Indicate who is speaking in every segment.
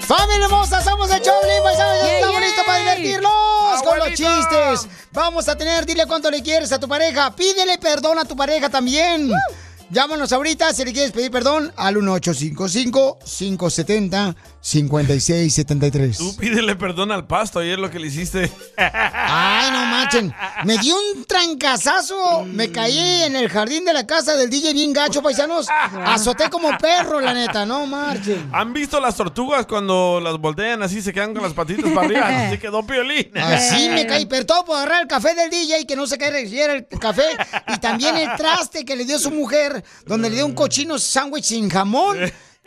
Speaker 1: ¡Familia hermosa! ¡Somos el Choplin, paisanos!
Speaker 2: Yeah,
Speaker 1: ¡Estamos
Speaker 2: yeah.
Speaker 1: listos para divertirnos con los
Speaker 2: Abuelita.
Speaker 1: chistes! Vamos a tener, dile cuánto le quieres a tu pareja. Pídele perdón a tu pareja también. Llámanos ahorita si le quieres pedir perdón al 1855-570-5673.
Speaker 3: Tú pídele perdón al pasto, ayer lo que le hiciste.
Speaker 1: Ay, no machen. Me di un trancazazo. Me caí en el jardín de la casa del DJ bien gacho, paisanos. Azoté como perro, la neta. No marchen.
Speaker 3: ¿Han visto las tortugas cuando las voltean así se quedan con las patitas para arriba? Así quedó Piolín. Eh.
Speaker 1: Así me caí, pero todo por agarrar el café del DJ que no se cayera el café y también el traste que le dio su mujer, donde
Speaker 4: Mm.
Speaker 1: le dio un cochino sándwich sin jamón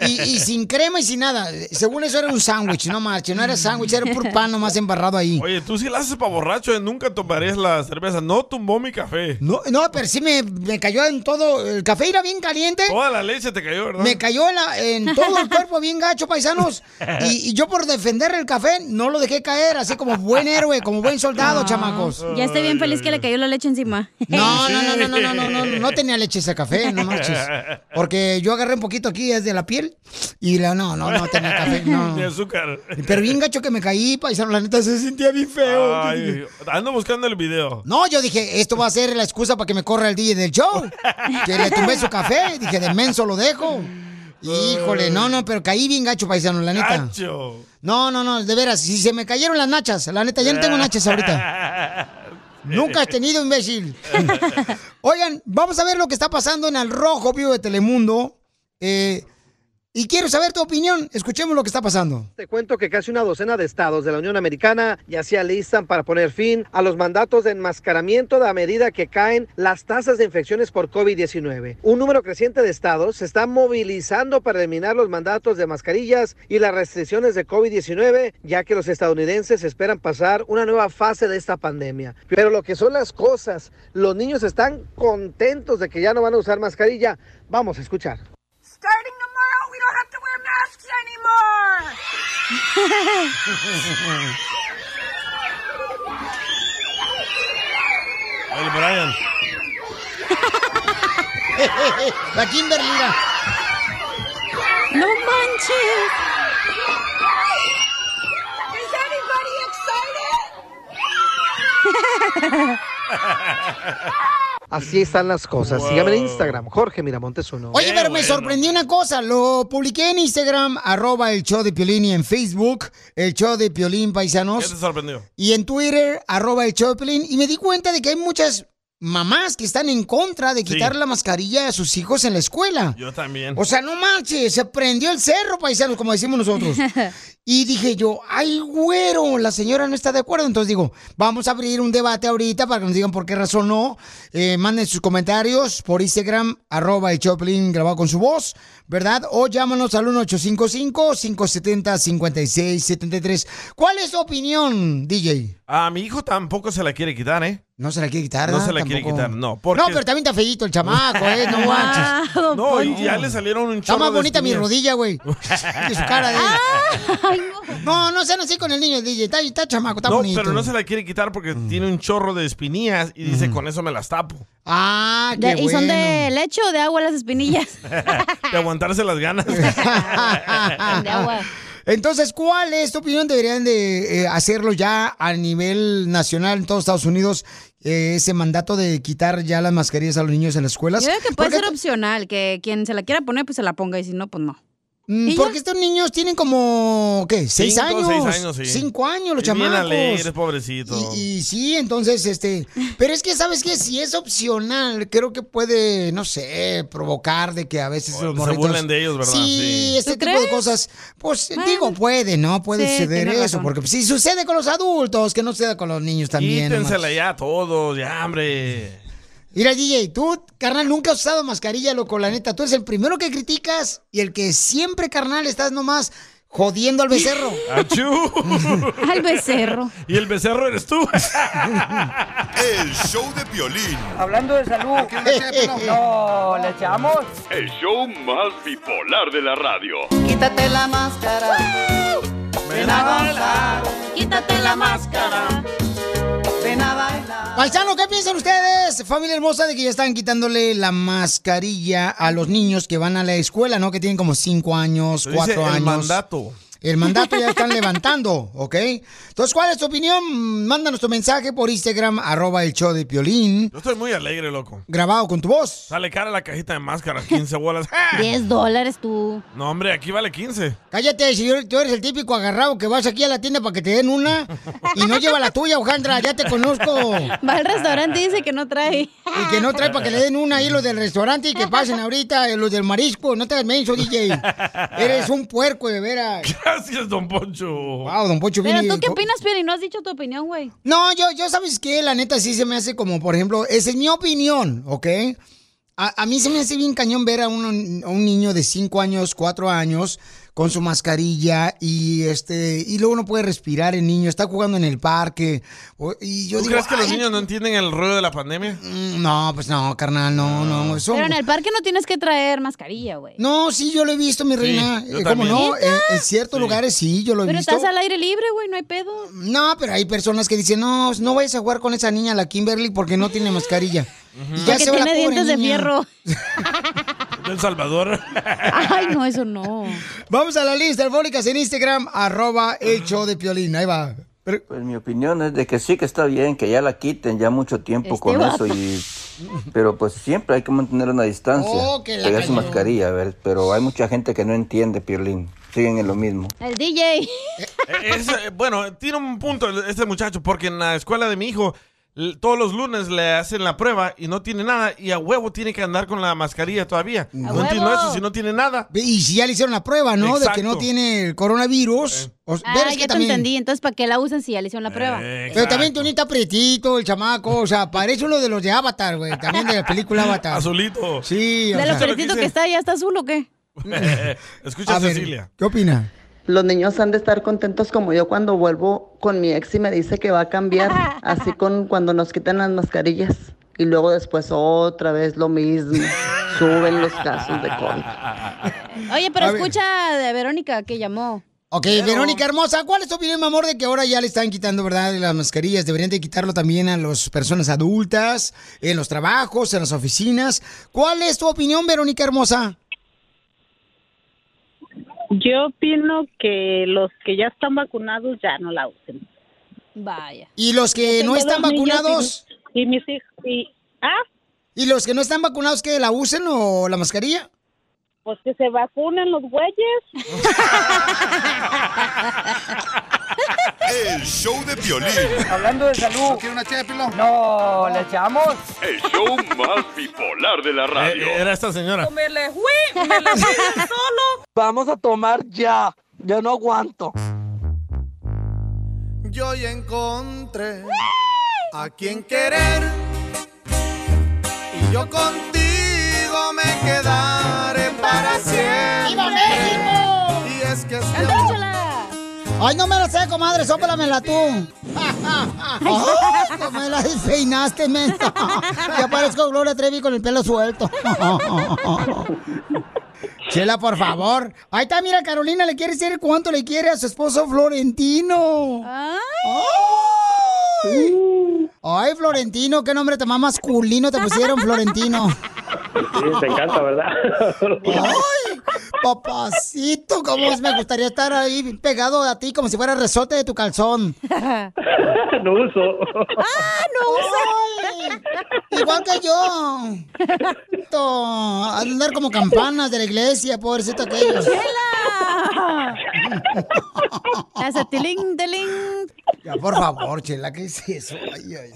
Speaker 1: y, y sin crema y sin nada. Según eso era un sándwich, no marche, no era sándwich, era puro pan nomás embarrado ahí.
Speaker 3: Oye, tú sí la haces para borracho y nunca tomarías la cerveza. No tumbó mi café.
Speaker 1: No, no, pero sí me, me cayó en todo, el café era bien caliente.
Speaker 3: Toda la leche te cayó, ¿verdad?
Speaker 1: eh. Me cayó en, la- en todo el cuerpo bien gacho, paisanos. Y, y yo por defender el café no lo dejé caer, así como buen héroe, como buen soldado, chamacos.
Speaker 4: Ya estoy bien feliz que le cayó la leche encima.
Speaker 1: No, no, no, no, no, no, no, no, no, no tenía leche ese café, no marches. Porque yo agarré un poquito aquí desde la piel y la, no, no, no tenía café, no.
Speaker 3: De azúcar.
Speaker 1: Pero bien gacho que me caí, paisano, la neta se sentía bien feo.
Speaker 3: Ay, ando buscando el video.
Speaker 1: No, yo dije, esto va a ser la excusa para que me corra el DJ del show. Que le tumbé su café, dije, de menso lo dejo. Híjole, no, no, pero caí bien gacho, paisano, la neta.
Speaker 3: Gacho.
Speaker 1: No, no, no, de veras, si se me cayeron las nachas, la neta, ya no
Speaker 3: Eh.
Speaker 1: tengo nachas ahorita. Nunca has tenido, imbécil. Oigan, vamos a ver lo que está pasando en el rojo vivo de Telemundo. Eh, y quiero saber tu opinión. Escuchemos lo que está pasando.
Speaker 5: Te cuento que casi una docena de estados de la Unión Americana ya se alistan para poner fin a los mandatos de enmascaramiento a medida que caen las tasas de infecciones por COVID-19. Un número creciente de estados se está movilizando para eliminar los mandatos de mascarillas y las restricciones de COVID-19, ya que los estadounidenses esperan pasar una nueva fase de esta pandemia. Pero lo que son las cosas, los niños están contentos de que ya no van a usar mascarilla. Vamos a escuchar.
Speaker 2: Starting tomorrow, we don't have to wear masks anymore.
Speaker 3: El Brian.
Speaker 1: La Kimberly. mira.
Speaker 2: No manches. Is everybody excited?
Speaker 5: Así están las cosas.
Speaker 2: Wow.
Speaker 5: Síganme en Instagram, Jorge Miramontes uno.
Speaker 1: Oye, pero me sorprendió una cosa. Lo publiqué en Instagram, arroba el show de Piolín, y en Facebook, el show de Piolín
Speaker 3: ¿Qué te
Speaker 1: Paisanos,
Speaker 3: sorprendió?
Speaker 1: y en Twitter, arroba el show de Piolín. Y me di cuenta de que hay muchas mamás que están en contra de quitar la mascarilla a sus hijos en la escuela.
Speaker 3: Yo también.
Speaker 1: O sea, no manches, se prendió el cerro, paisanos, como decimos nosotros. Y dije yo, ay, güero, la señora no está de acuerdo. Entonces digo, vamos a abrir un debate ahorita para que nos digan por qué razón no. Eh, manden sus comentarios por Instagram, arroba el Choplin grabado con su voz, ¿verdad? O llámanos al 1855-570-5673. ¿Cuál es tu opinión, DJ?
Speaker 3: A mi hijo tampoco se la quiere quitar, ¿eh?
Speaker 1: No se la quiere quitar.
Speaker 3: No
Speaker 1: ¿verdad?
Speaker 3: se la quiere
Speaker 1: Tampoco.
Speaker 3: quitar, no. Porque... Ah,
Speaker 1: No, pero también está feíto el chamaco, ¿eh? No manches.
Speaker 3: No, y ya le salieron un
Speaker 1: Está
Speaker 3: chorro
Speaker 1: más
Speaker 3: de
Speaker 1: bonita mi
Speaker 3: espinillas.
Speaker 1: rodilla, güey. Y su cara de...
Speaker 4: Ah.
Speaker 1: No, no sean así con el niño, DJ. Está, está chamaco, está Mm.
Speaker 3: no,
Speaker 1: bonito.
Speaker 3: pero no se la quiere quitar porque tiene un chorro de espinillas y
Speaker 1: Mm.
Speaker 3: dice, con eso me las tapo.
Speaker 1: Ah,
Speaker 4: De- ¿Y son de leche o de agua las espinillas?
Speaker 3: de aguantarse las ganas.
Speaker 4: Ah, de agua.
Speaker 1: Entonces, ¿cuál es tu opinión? ¿Deberían de eh, hacerlo ya a nivel nacional en todos Estados Unidos eh, ese mandato de quitar ya las mascarillas a los niños en las
Speaker 4: Yo
Speaker 1: escuelas?
Speaker 4: creo que puede
Speaker 1: Porque
Speaker 4: ser opcional, que quien se la quiera poner, pues se la ponga y si no, pues no.
Speaker 1: Mm,
Speaker 4: ¿Y
Speaker 1: Porque
Speaker 4: ya?
Speaker 1: estos niños tienen como, ¿qué? ¿Seis
Speaker 3: Cinco,
Speaker 1: años?
Speaker 3: seis años, sí.
Speaker 1: Cinco años los
Speaker 3: Y bien
Speaker 1: chamacos.
Speaker 3: alegres, pobrecito.
Speaker 1: Y, y sí, entonces, este, pero es que, ¿sabes qué? Si es opcional, creo que puede, no sé, provocar de que a veces
Speaker 3: O
Speaker 1: los
Speaker 3: Pues, se
Speaker 1: morritos...
Speaker 3: burlen de ellos, ¿verdad?
Speaker 1: Sí,
Speaker 3: Sí.
Speaker 1: este
Speaker 4: ¿Tú
Speaker 1: tipo de
Speaker 4: crees?
Speaker 1: cosas, pues,
Speaker 4: Bueno.
Speaker 1: digo, puede, ¿no? Puede
Speaker 4: Sí,
Speaker 1: suceder
Speaker 4: tienes
Speaker 1: eso,
Speaker 4: razón.
Speaker 1: porque pues, si sucede con los adultos, que no suceda con los niños también. no
Speaker 3: Quítensela
Speaker 1: marches.
Speaker 3: ya a todos, ya, hombre.
Speaker 1: Mira, DJ, tú, carnal, nunca has usado mascarilla, loco, la neta. Tú eres el primero que criticas y el que siempre, carnal, estás nomás jodiendo al becerro.
Speaker 3: Ah, ¡Achú!
Speaker 4: Al becerro.
Speaker 3: y el becerro eres tú.
Speaker 6: El show de violín.
Speaker 2: Hablando de salud, no, ¿le echamos?
Speaker 6: El show más bipolar de la radio.
Speaker 7: Quítate la máscara. Ven a bailar. Quítate la máscara. Ven a bailar.
Speaker 1: Paisano, ¿qué piensan ustedes, familia hermosa, de que ya están quitándole la mascarilla a los niños que van a la escuela, ¿no? Que tienen como cinco años,
Speaker 3: Dice
Speaker 1: cuatro años.
Speaker 3: el mandato.
Speaker 1: El mandato ya están levantando, ¿ok? Entonces, ¿cuál es tu opinión? Mándanos tu mensaje por Instagram, arroba el show de Piolín,
Speaker 3: Yo estoy muy alegre, loco.
Speaker 1: grabado con tu voz.
Speaker 3: Sale cara la cajita de máscaras, 15 bolas. ¡Ah!
Speaker 4: 10 dólares tú.
Speaker 3: No, hombre, aquí vale 15.
Speaker 1: Cállate, si yo- tú eres el típico agarrado que vas aquí a la tienda para que te den una y no lleva la tuya, Ojandra, ya te conozco.
Speaker 4: Va al restaurante y dice que no trae.
Speaker 1: Y que no trae para que le den una ahí los del restaurante y que pasen ahorita eh, los del marisco. No te hagas menso, DJ. Eres un puerco, de veras.
Speaker 3: Gracias, don Poncho.
Speaker 1: Wow, don Pocho
Speaker 4: Pero
Speaker 1: viene-
Speaker 4: tú qué opinas, Piolín? No has dicho tu opinión, güey.
Speaker 1: No, yo, yo, ¿sabes qué? La neta sí se me hace como, por ejemplo, esa es mi opinión, ¿ok? A, a mí se me hace bien cañón ver a, uno- a un niño de 5 años, 4 años, con su mascarilla y este y luego no puede respirar el niño, está jugando en el parque. o- y yo
Speaker 3: ¿Tú
Speaker 1: digo,
Speaker 3: crees que los
Speaker 1: "Ay,
Speaker 3: niños no entienden el rollo de la pandemia?
Speaker 1: mm, No, pues no, carnal, no, no. eso-
Speaker 4: Pero en el parque no tienes que traer mascarilla, güey.
Speaker 1: Pues No, sí, yo lo he visto, mi reina.
Speaker 3: yo
Speaker 1: Eh, ¿Cómo
Speaker 3: también.
Speaker 1: no? En, en ciertos
Speaker 3: Sí.
Speaker 1: lugares sí, yo lo he
Speaker 4: Pero
Speaker 1: visto. Mm.
Speaker 4: estás al aire libre, güey, no hay pedo.
Speaker 1: No, pero hay personas que dicen, no, no vayas a jugar con esa niña, la Kimberly, porque no tiene mascarilla. Y
Speaker 4: Porque
Speaker 1: va la
Speaker 4: tiene
Speaker 1: pobre
Speaker 4: dientes de
Speaker 1: niña.
Speaker 4: fierro.
Speaker 3: De El Salvador.
Speaker 4: Ay, no, eso no.
Speaker 1: Vamos a la lista telefónicas en Instagram, arroba el show de Piolín. Ahí va. Pero-
Speaker 8: Pues mi opinión es de que sí que está bien, que ya la quiten, ya mucho tiempo
Speaker 4: Este
Speaker 8: con
Speaker 4: vato.
Speaker 8: eso y pero pues siempre hay que mantener una distancia,
Speaker 1: Oh, que la
Speaker 8: pegar su
Speaker 1: cayó.
Speaker 8: mascarilla, a ver, pero hay mucha gente que no entiende, Piolín, siguen en lo mismo.
Speaker 4: El DJ.
Speaker 3: Eh, es, eh, bueno, tiene un punto el- este muchacho, porque en la escuela de mi hijo, l- todos los lunes le hacen la prueba y no tiene nada, y a huevo tiene que andar con la mascarilla todavía. No
Speaker 4: huevo!
Speaker 3: entiendo eso, si no tiene nada.
Speaker 1: y si ya le hicieron la prueba, ¿no? De que
Speaker 3: Exacto.
Speaker 1: no tiene el coronavirus. O-
Speaker 4: Ah,
Speaker 1: pero es que
Speaker 4: ya te
Speaker 1: también-
Speaker 4: entendí. Entonces, ¿para qué la usan si ya le hicieron la prueba?
Speaker 3: Eh,
Speaker 1: Pero también
Speaker 3: exacto.
Speaker 1: Tony está pretito, el chamaco. O sea, parece uno de los de Avatar, güey. También de la película Avatar.
Speaker 3: Azulito.
Speaker 1: Sí, o
Speaker 4: de lo
Speaker 1: sea,
Speaker 3: lo que
Speaker 4: pretito
Speaker 3: hice.
Speaker 4: que está, ¿ya está azul o qué?
Speaker 3: Escucha,
Speaker 1: a ver,
Speaker 3: Cecilia.
Speaker 1: ¿qué opina?
Speaker 7: Los niños han de estar contentos como yo cuando vuelvo con mi ex y me dice que va a cambiar, así con cuando nos quitan las mascarillas y luego después otra vez lo mismo. Suben los casos de COVID.
Speaker 4: Oye, pero
Speaker 1: A ver.
Speaker 4: escucha de Verónica que llamó.
Speaker 1: Ok, Verónica hermosa, ¿cuál es tu opinión, mi amor, de que ahora ya le están quitando, verdad, las mascarillas? Deberían de quitarlo también a las personas adultas, en los trabajos, en las oficinas. ¿Cuál es tu opinión, Verónica hermosa?
Speaker 9: Yo opino que los que ya están vacunados ya no la usen.
Speaker 4: Vaya.
Speaker 1: Y los que no
Speaker 9: Tengo
Speaker 1: están
Speaker 9: dos niños
Speaker 1: vacunados,
Speaker 9: Y, y mis hijos. Y, ah,
Speaker 1: y los que no están vacunados, ¿que la usen o la mascarilla?
Speaker 9: pues que se vacunen los güeyes.
Speaker 6: El show de violín.
Speaker 2: Hablando de salud,
Speaker 10: una
Speaker 2: no, ¿le echamos?
Speaker 6: El show más bipolar de la radio.
Speaker 3: Eh, era esta señora.
Speaker 2: Me le fui, me le fui del solo.
Speaker 7: Vamos a tomar ya. Ya no aguanto.
Speaker 11: Yo ya encontré a quien querer y yo contigo me quedaré para siempre. Y es que este amor
Speaker 4: ¡Chócala!
Speaker 1: Ay, no me la sé, comadre, sópelamela tú. Ay, cómo Oh, me la despeinaste, menta. Ya parezco Gloria Trevi con el pelo suelto. Chela, por favor. Ahí está, mira, Carolina le quiere decir cuánto le quiere a su esposo Florentino. Ay, Ay, Florentino, qué nombre tan más masculino te pusieron, Florentino.
Speaker 12: Sí, te encanta, ¿verdad?
Speaker 1: Ay, papacito, cómo me gustaría estar ahí pegado a ti como si fuera resorte de tu calzón.
Speaker 12: no uso.
Speaker 1: ¡Ah, no! Igual que yo. To- a andar como campanas de la iglesia, pobrecito aquellos.
Speaker 4: ¡Chela! Hace tiling, tiling.
Speaker 1: Ya, por favor, Chela, ¿qué es eso? Ay, ay.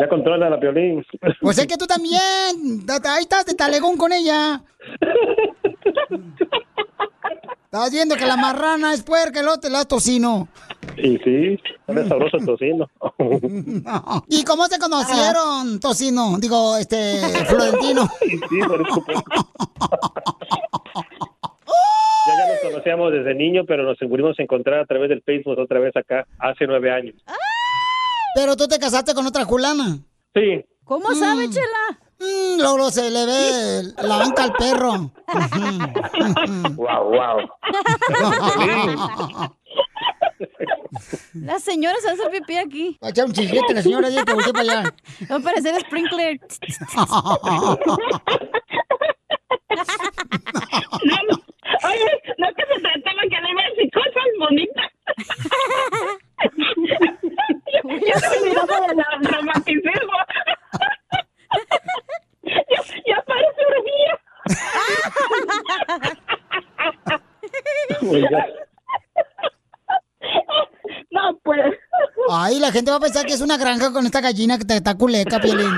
Speaker 13: Ya controla la Piolín.
Speaker 1: Pues es que tú también. Da- Ahí estás de talegón con ella. Estás viendo que la marrana es puerca, el otro te la tocino.
Speaker 13: Y sí, es sabroso el tocino.
Speaker 1: ¿Y cómo se conocieron, Tocino? Digo, este, Florentino.
Speaker 13: Sí, por eso. pues. Ya, ya nos conocíamos desde niño, pero nos volvimos a encontrar a través del Facebook otra vez acá hace nueve años.
Speaker 1: Pero tú te casaste con otra culana.
Speaker 13: Sí.
Speaker 4: ¿Cómo sabe, Chela?
Speaker 1: Mm, luego se le ve la banca al perro.
Speaker 2: Mm.
Speaker 13: Wow, wow.
Speaker 4: La señora se hace pipí aquí.
Speaker 1: Va a echar un chillete la señora, ya que volteé para allá.
Speaker 4: Va a parecer sprinkler.
Speaker 14: Oye, no que se trataba que le iba a decir cosas bonitas. yo soy mi hijo de la- romanticismo. yo, yo parece
Speaker 15: Pues
Speaker 14: orgía.
Speaker 1: No, pues. Ay, la gente va a pensar que es una granja con esta gallina que te está culeca, Piolín.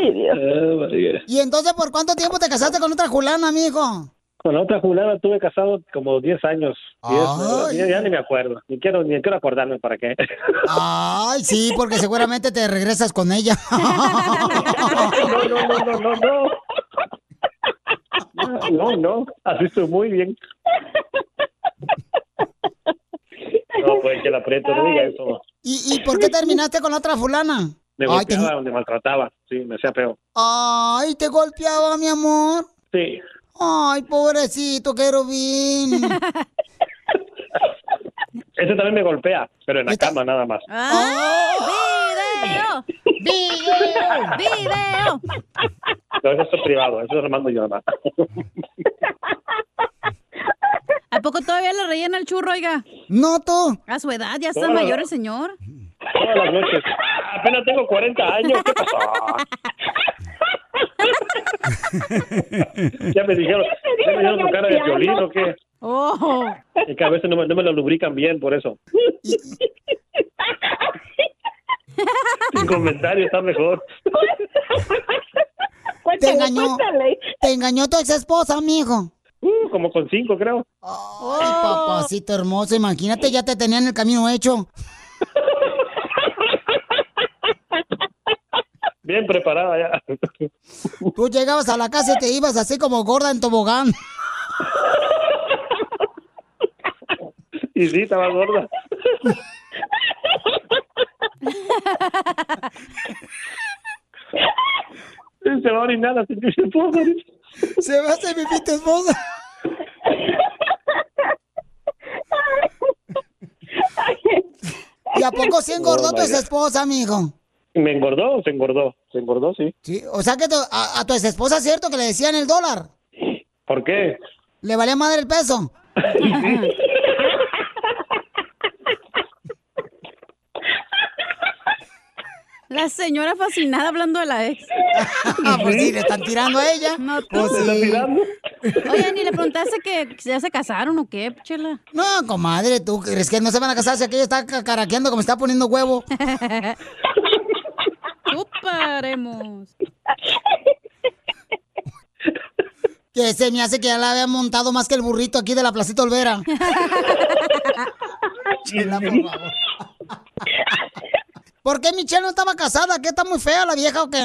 Speaker 13: Ay, Ah, Dios.
Speaker 1: ¿Y entonces por cuánto tiempo te casaste con otra culana, amigo?
Speaker 13: Con la otra Juliana tuve casado como 10 años. Diez,
Speaker 1: Ay.
Speaker 13: ya, ya ni me acuerdo. Ni quiero, ni quiero acordarme para qué.
Speaker 1: Ay, sí, porque seguramente te regresas con ella.
Speaker 13: No, no, no, no, no, no. No, no. Así estoy muy bien. No, pues que la aprieto, no diga eso.
Speaker 1: ¿Y, y por qué terminaste con la otra fulana?
Speaker 13: Me
Speaker 1: Ay, pues, te-
Speaker 13: golpeaba, me maltrataba. Sí, me hacía feo.
Speaker 1: Ay, te golpeaba, mi amor.
Speaker 13: Sí.
Speaker 1: Ay, pobrecito, querubín.
Speaker 13: Ese también me golpea, pero en la cama nada más.
Speaker 4: ¡Ah! ¡Video! ¡Video! ¡Video!
Speaker 13: No, eso es privado, eso lo mando yo nada más.
Speaker 4: ¿A poco todavía le reían al churro, oiga?
Speaker 1: No, tú.
Speaker 4: A su edad, ya está
Speaker 13: Todas.
Speaker 4: mayor el señor.
Speaker 13: Todas las noches. Apenas tengo 40 años. ¿qué pasó? ya me dijeron, ya me dijeron tu cara de violín o qué.
Speaker 4: Oh.
Speaker 13: Es que a veces no me, no me lo lubrican bien, por eso. El comentario está mejor.
Speaker 1: Te engañó. Te engañó tu ex esposa, amigo.
Speaker 13: Uh, como con cinco, creo.
Speaker 1: Ay, papacito hermoso, imagínate, ya te tenían el camino hecho.
Speaker 13: Bien preparada ya.
Speaker 1: Tú llegabas a la casa y te ibas así como gorda en tobogán.
Speaker 13: Y sí, estaba gorda. Se va a orinar la señora esposa.
Speaker 1: Se va a hacer pipí tu esposa. ¿Y a poco se engordó
Speaker 13: Oh,
Speaker 1: tu
Speaker 13: my
Speaker 1: ex
Speaker 13: God.
Speaker 1: esposa, amigo?
Speaker 13: ¿Me engordó? Se engordó. Se engordó, sí.
Speaker 1: Sí. O sea que tu- a, a tu ex esposa, ¿cierto? Que le decían el dólar.
Speaker 13: ¿Por qué?
Speaker 1: ¿Le valía madre el peso?
Speaker 4: La señora fascinada hablando de la ex.
Speaker 1: Ah, pues sí, le están tirando a ella.
Speaker 4: No, tú.
Speaker 1: Pues sí.
Speaker 4: Oye, ni le preguntaste que ya se casaron o qué, chela.
Speaker 1: No, comadre, ¿tú crees que no se van a casar si aquella está ca- caraqueando como está poniendo huevo?
Speaker 4: Chuparemos.
Speaker 1: Que se me hace que ya la habían montado más que el burrito aquí de la Placita Olvera. Chela, por favor. ¿Por qué Michelle no estaba casada? ¿Qué está muy fea la vieja o qué?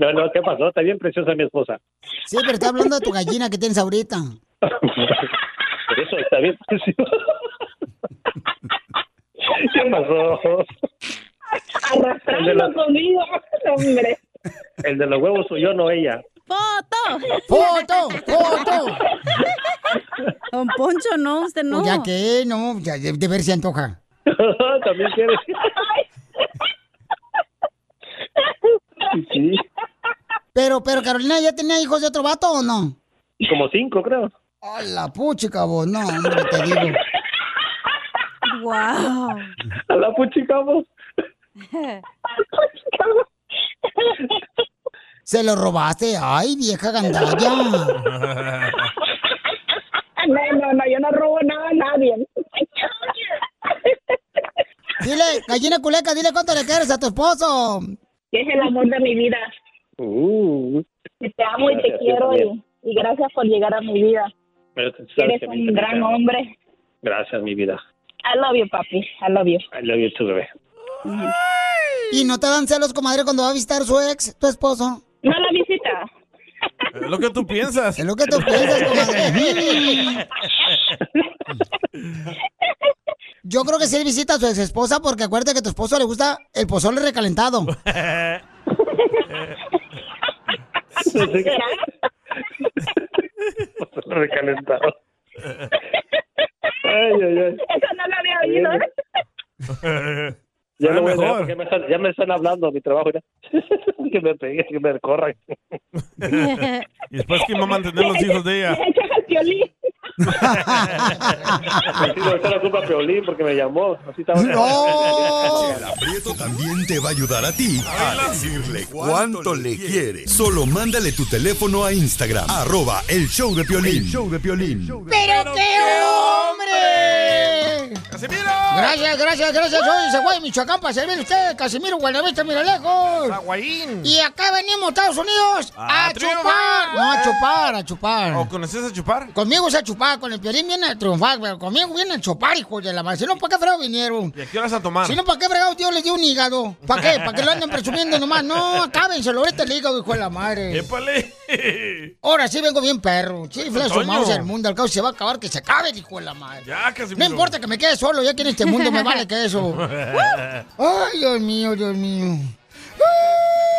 Speaker 13: No, no, ¿qué pasó? Está bien preciosa mi esposa.
Speaker 1: Sí, pero está hablando de tu gallina que tienes ahorita.
Speaker 13: Por eso está bien preciosa. ¿Qué pasó?
Speaker 14: Arrastrando conmigo, hombre.
Speaker 13: El de los huevos soy yo, no ella.
Speaker 4: ¡Foto!
Speaker 1: ¡Foto! ¡Foto!
Speaker 4: Don Poncho, no, usted no.
Speaker 1: Pues Ya que, no, ya de, de ver si antoja.
Speaker 13: También quieres. Sí,
Speaker 1: Pero, pero Carolina, ¿ya tenía hijos de otro vato o no?
Speaker 13: como cinco, creo.
Speaker 1: La puchica, vos. No, hombre, te digo.
Speaker 4: Wow.
Speaker 1: A la puchica, vos. Se lo robaste. Ay, vieja gandalla.
Speaker 2: No, no, no, yo no robo nada a nadie.
Speaker 1: Dile, gallina culeca, dile cuánto le quieres a tu esposo.
Speaker 2: Que es el amor de mi vida.
Speaker 12: Uh,
Speaker 2: Y Te amo y te
Speaker 12: Gracias,
Speaker 2: quiero
Speaker 12: Dios
Speaker 2: y, y gracias por llegar a mi vida.
Speaker 12: pero tú sabes
Speaker 2: Eres
Speaker 12: que a mí
Speaker 2: un
Speaker 12: te
Speaker 2: gran
Speaker 12: amo.
Speaker 2: hombre.
Speaker 12: Gracias, mi vida.
Speaker 2: I love you, papi. I love you.
Speaker 12: I love you too, bebé.
Speaker 1: ¿Y no te dan celos, comadre, cuando va a visitar su ex, tu esposo?
Speaker 2: No la visita.
Speaker 3: Es lo que tú piensas.
Speaker 1: Es lo que tú piensas, comadre. Yo creo que sí él visita a su ex esposa porque acuérdate que a tu esposo le gusta el pozole recalentado.
Speaker 12: Recalentado. Ay, ay, ay.
Speaker 2: Eso no lo había oído. ¿eh?
Speaker 12: Ya,
Speaker 3: Sabe
Speaker 12: lo voy a
Speaker 3: mejor.
Speaker 12: dejar porque me están, ya me están hablando de mi trabajo. ya. que me peguen, que me corran.
Speaker 3: Y después, ¿quién va a mantener los hijos de ella?
Speaker 2: Le echas el piolín.
Speaker 12: Sí, no, esa es la culpa de Piolín porque me llamó. Así estaba.
Speaker 16: El aprieto también te va a ayudar a ti a decirle cuánto le quieres. Solo mándale tu teléfono a Instagram, arroba el show de Piolín. show de Piolín.
Speaker 1: ¡Pero qué hombre!
Speaker 3: ¡Casimiro!
Speaker 1: Gracias, gracias, gracias. Soy de Guay, Michoacán, para servir a usted, Casimiro, Guayabista, Miralejos. Y acá venimos, Estados Unidos,
Speaker 3: A
Speaker 1: a,
Speaker 3: triunfar. Eh.
Speaker 1: chupar. No, a chupar, a chupar.
Speaker 3: ¿O conoces a chupar?
Speaker 1: Conmigo se a chupar, con el piolín viene a triunfar, pero conmigo viene a chupar, hijo de la madre. Si no, ¿para qué fregado vinieron?
Speaker 3: ¿Y a qué horas a tomar?
Speaker 1: Si no, ¿para qué fregado Dios les dio un hígado? ¿Para qué? ¿Para qué lo andan presumiendo nomás? No, acábenselo, ahorita el hígado, hijo de la madre.
Speaker 3: ¡Épale!
Speaker 1: Ahora sí vengo bien perro. Chifla su
Speaker 3: Toño.
Speaker 1: mouse al mundo, al cabo se va a acabar, que se acabe, hijo de la madre.
Speaker 3: Ya, Casimiro.
Speaker 1: No importa que me quede solo, ya que en este mundo me vale que eso. Ay, Dios mío, Dios mío.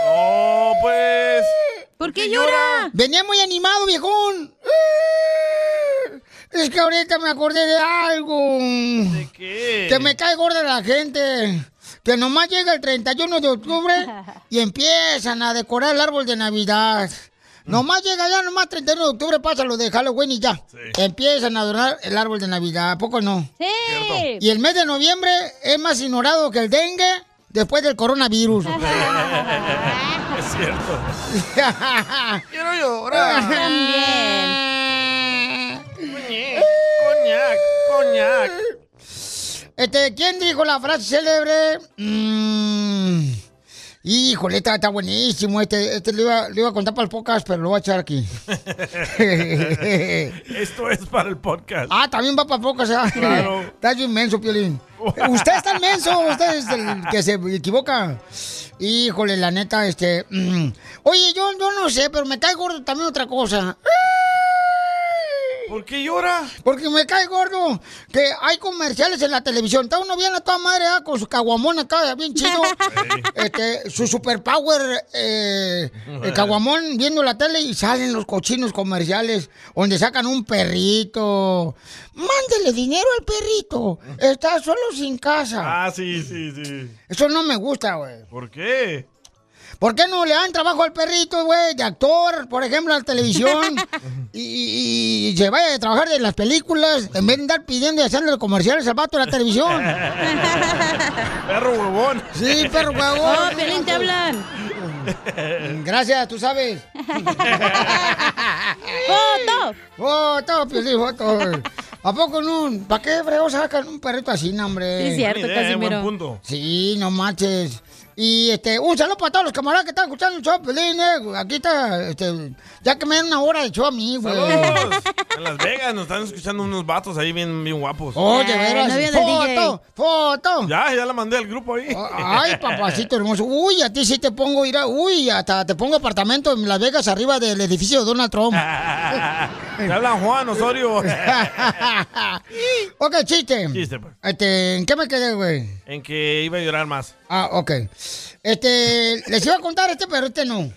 Speaker 3: ¡Oh, pues!
Speaker 1: ¿Por qué llora? Venía muy animado, viejón. Es que ahorita me acordé de algo. ¿De
Speaker 3: qué?
Speaker 1: Que me cae gorda la gente. Que nomás llega el 31 de octubre y empiezan a decorar el árbol de Navidad. Nomás llega ya, nomás 31 de octubre pasa lo de Halloween y ya. Empiezan a adornar el árbol de Navidad, ¿a poco no?
Speaker 4: Sí.
Speaker 1: Y el mes de noviembre es más ignorado que el dengue después del coronavirus.
Speaker 3: es cierto.
Speaker 1: Quiero llorar.
Speaker 4: Ah.
Speaker 3: Coñac, coñac, coñac.
Speaker 1: Este, ¿quién dijo la frase célebre? Mm, híjole, está, está buenísimo. Este, este lo, iba, lo iba a contar para el podcast, pero lo voy a echar aquí.
Speaker 3: Esto es para el podcast.
Speaker 1: Ah, también va para el podcast. ¿eh?
Speaker 3: Claro.
Speaker 1: Está bien menso, Piolín. Usted está el menso, usted es el que se equivoca. Híjole, la neta, este... mm. Oye, yo, yo no sé, pero me cae gordo también otra cosa.
Speaker 3: ¿Por qué llora?
Speaker 1: Porque me cae gordo que hay comerciales en la televisión. Está uno bien a toda madre ah, con su caguamón acá, bien chido. Este, su superpower eh, el caguamón viendo la tele y salen los cochinos comerciales donde sacan un perrito. Mándele dinero al perrito. Está solo sin casa.
Speaker 3: Ah, sí, sí, sí.
Speaker 1: Eso no me gusta, güey.
Speaker 3: ¿Por qué?
Speaker 1: ¿Por qué no le dan trabajo al perrito, güey, de actor, por ejemplo, a la televisión? y, y- y se vaya a trabajar de las películas en vez de andar pidiendo y hacerle comerciales al vato de la televisión.
Speaker 3: Perro huevón.
Speaker 1: Sí, perro huevón.
Speaker 4: Oh, Piolín, te
Speaker 1: hablan. Gracias, tú sabes. ¡Foto! ¡Foto, Piolín, foto! ¿A poco no? ¿Para qué fregos sacan un perrito así, no, hombre?
Speaker 4: Sí, es cierto, Buena idea, Casimiro. buen
Speaker 3: eh, punto.
Speaker 1: Sí, no manches. Y este, un saludo para todos los camaradas que están escuchando el show, Piolín, eh. Aquí está, este, ya que me dan una hora de show a mí, güey.
Speaker 3: Saludos. En Las Vegas nos están escuchando unos vatos ahí bien, bien guapos.
Speaker 17: Ah,
Speaker 3: Ah,
Speaker 1: Oye, Oh, veras, foto, foto.
Speaker 3: Ya, ya la mandé al grupo ahí.
Speaker 1: Ah, Ay, papacito hermoso. Uy, a ti sí te pongo ir a. Uy, hasta te pongo apartamento en Las Vegas arriba del edificio de Donald Trump.
Speaker 3: Te hablan Juan Osorio.
Speaker 1: ok, chiste.
Speaker 3: Chiste, pues.
Speaker 1: Este, ¿En qué me quedé, güey?
Speaker 3: En que iba a llorar más.
Speaker 1: Ah, ok. Este, les iba a contar este, pero este no.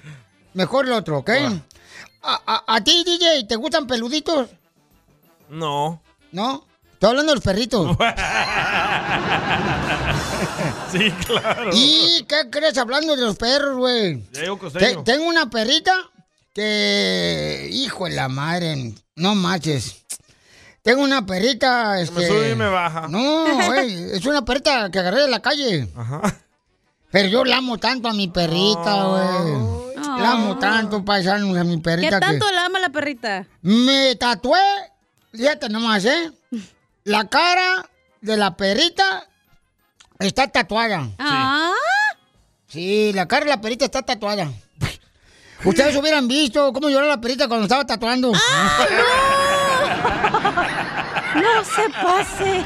Speaker 1: Mejor el otro, ¿ok? A, a- a ti, DJ, ¿te gustan peluditos?
Speaker 3: No.
Speaker 1: ¿No? Estoy hablando de los perritos.
Speaker 3: sí, claro.
Speaker 1: ¿Y qué crees hablando de los perros, güey?
Speaker 3: Diego
Speaker 1: Te-
Speaker 3: Costeño.
Speaker 1: tengo una perrita que, hijo de la madre, no manches. Tengo una perrita, este...
Speaker 3: Me sube y me baja.
Speaker 1: No, güey, es una perrita que agarré de la calle. Ajá. Pero yo la amo tanto a mi perrita, güey. La amo tanto, paisanos, a mi
Speaker 4: ¿Qué
Speaker 1: perrita. que-
Speaker 4: tanto la ama la perrita?
Speaker 1: Me tatué, fíjate nomás, ¿eh? La cara de la perrita está tatuada.
Speaker 4: Ah.
Speaker 1: Sí, la cara de la perrita está tatuada. Ustedes hubieran visto cómo lloró la perrita cuando estaba tatuando.
Speaker 4: ¡No se pase!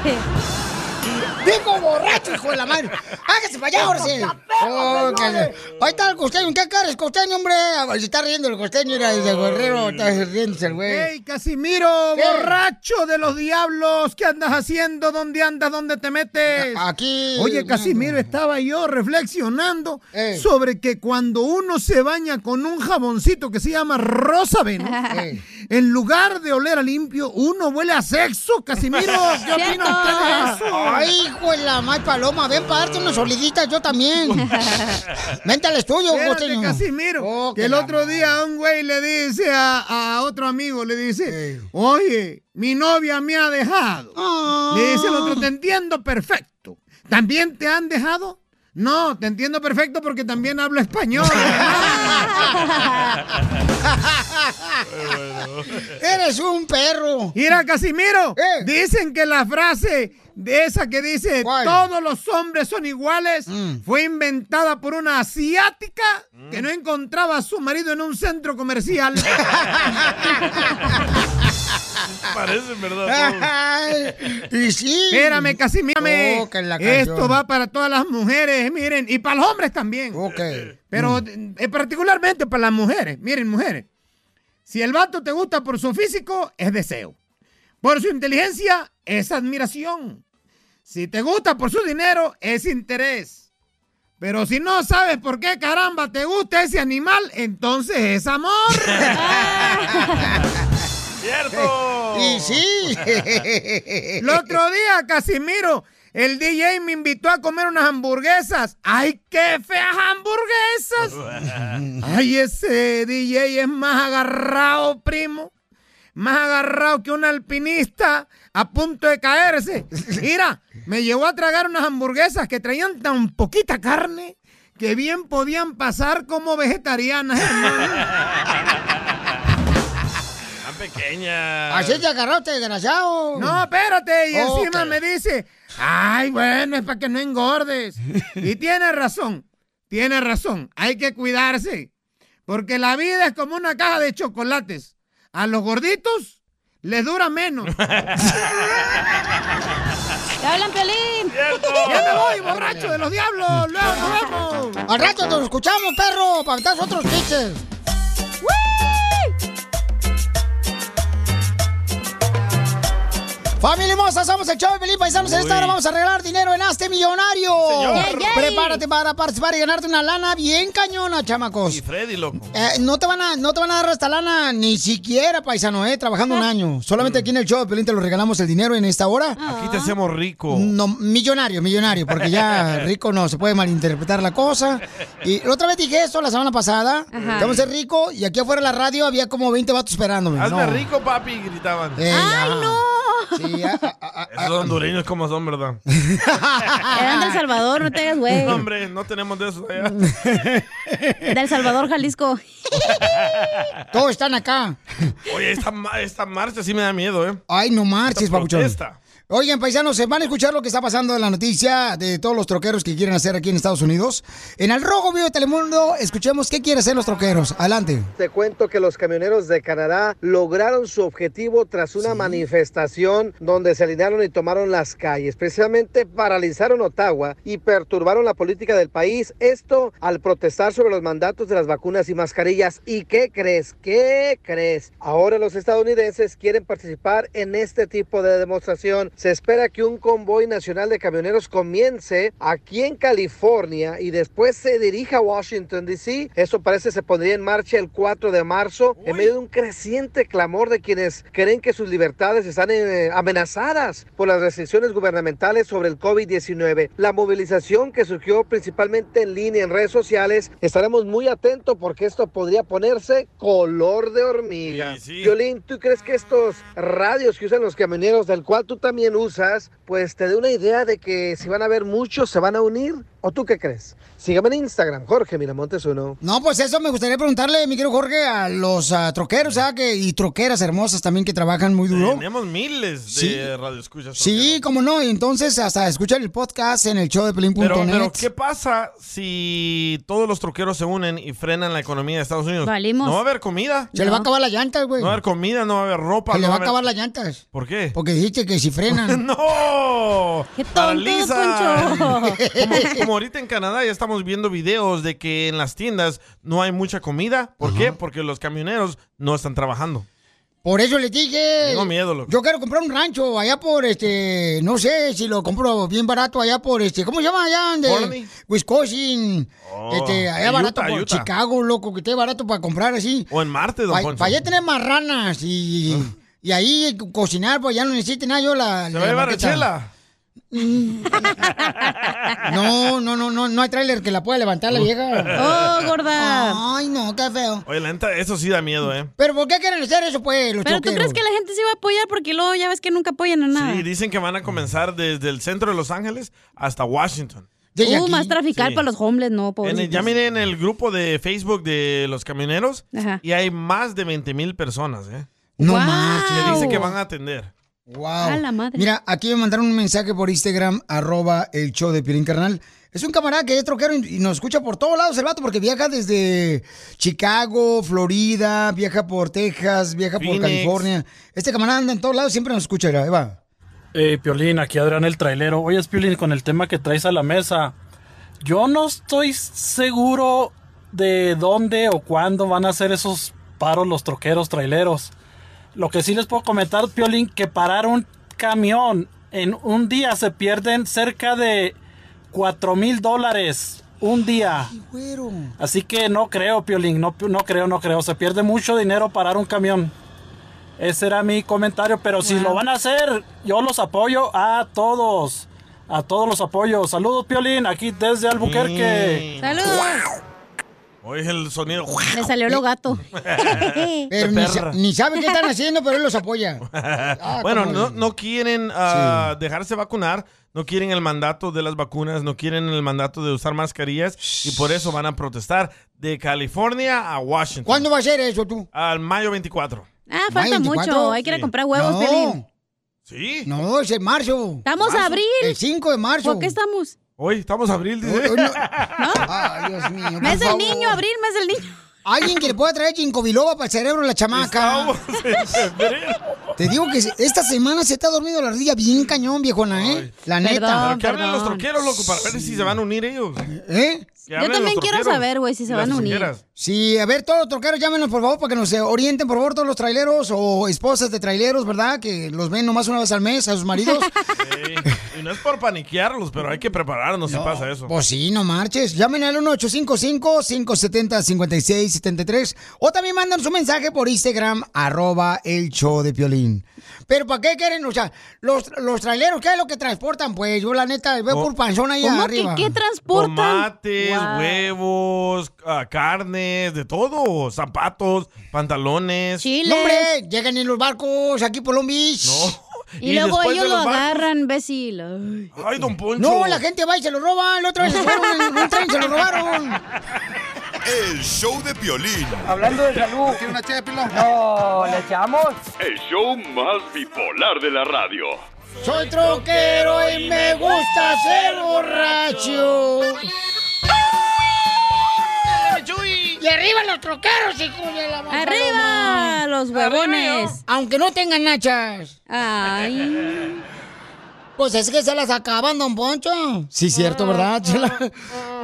Speaker 1: ¡Digo borracho, hijo de la madre! ¡Hágase para allá, Jorge! Oh, que- Ahí está el costeño. ¿Qué cara es costeño, hombre? Se está riendo el costeño, mira, desde Guerrero está riéndose el güey.
Speaker 17: ¡Ey, Casimiro,
Speaker 1: ¿Qué?
Speaker 17: borracho de los diablos! ¿Qué andas haciendo? ¿Dónde andas? ¿Dónde te metes?
Speaker 1: Aquí.
Speaker 17: Oye, Casimiro, estaba yo reflexionando sobre que cuando uno se baña con un jaboncito que se llama Rosa Venus,
Speaker 11: Ey.
Speaker 17: en lugar de oler a limpio, uno huele a sexo, Casimiro. ¿Qué opina usted de eso?
Speaker 1: Ay, hijo de la mal paloma, ven para darte unas soliditas, yo también. Vente al estudio,
Speaker 17: Espérate,
Speaker 1: costeño.
Speaker 17: Casimiro, que el otro día un güey le dice a, a otro amigo, le dice, oye, mi novia me ha dejado. Le dice el otro, te entiendo perfecto. ¿También te han dejado? No, te entiendo perfecto porque también hablo español.
Speaker 1: Eres un perro. Eh.
Speaker 17: Mira, Casimiro, dicen que la frase de esa que dice todos los hombres son iguales
Speaker 1: Mm.
Speaker 17: fue inventada por una asiática que no encontraba a su marido en un centro comercial.
Speaker 3: Parece
Speaker 11: verdad.
Speaker 1: y sí.
Speaker 17: Espérame, Casimiro. mírame.
Speaker 11: Oh, que la canción.
Speaker 17: Esto va para todas las mujeres, miren, y para los hombres también.
Speaker 1: Ok.
Speaker 17: Pero eh, particularmente para las mujeres. Miren, mujeres. Si el vato te gusta por su físico, es deseo. Por su inteligencia, es admiración. Si te gusta por su dinero, es interés. Pero si no sabes por qué caramba te gusta ese animal, entonces es amor.
Speaker 3: ¡Cierto!
Speaker 17: Y sí. El otro día, Casimiro, el DJ me invitó a comer unas hamburguesas. ¡Ay, qué feas hamburguesas! ¡Ay, ese DJ es más agarrado, primo! Más agarrado que un alpinista a punto de caerse. Mira, me llevó a tragar unas hamburguesas que traían tan poquita carne que bien podían pasar como vegetarianas, hermano.
Speaker 3: Tan pequeña.
Speaker 1: Así te agarraste, desgraciado.
Speaker 17: No, espérate. Y
Speaker 1: Oh,
Speaker 17: encima me dice, ay, bueno, es para que no engordes. y tiene razón, tiene razón. Hay que cuidarse. Porque la vida es como una caja de chocolates. A los gorditos les dura menos.
Speaker 4: ¡Te hablan, Pelín!
Speaker 17: ¡Ya me voy, borracho de los diablos! ¡Luego nos vemos!
Speaker 1: Al rato nos escuchamos, perro, para contar otros chistes. Familia hermosa, somos el show de Felipe Paisanos. En esta
Speaker 11: Uy.
Speaker 1: hora vamos a regalar dinero en Hazte Millonario.
Speaker 11: Señor. Yay, yay.
Speaker 1: Prepárate para participar y ganarte una lana bien cañona, chamacos.
Speaker 3: Y Freddy, loco.
Speaker 1: Eh, no, te van a, no te van a dar esta lana ni siquiera, paisano, ¿eh? Trabajando un año. Solamente aquí en el show de Pelín te lo regalamos el dinero en esta hora.
Speaker 3: Aquí te hacemos rico.
Speaker 1: No, millonario, millonario, porque ya rico no, se puede malinterpretar la cosa. Y la otra vez dije eso la semana pasada,
Speaker 3: Ajá.
Speaker 1: que vamos a ser rico y aquí afuera de la radio había como 20 vatos esperándome.
Speaker 3: Hazme
Speaker 1: no.
Speaker 3: rico, papi, gritaban.
Speaker 1: Eh, ¡Ay, ya. no! Sí, a-
Speaker 3: Esos hondureños como son, ¿verdad?
Speaker 4: Eran del Salvador, no te hagas güey.
Speaker 3: No, hombre, no tenemos de eso allá.
Speaker 4: Del Salvador, Jalisco.
Speaker 1: Todos están acá.
Speaker 3: Oye, esta, ma- esta marcha sí me da miedo, ¿eh?
Speaker 1: Ay, no marches,
Speaker 3: Esta
Speaker 1: papuchón.
Speaker 3: protesta.
Speaker 1: Oigan, paisanos, se van a escuchar lo que está pasando en la noticia de todos los troqueros que quieren hacer aquí en Estados Unidos. En el Rojo Vivo de Telemundo, escuchemos qué quieren hacer los troqueros. Adelante.
Speaker 5: Te cuento que los camioneros de Canadá lograron su objetivo tras una manifestación donde se alinearon y tomaron las calles. Precisamente paralizaron Ottawa y perturbaron la política del país. Esto al protestar sobre los mandatos de las vacunas y mascarillas. ¿Y qué crees? ¿Qué crees? Ahora los estadounidenses quieren participar en este tipo de demostración se espera que un convoy nacional de camioneros comience aquí en California y después se dirija a Washington, D.C. Eso parece se pondría en marcha el 4 de marzo en medio de un creciente clamor de quienes creen que sus libertades están eh, amenazadas por las restricciones gubernamentales sobre el COVID-19. La movilización que surgió principalmente en línea en redes sociales, estaremos muy atentos porque esto podría ponerse color de hormiga. Violín, ¿tú crees que estos radios que usan los camioneros, del cual tú también usas, pues te dé una idea de que si van a haber muchos, se van a unir? ¿O tú qué crees? Sígame en Instagram, Jorge Miramontes uno.
Speaker 1: No, pues eso me gustaría preguntarle, mi querido Jorge, a los ah, troqueros ah, que, y troqueras hermosas también que trabajan muy duro.
Speaker 3: Tenemos miles de
Speaker 1: Sí.
Speaker 3: radioescuchas.
Speaker 1: Sí, como no, y entonces hasta escuchar el podcast en el show de Pelín.net.
Speaker 3: Pero, pero, ¿qué pasa si todos los troqueros se unen y frenan la economía de Estados Unidos?
Speaker 1: Valimos.
Speaker 3: No va a haber comida.
Speaker 1: Se le va a acabar las llantas, güey.
Speaker 3: No va a haber comida, no va a haber ropa.
Speaker 1: Se le
Speaker 3: no
Speaker 1: va a
Speaker 3: haber-
Speaker 1: acabar las llantas.
Speaker 3: ¿Por qué?
Speaker 1: Porque dijiste que si frenan.
Speaker 3: ¡No! ¡Qué Paraliza. como, como ahorita en Canadá ya estamos viendo videos de que en las tiendas no hay mucha comida. ¿Por qué? Porque los camioneros no están trabajando.
Speaker 1: Por eso le dije.
Speaker 3: Tengo miedo, loco.
Speaker 1: Yo quiero comprar un rancho allá por este. No sé si lo compro bien barato allá por este. ¿Cómo se llama allá? donde-
Speaker 3: Forney.
Speaker 1: Wisconsin.
Speaker 3: Oh,
Speaker 1: este, allá
Speaker 3: Utah,
Speaker 1: barato por
Speaker 3: Utah.
Speaker 1: Chicago, loco, que esté barato para comprar así.
Speaker 3: O en Marte, don Poncho. Ah.
Speaker 1: Para allá tener marranas y. Y ahí cocinar, pues ya no necesite nada yo la.
Speaker 3: ¿Se va a llevar a Chela?
Speaker 1: No, no, no, no, no hay tráiler que la pueda levantar
Speaker 3: Uh.
Speaker 1: la vieja.
Speaker 3: Oh,
Speaker 4: gorda.
Speaker 1: Ay, no, qué feo.
Speaker 3: Oye, la neta, eso sí da miedo, ¿eh?
Speaker 1: Pero ¿por qué quieren hacer eso, pues, los
Speaker 4: Pero tú
Speaker 1: troqueros?
Speaker 4: crees que la gente se iba a apoyar porque luego ya ves que nunca apoyan a nada.
Speaker 3: Sí, dicen que van a comenzar desde el centro de Los Ángeles hasta Washington.
Speaker 4: Uh, más traficar
Speaker 3: Sí.
Speaker 4: para los homeless, no,
Speaker 3: En el-
Speaker 4: pobrecitos.
Speaker 3: ya miré en el grupo de Facebook de los camioneros
Speaker 4: Ajá.
Speaker 3: y hay más de 20 mil personas, ¿eh?
Speaker 1: No
Speaker 3: Wow.
Speaker 1: manches.
Speaker 3: Que dicen que van a atender.
Speaker 1: Wow.
Speaker 4: A la madre.
Speaker 1: Mira, aquí me mandaron un mensaje por Instagram, arroba el show de Piolín Carnal. Es un camarada que es troquero y y nos escucha por todos lados el vato, porque viaja desde Chicago, Florida, viaja por Texas, viaja por
Speaker 18: Phoenix.
Speaker 1: California. Este camarada anda en todos lados, siempre nos escucha, mira, ahí va.
Speaker 18: Hey, Eh, Piolín, aquí Adrián el trailero. Oye, Piolín, con el tema que traes a la mesa, yo no estoy seguro de dónde o cuándo van a hacer esos paros los troqueros traileros. Lo que sí les puedo comentar, Piolín, que parar un camión en un día se pierden cerca de 4 mil dólares. Un día.
Speaker 1: Güero.
Speaker 18: Así que no creo, Piolín, no, no creo, no creo. Se pierde mucho dinero parar un camión. Ese era mi comentario, pero si lo van a hacer, yo los apoyo a todos. A todos los apoyos. Saludos, Piolín, aquí desde Albuquerque.
Speaker 4: ¡Saludos!
Speaker 3: Oye, el sonido.
Speaker 4: Le salió lo gato.
Speaker 1: Pero ni, sa- ni sabe qué están haciendo, pero él los apoya.
Speaker 3: bueno,
Speaker 1: Ah, cómo
Speaker 3: no, no quieren ah, dejarse vacunar, no quieren el mandato de las vacunas, no quieren el mandato de usar mascarillas y por eso van a protestar de California a Washington.
Speaker 1: ¿Cuándo va a ser eso tú?
Speaker 3: Al mayo 24.
Speaker 4: Ah, falta mucho. Hay que ir a comprar huevos,
Speaker 1: no.
Speaker 4: Piolín.
Speaker 3: Sí.
Speaker 1: No, es en marzo.
Speaker 4: Estamos a abril.
Speaker 1: El 5 de marzo.
Speaker 4: ¿Por qué estamos?
Speaker 3: Hoy estamos abril, dice.
Speaker 1: Ay, Dios mío.
Speaker 4: Mes del
Speaker 1: el
Speaker 4: niño, abril, mes del niño.
Speaker 1: Alguien que le pueda traer ginkgo biloba para el cerebro a la chamaca. Te digo que se- esta semana se te ha dormido la ardilla bien cañón, viejona, ¿eh? La neta.
Speaker 3: Pero que hablen los troqueros, loco, para ver si se van a unir ellos.
Speaker 1: ¿Eh?
Speaker 3: Que hablen los troqueros y las troqueras.
Speaker 1: Sí, a ver, todos los troqueros, llámenos, por favor, para que nos eh, orienten, por favor, todos los traileros o esposas de traileros, ¿verdad? Que los ven nomás una vez al mes a sus maridos.
Speaker 3: Sí. Y no es por paniquearlos, pero hay que prepararnos si pasa eso.
Speaker 1: Pues sí, no marches. Llamen al 1855-570-5673 o también mandan su mensaje por Instagram, arroba el show de Piolín. Pero ¿para qué quieren? O sea, los, los traileros, ¿qué es lo que transportan? Pues yo la neta veo
Speaker 3: Oh.
Speaker 1: por panzón ahí
Speaker 4: ¿Cómo que
Speaker 1: arriba.
Speaker 4: qué transportan?
Speaker 3: Tomates,
Speaker 4: Wow.
Speaker 3: huevos, ah, carnes, de todo. Zapatos, pantalones.
Speaker 1: No, hombre, llegan en los barcos aquí por Long Beach.
Speaker 3: No.
Speaker 4: Y, luego
Speaker 3: después de
Speaker 4: ellos lo
Speaker 3: los barcos-
Speaker 4: agarran, imbécil. Ay.
Speaker 3: Ay, don Poncho.
Speaker 1: No, la gente va y se lo roban. La otra vez se fueron en un tren, se lo robaron.
Speaker 16: El show de Piolín.
Speaker 19: Hablando de salud. ¿Tiene una No, ¿le echamos?
Speaker 6: El show más bipolar de la radio.
Speaker 1: Soy troquero y me gusta ser borracho. ¡Y arriba los troqueros, hijo de la mamá!
Speaker 4: ¡Arriba los huevones!
Speaker 1: Aunque no tengan nachas.
Speaker 4: Ay.
Speaker 1: Pues es que se las acaban, don Poncho. Ah.
Speaker 20: Sí, cierto, ¿verdad?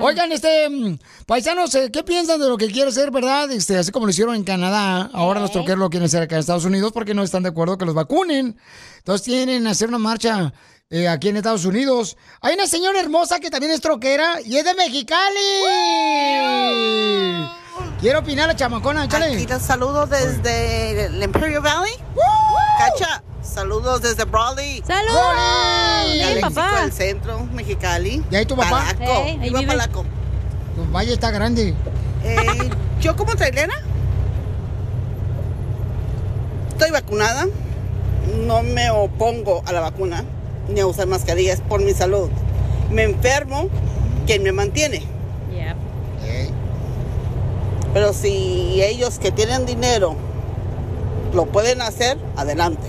Speaker 1: Oigan, este, mm, paisanos, eh, ¿qué piensan de lo que quiere hacer, verdad? Este, así como lo hicieron en Canadá, ahora los troqueros lo quieren hacer acá en Estados Unidos porque no están de acuerdo que los vacunen. Entonces tienen hacer una marcha eh, aquí en Estados Unidos. Hay una señora hermosa que también es troquera y es de Mexicali. Quiero opinar la chamacona, échale.
Speaker 21: Aquí los saludo desde el Imperial Valley. Cacha, saludos desde Brawley.
Speaker 4: ¡Saludos! Brawley.
Speaker 21: Jalisco,
Speaker 4: Ey, papá.
Speaker 21: El centro, Mexicali.
Speaker 1: ¿Y ahí tu papá?
Speaker 21: Palaco,
Speaker 1: Ey, ahí
Speaker 21: viva
Speaker 1: vive.
Speaker 21: Palaco.
Speaker 1: Tu valle está grande.
Speaker 21: Eh, yo como trailera estoy vacunada. No me opongo a la vacuna ni a usar mascarillas por mi salud. Me enfermo, quien me mantiene. Pero si ellos que tienen dinero lo pueden hacer, adelante.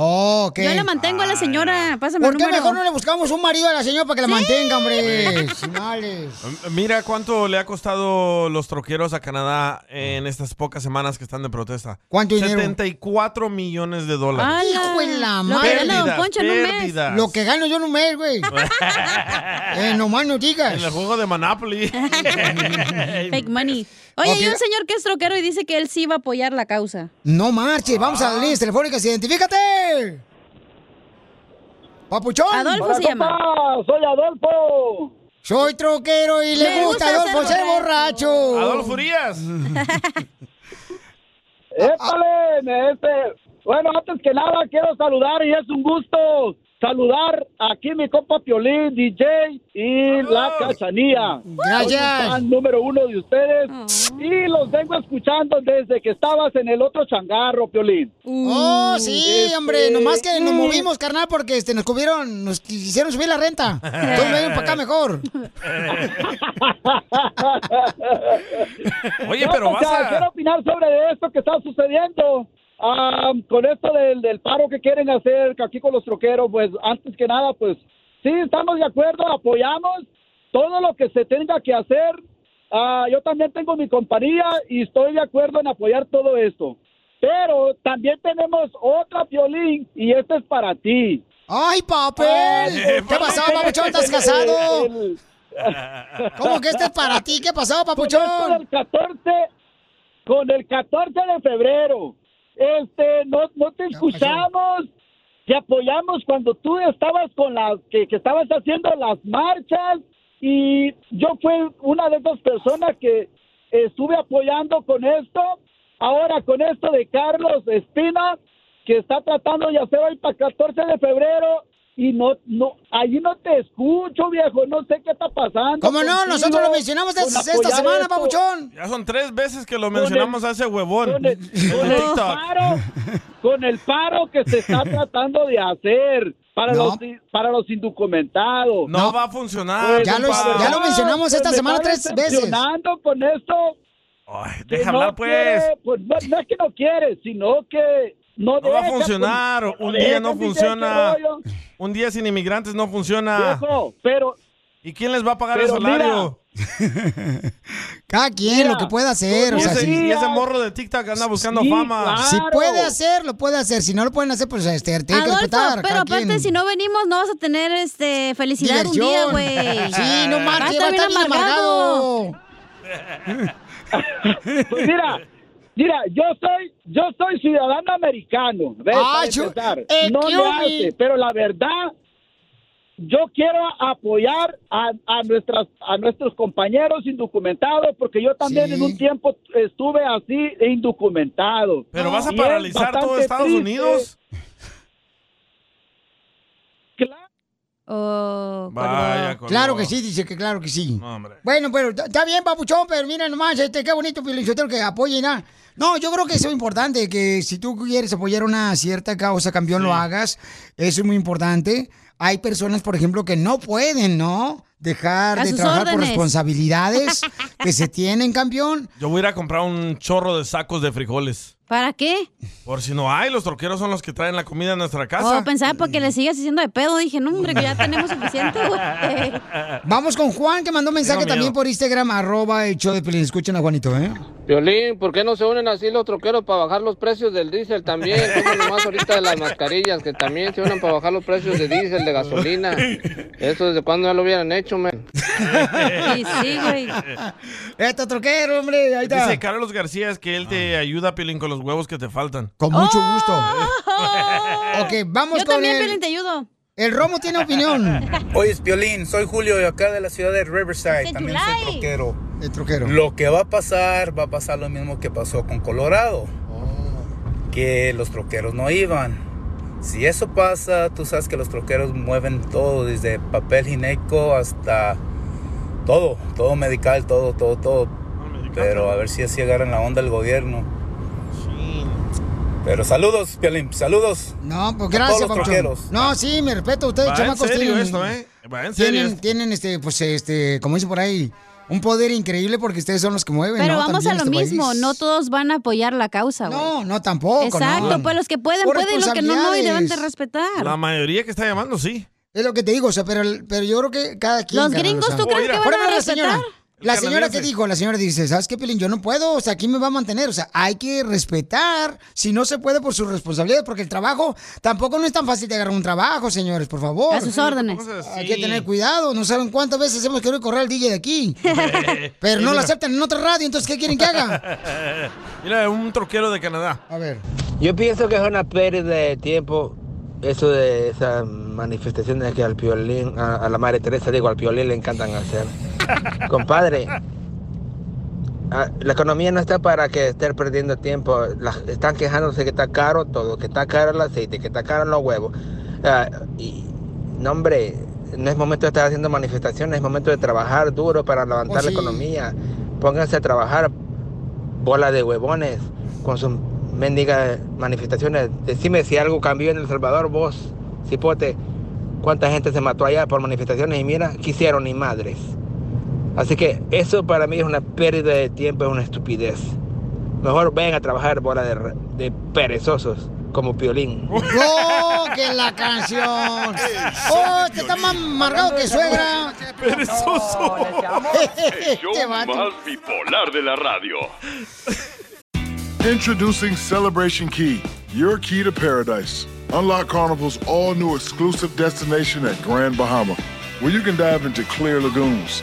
Speaker 1: Oh,
Speaker 4: Yo la mantengo a la señora. Pásame
Speaker 1: ¿Por
Speaker 4: el
Speaker 1: qué
Speaker 4: número.
Speaker 1: mejor no le buscamos un marido a la señora para que la mantenga, hombre? Chimales.
Speaker 3: Mira cuánto le ha costado los troqueros a Canadá en estas pocas semanas que están de protesta.
Speaker 1: ¿Cuánto dinero?
Speaker 3: 74 millones de dólares.
Speaker 1: Hijo de la
Speaker 3: Lo
Speaker 1: madre.
Speaker 3: que gana don Poncho en un mes. Pérdidas.
Speaker 1: Lo que gano yo en un mes, güey. eh, nomás no digas.
Speaker 3: En el juego de Monopoly.
Speaker 4: Fake money. Oye,
Speaker 1: Ok.
Speaker 4: hay un señor que es troquero y dice que él sí va a apoyar la causa.
Speaker 1: No marches, vamos
Speaker 3: Ah.
Speaker 1: a las líneas telefónicas, identifícate. Papuchón.
Speaker 4: Adolfo se llama.
Speaker 1: Soy Adolfo. Soy troquero y le,
Speaker 4: Me
Speaker 1: gusta,
Speaker 4: gusta
Speaker 1: Adolfo
Speaker 4: ser
Speaker 1: ser borracho.
Speaker 3: Adolfo Urias.
Speaker 22: ¡Épale! Este, bueno, antes que nada quiero saludar y es un gusto saludar aquí mi compa Piolín, DJ y la Cachanía.
Speaker 1: Gracias.
Speaker 22: Soy un fan número uno de ustedes y los vengo escuchando desde que estabas en el otro changarro, Piolín.
Speaker 1: Oh, sí,
Speaker 22: Este,
Speaker 1: hombre, nomás que nos
Speaker 22: mm.
Speaker 1: movimos, carnal, porque este, nos cubrieron, nos hicieron subir la renta. Entonces vengan para acá mejor.
Speaker 22: Oye, pero vas a... Quiero opinar sobre esto que está sucediendo. Ah, con esto del, del paro que quieren hacer aquí con los troqueros, pues antes que nada, pues sí, estamos de acuerdo, apoyamos todo lo que se tenga que hacer. Ah, yo también tengo mi compañía y estoy de acuerdo en apoyar todo esto. Pero también tenemos otra violín y este es para ti. Ah,
Speaker 1: ¡Ay, papel! pues. ¿Qué pasó, papuchón? ¿Estás casado? ¿Cómo que este es para ti? ¿Qué pasó,
Speaker 22: Con
Speaker 1: papuchón?
Speaker 22: el 14, con el 14 de febrero. Este, no, no te escuchamos, te apoyamos cuando tú estabas con las, que, que estabas haciendo las marchas y yo fui una de esas personas que estuve apoyando con esto. Ahora con esto de Carlos Espina, que está tratando de hacer hoy para 14 de febrero y no, no, allí no te escucho, viejo, no sé qué está pasando.
Speaker 1: ¿Cómo no?
Speaker 22: contigo,
Speaker 1: Nosotros lo mencionamos
Speaker 22: con
Speaker 1: esta
Speaker 22: apoyar
Speaker 1: semana,
Speaker 22: esto.
Speaker 1: papuchón.
Speaker 3: Ya son tres veces que lo mencionamos a ese huevón.
Speaker 22: Con el, con
Speaker 3: En
Speaker 22: el
Speaker 3: TikTok.
Speaker 22: paro, con el paro que se está tratando de hacer para
Speaker 3: No.
Speaker 22: los para los indocumentados.
Speaker 3: No, va a funcionar. compadre.
Speaker 22: Pues me está decepcionando con esto
Speaker 3: Ay,
Speaker 22: que
Speaker 3: deja
Speaker 22: no
Speaker 3: hablar, pues.
Speaker 22: quiere, pues, no, no es que no quiere, sino que no,
Speaker 3: No va a
Speaker 22: deja,
Speaker 3: funcionar.
Speaker 22: pues,
Speaker 3: un
Speaker 22: deja,
Speaker 3: día no
Speaker 22: DJ,
Speaker 3: funciona.
Speaker 22: qué rollo.
Speaker 3: Un día sin inmigrantes no funciona.
Speaker 22: Viejo, pero.
Speaker 3: ¿Y quién les va a pagar el
Speaker 22: pero
Speaker 3: salario?
Speaker 1: Cada quien lo que pueda hacer. O
Speaker 3: y,
Speaker 1: sea,
Speaker 3: ese,
Speaker 1: si,
Speaker 3: Pues, y ese morro de TikTok anda buscando
Speaker 1: Sí,
Speaker 3: fama.
Speaker 1: si puede hacer, lo puede hacer. Si no lo pueden hacer, pues este, tiene que
Speaker 4: Adolfo,
Speaker 1: respetar.
Speaker 4: pero
Speaker 1: cada
Speaker 4: aparte,
Speaker 1: quien.
Speaker 4: si no venimos, no vas a tener este felicidad un día,
Speaker 1: Diversión.
Speaker 4: güey.
Speaker 1: Sí, no
Speaker 4: Vas
Speaker 1: marches, va a
Speaker 4: bien
Speaker 1: estar bien amargado.
Speaker 22: Pues mira, mira, yo soy, yo soy ciudadano americano. ¿ves?
Speaker 1: Ah,
Speaker 22: Para
Speaker 1: yo-
Speaker 22: empezar.
Speaker 1: eh,
Speaker 22: no
Speaker 1: ¿qué
Speaker 22: le
Speaker 1: hubi?
Speaker 22: hace, pero la verdad, yo quiero apoyar a, a nuestras, a nuestros compañeros indocumentados, porque yo también en un tiempo estuve así de indocumentado.
Speaker 3: ¿Pero vas a
Speaker 22: Y es
Speaker 3: paralizar todo
Speaker 22: bastante
Speaker 3: Estados
Speaker 22: triste.
Speaker 3: Unidos?
Speaker 4: Oh,
Speaker 3: Vaya,
Speaker 4: colgó.
Speaker 1: Claro que sí, dice que claro que sí. Bueno, pero está- está bien, papuchón, pero mira nomás, este, qué bonito pilinchotero que apoyen a... No, yo creo que eso es importante, que si tú quieres apoyar una cierta causa, campeón, lo hagas. Eso es muy importante. Hay personas, por ejemplo, que no pueden, ¿no? Dejar
Speaker 3: A
Speaker 1: de
Speaker 3: sus
Speaker 1: trabajar por
Speaker 3: órdenes.
Speaker 1: responsabilidades que se tienen, campeón.
Speaker 3: Yo voy a ir a comprar un chorro de sacos de frijoles.
Speaker 4: ¿Para qué?
Speaker 3: Por si no hay, los troqueros son los que traen la comida a nuestra casa. Mm.
Speaker 4: Oh, pensaba porque le sigas haciendo de pedo. Dije, no, hombre, que ya tenemos suficiente, güey.
Speaker 3: Ah,
Speaker 1: Vamos con Juan, que mandó un mensaje
Speaker 20: Tengo miedo.
Speaker 1: también por Instagram, arroba el show de Pelín. Escuchen a Juanito, ¿eh?
Speaker 20: Violín, ¿por qué no se unen así los troqueros para bajar los precios del diésel también? Como nomás ahorita de las mascarillas, que también se unan para bajar los precios de diésel, de gasolina. Eso desde cuando ya lo hubieran hecho, man.
Speaker 4: Sí, sí, güey.
Speaker 1: Este troquero, hombre, ahí está.
Speaker 3: Dice Carlos García es que él te ayuda, Pilín, con los huevos que te faltan. Oh.
Speaker 1: Con mucho gusto. Ok, vamos
Speaker 4: Yo
Speaker 1: con
Speaker 4: también,
Speaker 1: el-
Speaker 4: Pelín, te ayudo.
Speaker 1: El Romo tiene opinión.
Speaker 19: Oye, Piolín, soy Julio de acá de la ciudad de Riverside.
Speaker 4: Ese
Speaker 19: También soy
Speaker 4: July.
Speaker 19: troquero.
Speaker 1: El troquero.
Speaker 19: Lo que va a pasar, va a pasar lo mismo que pasó con Colorado. Que los troqueros no iban. Si eso pasa, tú sabes que los troqueros mueven todo, desde papel gineco hasta todo, todo medical, todo, todo, todo. Pero a ver si así agarran la onda el gobierno. Pero saludos, Piolín, saludos.
Speaker 1: No, pues
Speaker 19: A
Speaker 1: gracias,
Speaker 19: todos los
Speaker 1: Pabuchón.
Speaker 19: troqueros.
Speaker 1: No, sí, me respeto a ustedes,
Speaker 19: Va en
Speaker 1: chamacos.
Speaker 19: serio
Speaker 1: tienen,
Speaker 19: esto, ¿eh? Va en serio
Speaker 1: tienen,
Speaker 19: esto.
Speaker 1: tienen, este, pues, este, como dice por ahí, un poder increíble porque ustedes son los que mueven,
Speaker 4: Pero
Speaker 1: ¿no?
Speaker 4: vamos a
Speaker 1: También
Speaker 4: lo
Speaker 1: este
Speaker 4: mismo,
Speaker 1: país.
Speaker 4: no todos van a apoyar la causa, güey.
Speaker 1: No, no tampoco.
Speaker 4: Exacto,
Speaker 3: no.
Speaker 4: pues los que pueden,
Speaker 1: Por
Speaker 4: pueden, los que no, no, y deben de
Speaker 1: responsabilidades.
Speaker 4: respetar.
Speaker 3: La mayoría que está llamando, sí.
Speaker 1: Es lo que te digo, o sea, pero, pero yo creo que cada quien.
Speaker 4: Los
Speaker 1: carnal,
Speaker 4: gringos,
Speaker 1: o sea.
Speaker 4: ¿tú crees que van
Speaker 1: Por
Speaker 4: a
Speaker 1: ejemplo, la
Speaker 4: respetar?
Speaker 1: señora?
Speaker 4: El
Speaker 1: La señora que
Speaker 4: canadiense.
Speaker 1: dijo, la señora dice, ¿sabes qué, Pelín? Yo no puedo, o sea, ¿quién me va a mantener? O sea, hay que respetar, si no se puede, por sus responsabilidades, porque el trabajo tampoco no es tan fácil de agarrar un trabajo, señores, por favor.
Speaker 4: A sus órdenes. Cosas así.
Speaker 1: Hay que tener cuidado, no saben cuántas veces hemos querido correr al DJ de aquí,
Speaker 3: Eh,
Speaker 1: pero no lo aceptan en otra radio, entonces, ¿qué quieren que haga?
Speaker 3: Mira, un troquero de Canadá.
Speaker 1: A ver.
Speaker 23: Yo pienso que es una pérdida de tiempo eso de esas manifestaciones que al piolín, a, a la madre Teresa, digo, al piolín le encantan hacer. Compadre, a- la economía no está para que esté perdiendo tiempo. Las- están quejándose que está caro todo, que está caro el aceite, que está caro los huevos. Ah, y, no, hombre, no es momento de estar haciendo manifestaciones, es momento de trabajar duro para levantar la
Speaker 24: sí.
Speaker 23: economía. Pónganse a trabajar, bola de huevones con sus mendigas manifestaciones. Decime si algo cambió en El Salvador, vos, cipote, cuánta gente se mató allá por manifestaciones y mira, quisieron ni madres. Así que eso para mí es una pérdida de tiempo, es una estupidez. Mejor vayan a trabajar, bola de, re- de perezosos, como Piolín.
Speaker 1: ¡Oh, que la canción! ¡Oh, este está más amargado que suegra!
Speaker 6: Perezoso. El
Speaker 1: Este
Speaker 14: Ah,
Speaker 6: show
Speaker 1: vato.
Speaker 6: más bipolar de la radio.
Speaker 15: Introducing Celebration Key, your key to paradise. Unlock Carnival's all new exclusive destination at Grand Bahama, where you can dive into clear lagoons,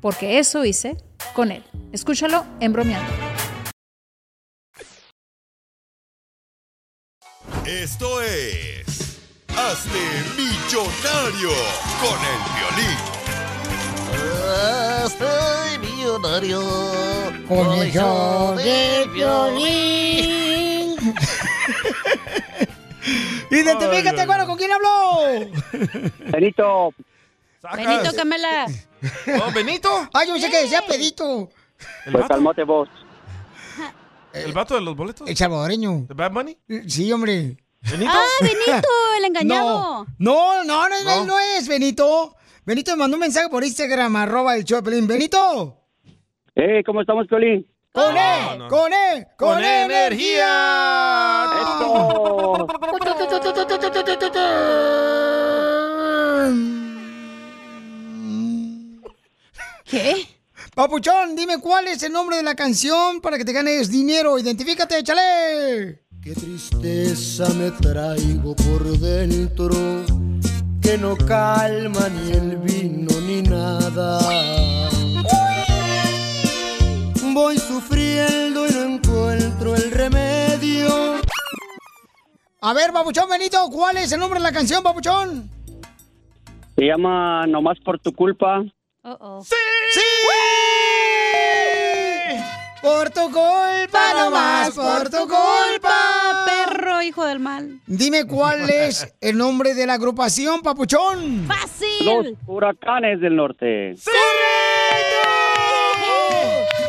Speaker 25: porque eso hice con él. Escúchalo en bromeando.
Speaker 16: Esto es. Hazte millonario con el violín.
Speaker 14: Estoy millonario.
Speaker 1: Con el
Speaker 14: show
Speaker 1: show de Piolín. Identifícate, bueno, ¿con quién habló?
Speaker 26: Benito.
Speaker 4: Benito Camela.
Speaker 3: ¿Oh, Benito?
Speaker 1: Ay, yo sé que decía Pedito.
Speaker 26: Pues calmote vos.
Speaker 3: ¿El vato de los boletos?
Speaker 1: El salvadoreño.
Speaker 3: ¿De Bad Bunny?
Speaker 1: Sí, hombre.
Speaker 3: ¿Benito?
Speaker 4: Ah, Benito, el engañado.
Speaker 1: No, no, no, no,
Speaker 4: No.
Speaker 1: no. es Benito. Benito me mandó un mensaje por Instagram, arroba el show de Piolín. ¡Benito!
Speaker 26: Eh, ¿cómo estamos, Piolín?
Speaker 1: ¡Con él! ¡Con él! ¡Con,
Speaker 26: ¡Con
Speaker 1: energía!
Speaker 4: ¿Qué?
Speaker 1: Papuchón, dime cuál es el nombre de la canción para que te ganes dinero. Identifícate, échale.
Speaker 14: Qué tristeza me traigo por dentro, que no calma ni el vino ni nada. sufriendo y no encuentro el remedio.
Speaker 1: A ver, Papuchón Benito, ¿cuál es el nombre de la canción, Papuchón?
Speaker 26: Se llama Nomás por tu culpa.
Speaker 1: ¡Sí! Por tu culpa, no más, por tu culpa.
Speaker 4: Perro, hijo del mal.
Speaker 1: Dime cuál es el nombre de la agrupación, Papuchón.
Speaker 26: Los
Speaker 1: ¡Fácil!
Speaker 26: huracanes del norte.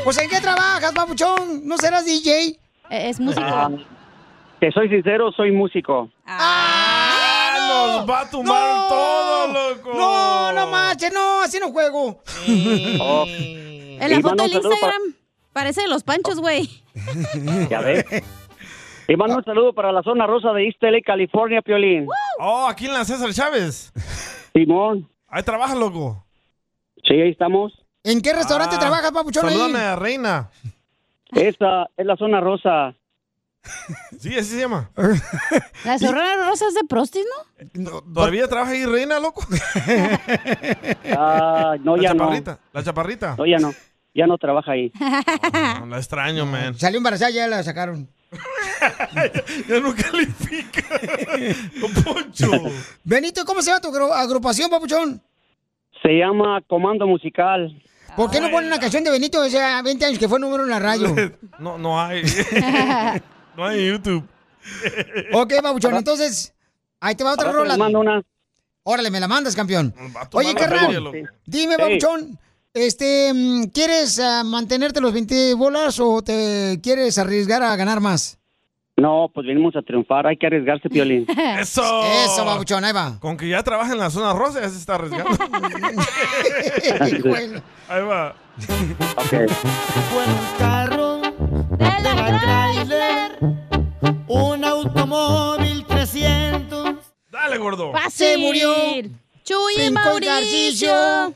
Speaker 1: Pues ¿en qué trabajas, Papuchón? ¿No serás DJ?
Speaker 4: Es
Speaker 26: Ah, te soy sincero, soy músico.
Speaker 1: ¡Nos va a tumbar todo, loco! No, no manches, no, así no juego.
Speaker 26: Oh,
Speaker 4: En la
Speaker 26: Y
Speaker 4: foto
Speaker 26: mando un
Speaker 4: del
Speaker 26: saludo para-
Speaker 4: Instagram parece de los panchos, güey.
Speaker 26: ya ves. Y mando un saludo para la zona rosa de East LA, California, Piolín.
Speaker 3: Oh, aquí en la César Chávez.
Speaker 26: Simón.
Speaker 3: Ahí trabaja, loco. Ah,
Speaker 26: Sí, ahí estamos.
Speaker 1: ¿En qué
Speaker 26: restaurante trabajas, papuchón, ahí?
Speaker 3: Salúdame a Reina.
Speaker 26: Esa es la zona rosa.
Speaker 3: Sí, así se llama.
Speaker 4: La zorra rosa es de prostis, ¿no?
Speaker 3: ¿Todavía trabaja ahí Reina, loco?
Speaker 26: Ah, no,
Speaker 3: la
Speaker 26: ya no.
Speaker 3: chaparrita. La chaparrita.
Speaker 26: No, ya no. Ya no trabaja ahí.
Speaker 1: Ah.
Speaker 3: No, la extraño, man.
Speaker 1: Salió embarazada, ya la sacaron.
Speaker 3: ya no califica. Poncho.
Speaker 1: Benito, ¿cómo se llama tu agru- agrupación, Papuchón?
Speaker 26: Se llama Comando Musical.
Speaker 1: ¿Por qué no ponen una canción de Benito? O sea, 20 años que fue número en la radio.
Speaker 3: No, no hay. no hay en YouTube.
Speaker 1: ok, Papuchón, entonces, ahí te va otra
Speaker 26: Ahora te
Speaker 1: rola.
Speaker 26: les mando una.
Speaker 1: Órale, me la mandas, campeón.
Speaker 26: a tomar
Speaker 1: Oye,
Speaker 26: la
Speaker 1: carnal,
Speaker 26: feria, loco.
Speaker 1: dime,
Speaker 26: Ey.
Speaker 1: Papuchón, este, mm, ¿quieres ah, mantenerte los 20 bolas o te quieres arriesgar a ganar más?
Speaker 26: No, pues venimos a triunfar. Hay que arriesgarse, Piolín.
Speaker 3: Eso.
Speaker 1: Eso, Papuchón, ahí va.
Speaker 3: Con que ya trabaja en la zona rosa, ya se está arriesgando. Ahí va.
Speaker 14: Fue un carro, de la trailer, un automóvil 300.
Speaker 3: Dale, gordo.
Speaker 1: Se murió.
Speaker 4: Chuy
Speaker 1: Cinco Garcicio.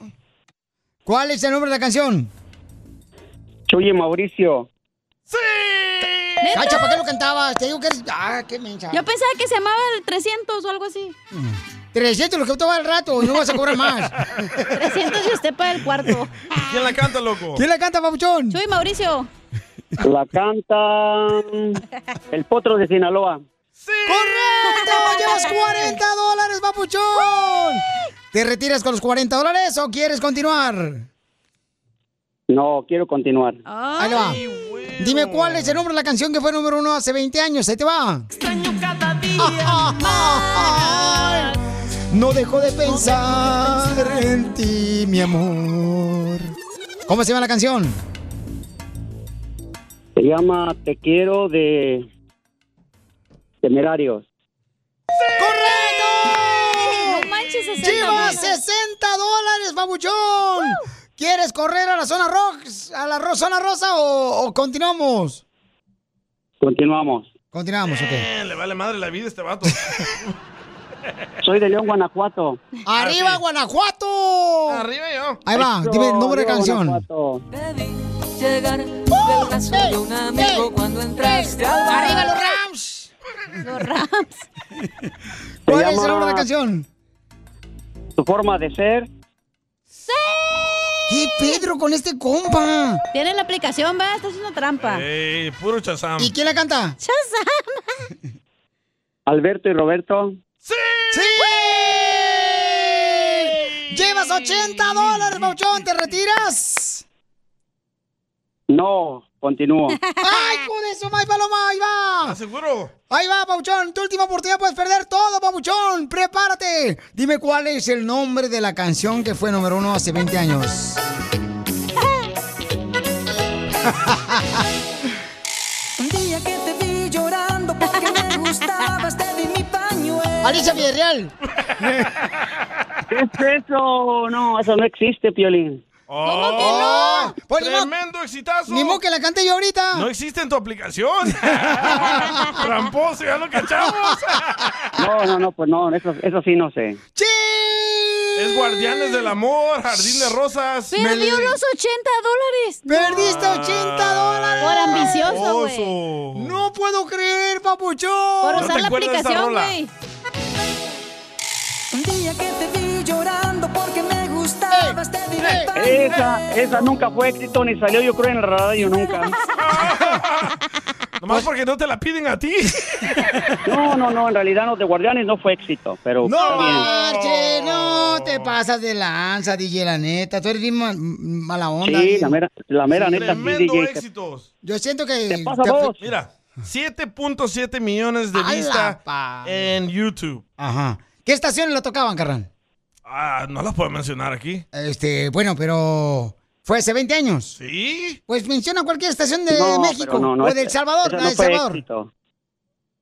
Speaker 1: ¿Cuál es el nombre de la canción?
Speaker 26: Chuy y Mauricio.
Speaker 1: Cacha, ¿para qué lo cantabas? Te digo que eres... Ah, qué mensa.
Speaker 4: Yo pensaba que se llamaba el 300 o algo así.
Speaker 1: 300 lo que todo el rato y no vas a cobrar más.
Speaker 4: 300 y usted para el cuarto.
Speaker 3: ¿Quién la canta, loco?
Speaker 1: ¿Quién la canta, Papuchón?
Speaker 4: Chuy Mauricio.
Speaker 26: La canta mm, el potro de Sinaloa.
Speaker 1: ¡Correcto! ¡Llevas 40 dólares, papuchón! ¿Te retiras con los 40 dólares o quieres continuar?
Speaker 26: No, quiero continuar.
Speaker 1: Ahí le va. Dime cuál es el nombre de la canción que fue número uno hace 20 años. Ahí te va. No dejo de pensar en ti, mi amor. ¿Cómo se llama la canción?
Speaker 26: Se llama Te quiero de Temerarios.
Speaker 4: No manches, 60
Speaker 1: ¡Lleva
Speaker 4: bolas.
Speaker 1: 60 dólares, babuchón! ¿Quieres correr a la zona rox, a la ro- zona rosa o, o continuamos?
Speaker 26: Continuamos.
Speaker 1: Continuamos, ok.
Speaker 3: Eh, le vale madre la vida a este vato.
Speaker 26: Soy de León, Guanajuato.
Speaker 1: ¡Arriba, Guanajuato!
Speaker 3: ¡Arriba yo!
Speaker 1: Ahí va,
Speaker 26: Eso,
Speaker 1: dime el nombre de
Speaker 26: León,
Speaker 1: canción. ¡Oh!
Speaker 26: Guanajuato.
Speaker 27: Llegar de un brazo de un amigo cuando entraste al bar.
Speaker 1: ¡Arriba los Rams!
Speaker 4: Los Rams.
Speaker 1: ¿Cuál
Speaker 26: Se
Speaker 1: es el nombre de
Speaker 26: llama
Speaker 1: la canción?
Speaker 26: Tu forma de ser.
Speaker 1: ¿Qué Pedro con este compa?
Speaker 4: Tiene la aplicación, va, está haciendo trampa.
Speaker 3: Ey, puro chazam.
Speaker 1: ¿Y quién la canta?
Speaker 26: Alberto y Roberto.
Speaker 1: ¡Sí! ¡Llevas 80 dólares, Bauchón! ¿Te retiras?
Speaker 26: No, continúo.
Speaker 1: ¡Ay, con eso, May Paloma! ¡Ahí va!
Speaker 3: seguro?
Speaker 1: Ahí va, Pauchón. Tu última oportunidad puedes perder todo, Pauchón. ¡Prepárate! Dime cuál es el nombre de la canción que fue número uno hace 20 años.
Speaker 27: Un día que te vi llorando porque me gustabas, te di mi pañuelo.
Speaker 1: Alicia Villarreal.
Speaker 26: ¿Qué es eso? No, eso no existe, Piolín.
Speaker 1: ¿Cómo que no? Pues ni modo-
Speaker 3: ¡Tremendo exitazo!
Speaker 1: Ni modo que la cante yo ahorita.
Speaker 3: No existe en tu aplicación. Tramposo, ya lo cachamos.
Speaker 26: No, no, no, pues no, eso, eso sí no sé.
Speaker 3: Es Guardianes del Amor, Jardín de Rosas.
Speaker 4: Pero di unos 80 dólares.
Speaker 1: ¡Perdiste 80 dólares!
Speaker 4: Por ambicioso, güey.
Speaker 1: ¡No puedo creer, papuchón!
Speaker 4: Por
Speaker 1: ¿No
Speaker 4: usar
Speaker 1: te
Speaker 4: la
Speaker 1: acuerdas de esa
Speaker 4: aplicación,
Speaker 1: rola?
Speaker 4: güey.
Speaker 27: Un día que te vi llorando porque me gustabas. gustabas, te di mi pan.
Speaker 26: Esa, esa nunca fue éxito ni salió yo creo en el radio nunca.
Speaker 3: Nomás porque no te la piden a ti.
Speaker 26: No, no, no, en realidad los de Guardianes no fue éxito, pero
Speaker 1: No
Speaker 26: está bien.
Speaker 1: marche, no te pasas de lanza, DJ, la neta. Tú eres bien ma- mala onda.
Speaker 26: Sí,
Speaker 1: DJ.
Speaker 26: la mera, la mera neta sí,
Speaker 3: Tremendo
Speaker 26: DJ. que-
Speaker 3: éxitos.
Speaker 1: Yo siento que...
Speaker 26: te- vos.
Speaker 3: Mira, 7.7 millones de
Speaker 1: A la
Speaker 3: vista
Speaker 1: pa-
Speaker 3: en YouTube.
Speaker 1: Ajá. ¿Qué estaciones lo tocaban, carnal?
Speaker 3: Ah, no las puedo mencionar aquí.
Speaker 1: Este, bueno, pero... ¿Fue hace 20 años?
Speaker 3: Sí.
Speaker 1: Pues menciona cualquier estación de
Speaker 26: No,
Speaker 1: México
Speaker 26: pero no, no,
Speaker 1: o de El
Speaker 26: esa-
Speaker 1: Salvador,
Speaker 26: esa
Speaker 1: la
Speaker 26: no
Speaker 1: de El
Speaker 26: fue
Speaker 1: Salvador.
Speaker 26: éxito.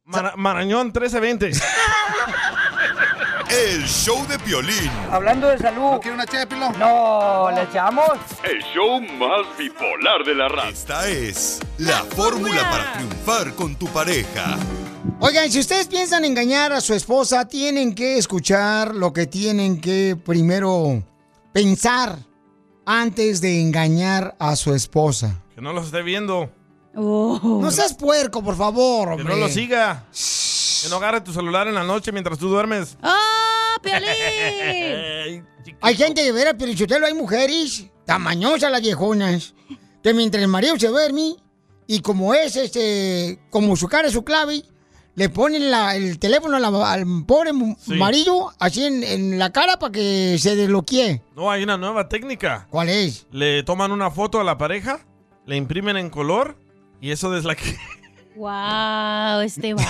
Speaker 3: Mara- Marañón 1320.
Speaker 16: El show de Piolín.
Speaker 10: Hablando de salud. ¿No quiere una chépilo? No, ¿le echamos?
Speaker 6: El show más bipolar de la radio.
Speaker 16: Esta es la fórmula para triunfar con tu pareja.
Speaker 1: Oigan, si ustedes piensan engañar a su esposa, tienen que escuchar lo que tienen que primero pensar antes de engañar a su esposa.
Speaker 3: Que no los esté viendo.
Speaker 1: No seas puerco, por favor,
Speaker 3: Que
Speaker 1: hombre.
Speaker 3: no lo siga. Que no agarre tu celular en la noche mientras tú duermes.
Speaker 1: ¡Ah,
Speaker 3: Piolín!
Speaker 1: hay gente que ver a Piolichotelo, hay mujeres tamañosas las viejonas, que mientras el marido se duerme, y como es, este, como su cara es su clave, le ponen la- el teléfono a la- al pobre mu-
Speaker 3: Sí.
Speaker 1: marido, así en, en la cara para que se desbloquee.
Speaker 3: No, hay una nueva técnica.
Speaker 1: ¿Cuál es?
Speaker 3: Le toman una foto a la pareja, le imprimen en color y eso es la que.
Speaker 4: Wow, este vato.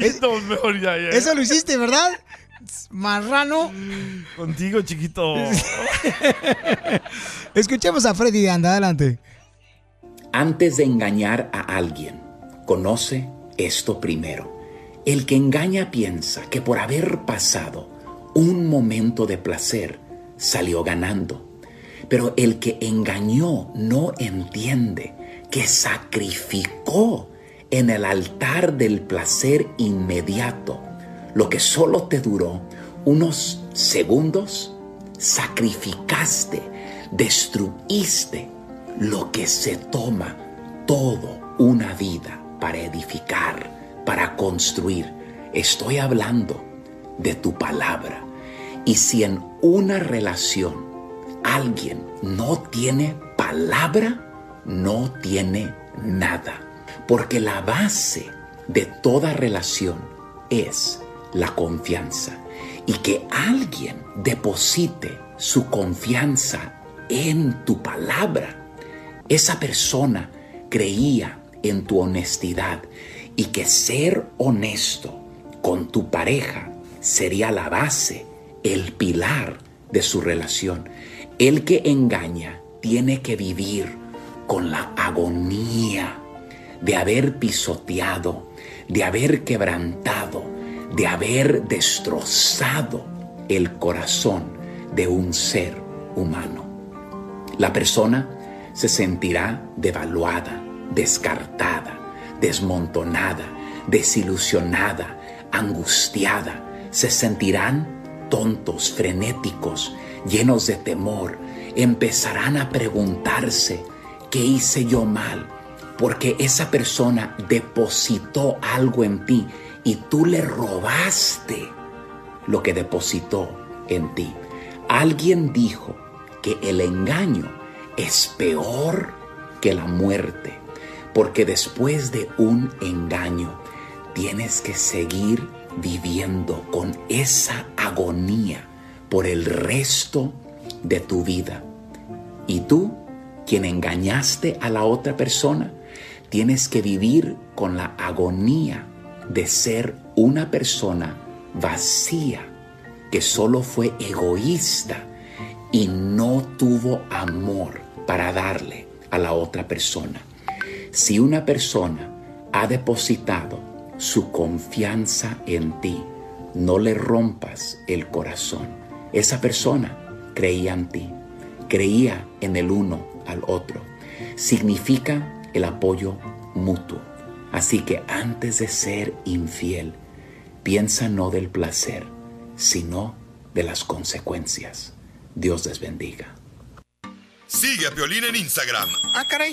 Speaker 3: Esto es mejor ya, ya.
Speaker 1: Eso lo hiciste, ¿verdad? Marrano.
Speaker 3: Contigo, chiquito.
Speaker 1: Escuchemos a Freddy de Anda, adelante.
Speaker 2: Antes de engañar a alguien, conoce esto primero. El que engaña piensa que por haber pasado un momento de placer salió ganando. Pero el que engañó no entiende que sacrificó en el altar del placer inmediato lo que solo te duró unos segundos. Sacrificaste, destruiste lo que se toma todo una vida para edificar, para construir. Estoy hablando de tu palabra. Y si en una relación alguien no tiene palabra, no tiene nada. Porque la base de toda relación es la confianza. Y que alguien deposite su confianza en tu palabra esa persona creía en tu honestidad y que ser honesto con tu pareja sería la base, el pilar de su relación. El que engaña tiene que vivir con la agonía de haber pisoteado, de haber quebrantado, de haber destrozado el corazón de un ser humano. La persona se sentirá devaluada, descartada, desmontonada, desilusionada, angustiada. Se sentirán tontos, frenéticos, llenos de temor. Empezarán a preguntarse, ¿qué hice yo mal? Porque esa persona depositó algo en ti y tú le robaste lo que depositó en ti. Alguien dijo que el engaño es peor que la muerte, porque después de un engaño tienes que seguir viviendo con esa agonía por el resto de tu vida. Y tú, quien engañaste a la otra persona, tienes que vivir con la agonía de ser una persona vacía, que solo fue egoísta y no tuvo amor para darle a la otra persona. Si una persona ha depositado su confianza en ti, no le rompas el corazón. Esa persona creía en ti, creía en el uno al otro. Significa el apoyo mutuo. Así que antes de ser infiel, piensa no del placer, sino de las consecuencias. Dios les bendiga.
Speaker 16: Sigue a Piolín en Instagram,
Speaker 7: Ah, caray.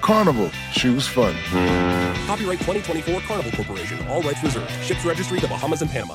Speaker 28: Carnival, choose fun.
Speaker 29: Copyright 2024 Carnival Corporation. All rights reserved. Ships registry the Bahamas and Panama.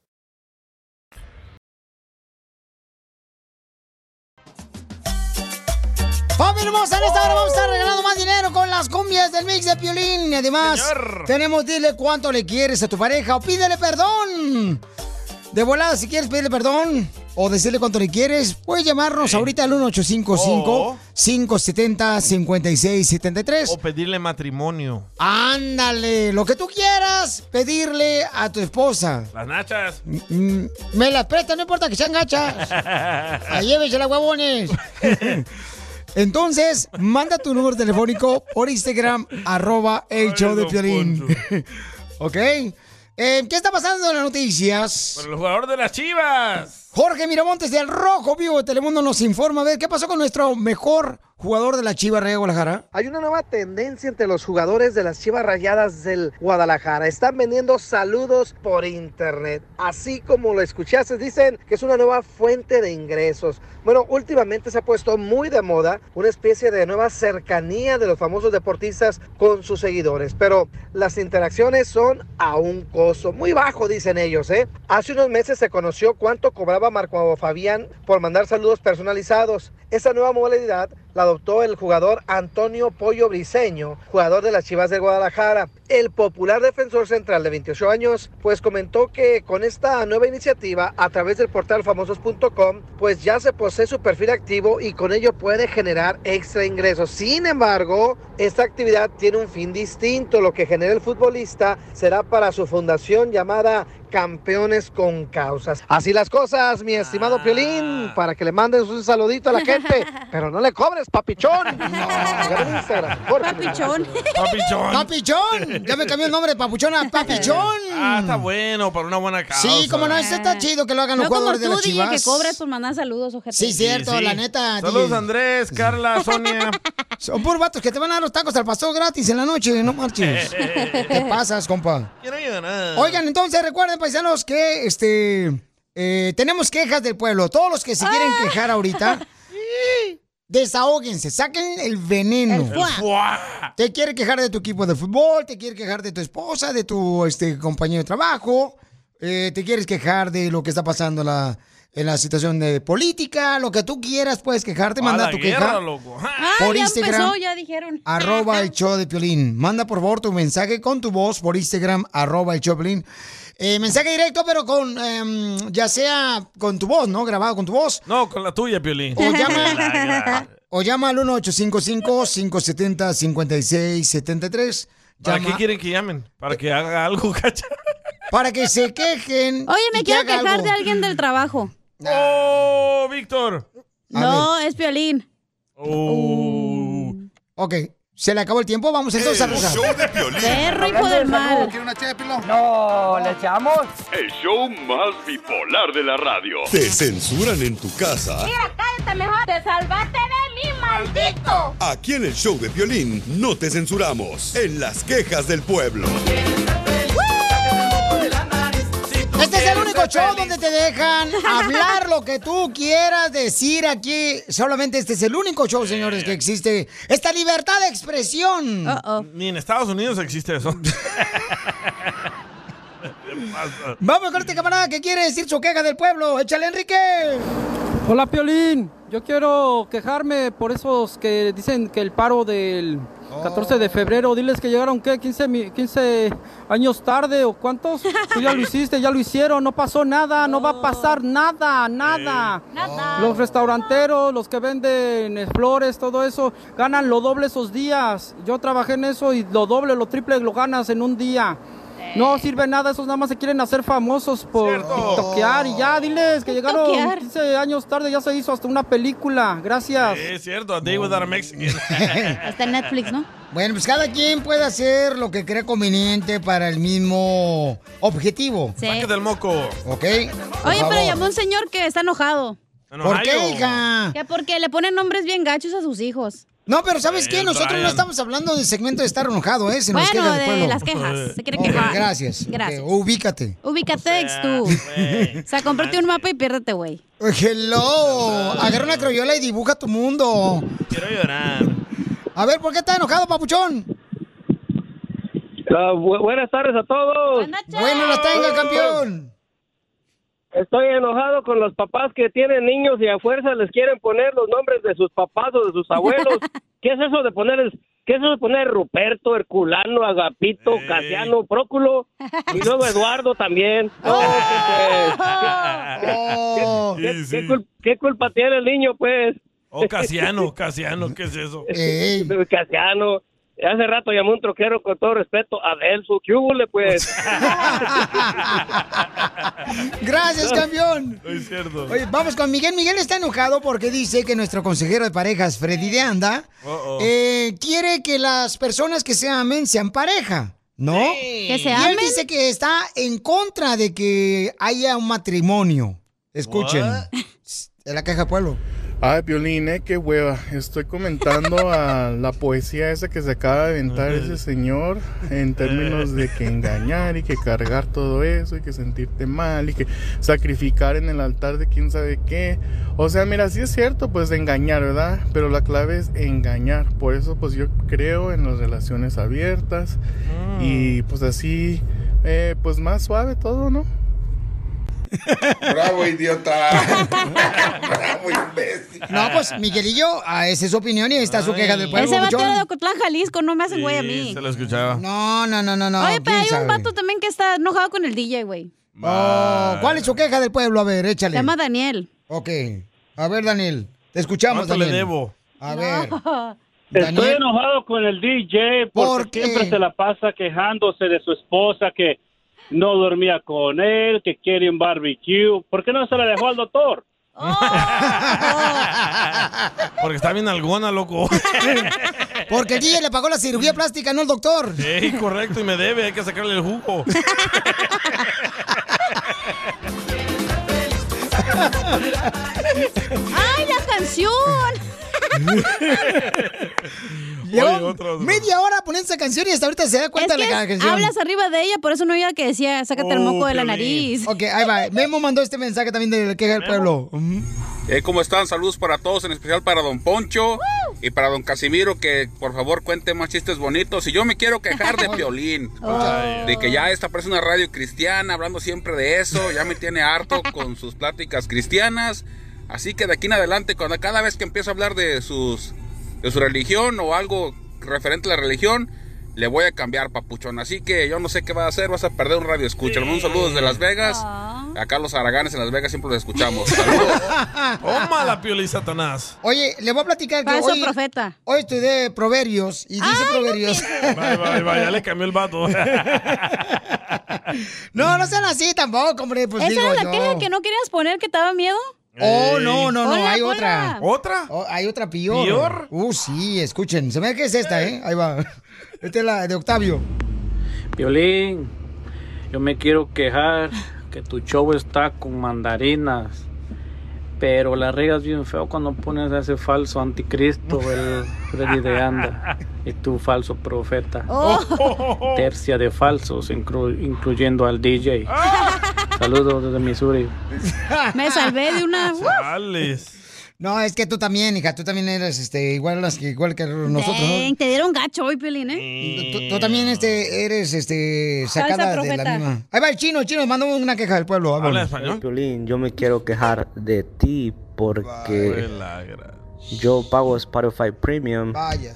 Speaker 1: ¡Familia hermosa! En esta hora vamos a estar regalando más dinero con las cumbias del mix de Piolín. Y además, tenemos dile cuánto le quieres a tu pareja o pídele perdón. De volada, si quieres pedirle perdón o decirle cuánto le quieres, puedes llamarnos ahorita al
Speaker 3: O-
Speaker 1: 1-855-570-5673.
Speaker 3: O pedirle matrimonio.
Speaker 1: Ándale, lo que tú quieras pedirle a tu esposa.
Speaker 3: Las nachas.
Speaker 1: Mm, Me las presta, no importa que sean gachas. Ahí llévensela, huevones. Entonces, manda tu número telefónico por Instagram, arroba el show de
Speaker 3: don
Speaker 1: Piolín. ¿Ok? Eh, ¿Qué está pasando en las noticias?
Speaker 3: Pero el jugador de las chivas.
Speaker 1: Jorge Miramontes del Rojo Vivo de Telemundo nos informa. A ver, ¿qué pasó con nuestro mejor jugador de la Chivas Rey de Guadalajara?
Speaker 5: Hay una nueva tendencia entre los jugadores de las Chivas Rayadas del Guadalajara. Están vendiendo saludos por internet. Así como lo escuchaste, dicen que es una nueva fuente de ingresos. Bueno, últimamente se ha puesto muy de moda una especie de nueva cercanía de los famosos deportistas con sus seguidores. Pero las interacciones son a un costo muy bajo, dicen ellos. ¿eh? Hace unos meses se conoció cuánto cobraba Marco Fabián por mandar saludos personalizados. Esta nueva modalidad la adoptó el jugador Antonio Pollo Briseño, jugador de las Chivas de Guadalajara. El popular defensor central de 28 años, pues comentó que con esta nueva iniciativa a través del portal famosos.com, pues ya se posee su perfil activo y con ello puede generar extra ingresos. Sin embargo, esta actividad tiene un fin distinto. Lo que genera el futbolista será para su fundación llamada Campeones con Causas. Así las cosas, mi estimado Piolín, para que le manden un saludito a la gente, pero no le cobres, papichón. Sígame en Instagram, Jorge Miramontes.
Speaker 3: Papichón.
Speaker 1: ¡Papichón! Ya me cambió el nombre de papuchón a papichón.
Speaker 3: Ah, está bueno, para una buena causa.
Speaker 1: Sí, como no, eso está chido que lo hagan los
Speaker 4: No como tú,
Speaker 1: jugadores de las
Speaker 4: DJ,
Speaker 1: Chivas.
Speaker 4: que cobras por mandar saludos, ojete.
Speaker 1: Sí, cierto, la neta.
Speaker 3: Saludos,
Speaker 1: Andrés, Carla, Sonia. Son puros vatos que te van a dar los tacos al pastor gratis en la noche, no marches. ¿Qué pasas, compa? Oigan, entonces recuerden, paisanos, que este eh, tenemos quejas del pueblo. Todos los que se quieren quejar ahorita, desahóguense, saquen el veneno.
Speaker 15: El fuá. El
Speaker 1: Te quiere quejar de tu equipo de fútbol, te quiere quejar de tu esposa, de tu este, compañero de trabajo, eh, te quieres quejar de lo que está pasando en la, en la situación de política, lo que tú quieras, puedes quejarte, manda tu queja.
Speaker 4: Ah,
Speaker 1: Por
Speaker 4: ya
Speaker 1: Instagram.
Speaker 4: empezó, ya dijeron.
Speaker 1: Arroba el show de Piolín. Manda por favor tu mensaje con tu voz por Instagram, arroba el show de Piolín. Eh, mensaje directo, pero con, em, ya sea con tu voz, ¿no? Grabado con tu voz.
Speaker 3: No, con la tuya, Piolín.
Speaker 1: O llama-
Speaker 3: La gran.
Speaker 1: O llama al 1-855-570-5673.
Speaker 3: ¿Para
Speaker 1: Llama
Speaker 3: qué quieren que llamen? ¿Para que haga algo, cacha?
Speaker 1: para que se quejen.
Speaker 4: Oye, me
Speaker 1: y que
Speaker 4: quiero
Speaker 1: haga
Speaker 4: quejar
Speaker 1: algo.
Speaker 4: de alguien del trabajo.
Speaker 3: ¡Oh, Víctor!
Speaker 4: No, eh. es Piolín.
Speaker 3: Oh.
Speaker 1: Ok, se le acabó el tiempo, vamos entonces a rezar.
Speaker 4: Perro, hijo
Speaker 10: Hablando de
Speaker 4: del mal.
Speaker 10: salud, ¿quiere una No, ¿le echamos?
Speaker 6: El show más bipolar de la radio.
Speaker 16: Te censuran en tu casa.
Speaker 14: cállate mejor. Te salvaste de mi maldito.
Speaker 16: Aquí en el show de violín no te censuramos. En las quejas del pueblo.
Speaker 1: Este es el único show donde te dejan hablar lo que tú quieras decir aquí. Solamente este es el único show, señores, que existe. Esta libertad de expresión.
Speaker 3: Ni en Estados Unidos existe eso. ¿Qué pasa?
Speaker 1: Vamos con este camarada que quiere decir su queja del pueblo. ¡Échale, Enrique!
Speaker 11: Hola Piolín, yo quiero quejarme por esos que dicen que el paro del 14 de febrero, diles que llegaron ¿qué? 15, mi- 15 años tarde o cuántos, tú ya lo hiciste, ya lo hicieron, no pasó nada, no va a pasar nada, nada. Los restauranteros, los que venden eh, flores, todo eso, ganan lo doble esos días. Yo trabajé en eso y lo doble, lo triple lo ganas en un día. No sirve nada, esos nada más se quieren hacer famosos por tiktokear y ya, diles que llegaron
Speaker 3: Tiktokear.
Speaker 11: 15 años tarde, ya se hizo hasta una película. Gracias.
Speaker 3: Es cierto, a day without a Mexican.
Speaker 11: Está en Netflix, ¿no?
Speaker 1: Bueno, pues cada quien puede hacer lo que crea conveniente para el mismo objetivo.
Speaker 3: Saque del moco.
Speaker 1: ¿Ok?
Speaker 4: Oye, pero llamó un señor que está enojado.
Speaker 1: ¿Por qué, hija?
Speaker 4: Que porque le ponen nombres bien gachos a sus hijos.
Speaker 1: No, pero ¿sabes qué?
Speaker 4: Bien,
Speaker 1: Nosotros
Speaker 4: Eh, Brian.
Speaker 1: no estamos hablando del segmento de estar enojado, ¿eh? Se nos
Speaker 4: Bueno,
Speaker 1: queja
Speaker 4: de
Speaker 1: el pueblo.
Speaker 4: las quejas, se quiere
Speaker 1: Ok,
Speaker 4: quejar.
Speaker 1: Gracias.
Speaker 4: Gracias.
Speaker 1: Ok, ubícate.
Speaker 4: Ubicatex, tú. O sea, cómprate un mapa y piérdete, güey.
Speaker 1: Hello. Agarra una crayola y dibuja tu mundo.
Speaker 3: Quiero llorar.
Speaker 1: A ver, ¿por qué estás enojado, papuchón?
Speaker 22: Ah, bu- buenas tardes a todos.
Speaker 1: Bueno, las tenga, campeón.
Speaker 22: Estoy enojado con los papás que tienen niños y a fuerza les quieren poner los nombres de sus papás o de sus abuelos. ¿Qué es eso de poner, qué es eso de poner Ruperto, Herculano, Agapito, Casiano, Próculo y luego Eduardo también?
Speaker 1: Oh.
Speaker 22: No,
Speaker 1: pues,
Speaker 22: ¿qué- qué- qué- qué cul- ¿Qué culpa tiene el niño, pues?
Speaker 3: Oh, Casiano, Casiano, ¿qué es eso?
Speaker 22: Casiano. Hace rato llamó un troquero con todo respeto a Delso. ¿Qué hubo, le, pues?
Speaker 1: Gracias, campeón.
Speaker 3: Es cierto.
Speaker 1: Oye, vamos con Miguel. Miguel está enojado porque dice que nuestro consejero de parejas, Freddy de Anda,
Speaker 3: Uh-oh.
Speaker 1: eh, quiere que las personas que se amen sean pareja, ¿no?
Speaker 4: Sí. Que se
Speaker 1: Y él
Speaker 4: amen.
Speaker 1: dice que está en contra de que haya un matrimonio. Escuchen.
Speaker 30: What?
Speaker 1: De la caja pueblo.
Speaker 30: Ay, Piolín, eh, qué hueva. Estoy comentando a la poesía esa que se acaba de inventar ese señor en términos de que engañar y que cargar todo eso y que sentirte mal y que sacrificar en el altar de quién sabe qué. O sea, mira, sí es cierto, pues engañar, ¿verdad? Pero la clave es engañar. Por eso, pues yo creo en las relaciones abiertas y pues así, eh, pues más suave todo, ¿no?
Speaker 13: Bravo, idiota.
Speaker 1: No, pues Miguelillo, ah, esa es su opinión y ahí está su queja del pueblo.
Speaker 4: Ese vato
Speaker 1: papuchón.
Speaker 4: era de Ocotlán, Jalisco, no me hacen güey a mí.
Speaker 3: Sí, se lo escuchaba.
Speaker 1: No, no, no, no, no.
Speaker 4: Oye, pero
Speaker 1: ¿quién
Speaker 4: hay
Speaker 1: sabe?
Speaker 4: un vato también que está enojado con el DJ, güey.
Speaker 1: Oh, ¿Cuál es su queja del pueblo? A ver,
Speaker 4: Se
Speaker 1: échale.
Speaker 4: llama Daniel.
Speaker 1: Ok. A ver, Daniel. Te escuchamos,
Speaker 22: ¿Cuánto le
Speaker 1: Daniel.
Speaker 22: debo?
Speaker 1: A ver.
Speaker 13: Estoy
Speaker 1: Daniel.
Speaker 13: enojado con el DJ porque siempre se la pasa quejándose de su esposa que no dormía con él, que quiere un barbecue. ¿Por qué no se la dejó al doctor?
Speaker 3: Porque está bien alguna, loco.
Speaker 1: Porque el DJ le pagó la cirugía plástica, no el doctor.
Speaker 3: Ey, correcto, y me debe, hay que sacarle el jugo.
Speaker 4: ¡Ay, la canción!
Speaker 1: Mm. Lleva media hora poniendo esa canción y hasta ahorita se da cuenta
Speaker 4: Es que
Speaker 1: de la canción.
Speaker 4: hablas arriba de ella, por eso no oía que decía, sácate el moco de la nariz.
Speaker 1: Ok, ahí va. Memo mandó este mensaje también de la queja del pueblo.
Speaker 21: Eh, ¿Cómo están? Saludos para todos, en especial para don Poncho y para don Casimiro, que por favor cuente más chistes bonitos. Y yo me quiero quejar de Piolín, Oh. de que ya esta parece una radio cristiana, hablando siempre de eso, ya me tiene harto con sus pláticas cristianas. Así que de aquí en adelante, cuando cada vez que empiezo a hablar de, sus, de su religión o algo referente a la religión, le voy a cambiar, papuchón. Así que yo no sé qué va a hacer, vas a perder un radio escucha. Le mando un saludo desde Las Vegas. A Carlos Araganes en Las Vegas siempre los escuchamos. Saludos.
Speaker 3: Toma la piola y Satanás.
Speaker 1: Oye, le voy a platicar que
Speaker 4: Falso
Speaker 1: hoy, hoy estudié Proverbios y dice Proverbios.
Speaker 3: Bye, bye, bye, ya le cambió el vato.
Speaker 1: No, no sean así tampoco, hombre. Pues
Speaker 4: ¿Esa
Speaker 1: digo
Speaker 4: era la
Speaker 1: yo.
Speaker 4: queja que no querías poner que te daba miedo?
Speaker 1: Oh, no, no, no,
Speaker 4: Ponla,
Speaker 1: hay
Speaker 4: ponla.
Speaker 1: otra. Oh,
Speaker 3: ¿Otra?
Speaker 1: hay otra peor.
Speaker 31: ¿Pior?
Speaker 1: Uh, sí, escuchen. Se me ve que es esta, ¿eh? Ahí va. Esta es la de Octavio.
Speaker 31: Violín, yo me quiero quejar que tu show está con mandarinas, pero la regas bien feo cuando pones a ese falso anticristo, el Freddy de Anda, y tu falso profeta.
Speaker 2: Oh.
Speaker 31: Tercia de falsos, inclu- incluyendo al DJ. Saludos desde Missouri.
Speaker 4: Me salvé de una.
Speaker 22: Ah,
Speaker 1: No, es que tú también, hija, tú también eres este, igual, las que, igual que nosotros,
Speaker 4: Dang,
Speaker 1: ¿no?
Speaker 4: te dieron gacho hoy, Pelín, ¿eh?
Speaker 1: Tú, tú también este, eres este, sacada
Speaker 4: Falsa
Speaker 1: de la
Speaker 4: profeta.
Speaker 1: misma. Ahí va el chino, el chino, mandó una queja del pueblo. vámonos.
Speaker 31: Piolín, yo me quiero quejar de ti
Speaker 32: porque yo pago Spotify Premium
Speaker 1: Vaya.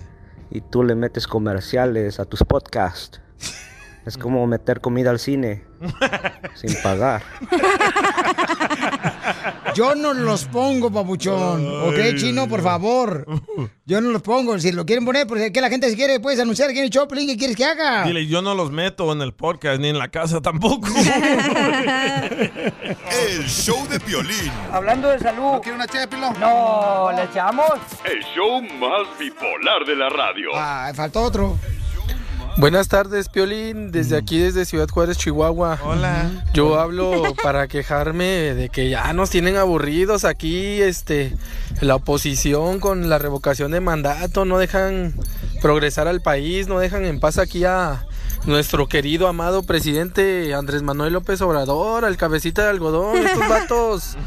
Speaker 32: y tú le metes comerciales a tus podcasts. Es como meter comida al cine sin pagar.
Speaker 1: Yo no los pongo, papuchón. ¿Ok, chino? Por favor. Yo no los pongo. Si lo quieren poner, porque que la gente si quiere, puedes anunciar quién es Choplin, qué quieres que haga.
Speaker 3: Dile, yo no los meto en el podcast ni en la casa tampoco.
Speaker 33: El show de violín.
Speaker 10: Hablando de salud. ¿No quiere una ché de pilón? No, ¿le echamos?
Speaker 6: El show más bipolar de la radio.
Speaker 1: Ah, faltó otro. Mm.
Speaker 20: Buenas tardes, Piolín, desde aquí, desde Ciudad Juárez, Chihuahua.
Speaker 3: Hola.
Speaker 20: Yo hablo para quejarme de que ya nos tienen aburridos aquí, este, la oposición con la revocación de mandato, no dejan progresar al país, no dejan en paz aquí a nuestro querido, amado presidente Andrés Manuel López Obrador, al cabecita de algodón, estos vatos.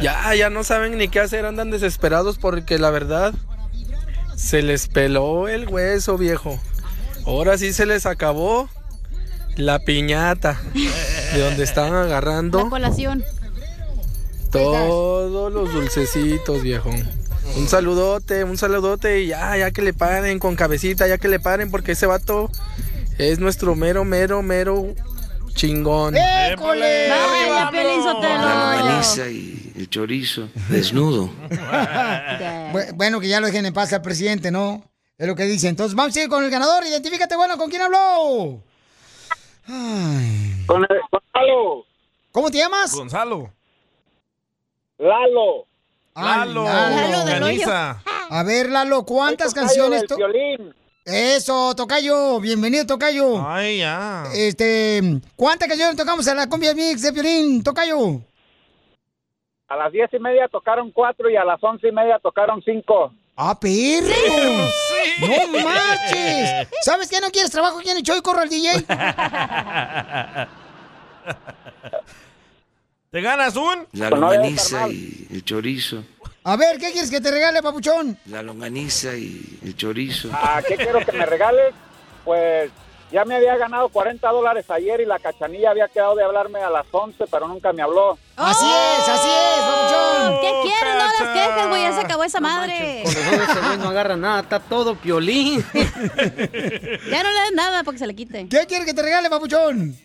Speaker 20: Ya, ya no saben ni qué hacer, andan desesperados porque la verdad se les peló el hueso, viejo. Ahora sí se les acabó la piñata de donde están
Speaker 4: La
Speaker 20: agarrando
Speaker 4: colación.
Speaker 20: todos los dulcecitos, viejo. Un saludote, un saludote y ya, ya que le paren con cabecita, ya que le paren porque ese vato es nuestro mero, mero, mero chingón.
Speaker 1: ¡École!
Speaker 4: Vaya, Piolín
Speaker 32: La
Speaker 4: Sotelo.
Speaker 32: longaniza y el chorizo desnudo.
Speaker 1: Bu- Bueno, que ya lo dejen en paz al presidente, ¿no? Es lo que dice. Entonces, vamos a ir con el ganador. Identifícate, bueno, ¿con quién habló?
Speaker 22: Gonzalo.
Speaker 1: ¿Cómo te llamas?
Speaker 3: Gonzalo.
Speaker 22: Lalo.
Speaker 3: Lalo. Lalo del Organiza.
Speaker 1: A ver, Lalo, ¿cuántas
Speaker 22: Soy tocayo
Speaker 1: canciones?
Speaker 22: del
Speaker 1: to-
Speaker 22: violín.
Speaker 1: Eso, Tocayo. Bienvenido, Tocayo.
Speaker 3: Ay, ya.
Speaker 1: Este, ¿cuántas canciones tocamos en la cumbia mix de Piolín, Tocayo?
Speaker 22: A las diez y media tocaron cuatro y a las once y media tocaron cinco.
Speaker 1: ¡Ah, perro! ¡No marches! ¿Sabes qué? ¿No quieres trabajo aquí en el show y corro al DJ?
Speaker 3: ¿Te ganas un?
Speaker 32: La longaniza y el chorizo.
Speaker 1: A ver, ¿qué quieres que te regale, papuchón?
Speaker 32: La longaniza y el chorizo.
Speaker 22: ¿A Ah, qué quiero que me regales? Pues ya me había ganado 40 dólares ayer y la cachanilla había quedado de hablarme a las 11, pero nunca me habló.
Speaker 1: Oh. Así es, así es, papuchón.
Speaker 4: Oh, ¿Qué quieres? No las quejas, güey. Ya se acabó esa madre.
Speaker 34: Ese güey no agarra nada, está todo piolín.
Speaker 4: Ya no le den nada para que se le quite.
Speaker 1: ¿Qué quieres que te regale, papuchón?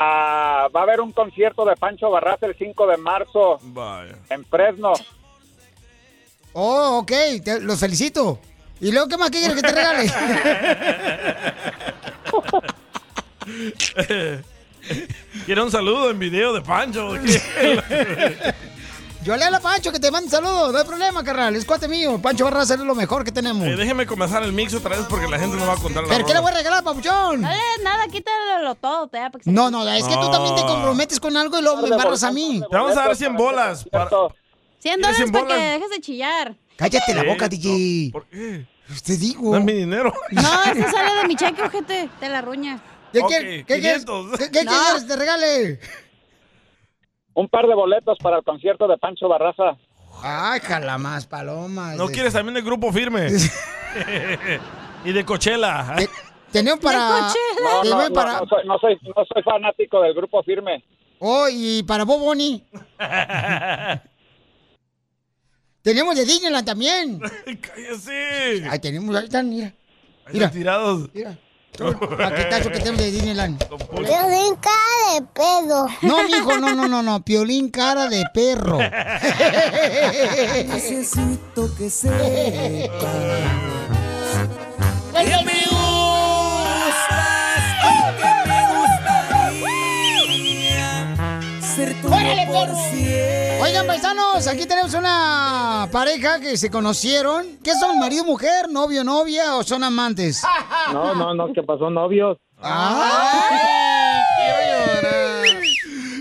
Speaker 22: Ah, va a haber un concierto de Pancho Barras el 5 de marzo en Fresno.
Speaker 1: Oh, ok, te- los felicito. ¿Y luego qué más quieres que te regale?
Speaker 3: Quiero un saludo en video de Pancho.
Speaker 1: Yo le hablo a Pancho que te mande saludos, no hay problema, carnal. Es cuate mío. Pancho Barras es lo mejor que tenemos.
Speaker 3: Eh, déjeme comenzar el mix otra vez porque la gente no va a contar la
Speaker 1: ¿Pero qué le voy
Speaker 3: rola.
Speaker 1: a regalar, papuchón?
Speaker 4: No le des nada, quítalo todo. te da para que se
Speaker 1: No, no, es que tú también te
Speaker 3: No.
Speaker 1: comprometes con algo y luego me embarras a mí.
Speaker 3: Te vamos a dar 100 bolas. para-
Speaker 4: 100 dólares
Speaker 3: cien
Speaker 4: para que
Speaker 3: bolas.
Speaker 4: dejes de chillar.
Speaker 1: Cállate la
Speaker 3: Sí,
Speaker 1: boca,
Speaker 3: no,
Speaker 1: DJ.
Speaker 3: ¿Por qué?
Speaker 1: Te digo.
Speaker 3: Dame dinero.
Speaker 4: No, eso sale de mi cheque, ojete. Te la ruña.
Speaker 1: ¿Qué,
Speaker 3: Ok,
Speaker 1: quieres- qué quieres?
Speaker 3: 500.
Speaker 1: ¿Qué, qué
Speaker 4: No.
Speaker 1: quieres que te regale?
Speaker 22: Un par de boletos para el concierto de Pancho Barraza.
Speaker 1: Ay, jala más, paloma.
Speaker 3: ¿No quieres también de grupo firme? y de Coachella.
Speaker 1: Tenemos para.
Speaker 22: No, no,
Speaker 1: tenemos
Speaker 22: no,
Speaker 1: para.
Speaker 22: no soy, no soy- no soy fanático del grupo firme.
Speaker 1: Oh, y para Bob Boni. Tenemos de Disneyland también.
Speaker 3: ¡Cállese!
Speaker 1: Ahí tenemos, ahí están, mira.
Speaker 3: Ahí
Speaker 1: Mira.
Speaker 3: están tirados.
Speaker 1: Mira. Paquetazo que tenemos de Disneyland.
Speaker 35: Piolín cara de pedo.
Speaker 1: No, mijo, no, no, no, no. Piolín cara de perro.
Speaker 14: Necesito que
Speaker 3: Pues
Speaker 14: sepas que me gustas y que me gustaría ser tu
Speaker 1: ¡Órale,
Speaker 14: por
Speaker 1: perro!
Speaker 14: siempre.
Speaker 1: Oigan, paisanos, aquí tenemos una pareja que se conocieron. ¿Qué son? ¿Marido, mujer, novio, novia o son amantes? Ah,
Speaker 22: No, no, no, ¿qué pasó, novios?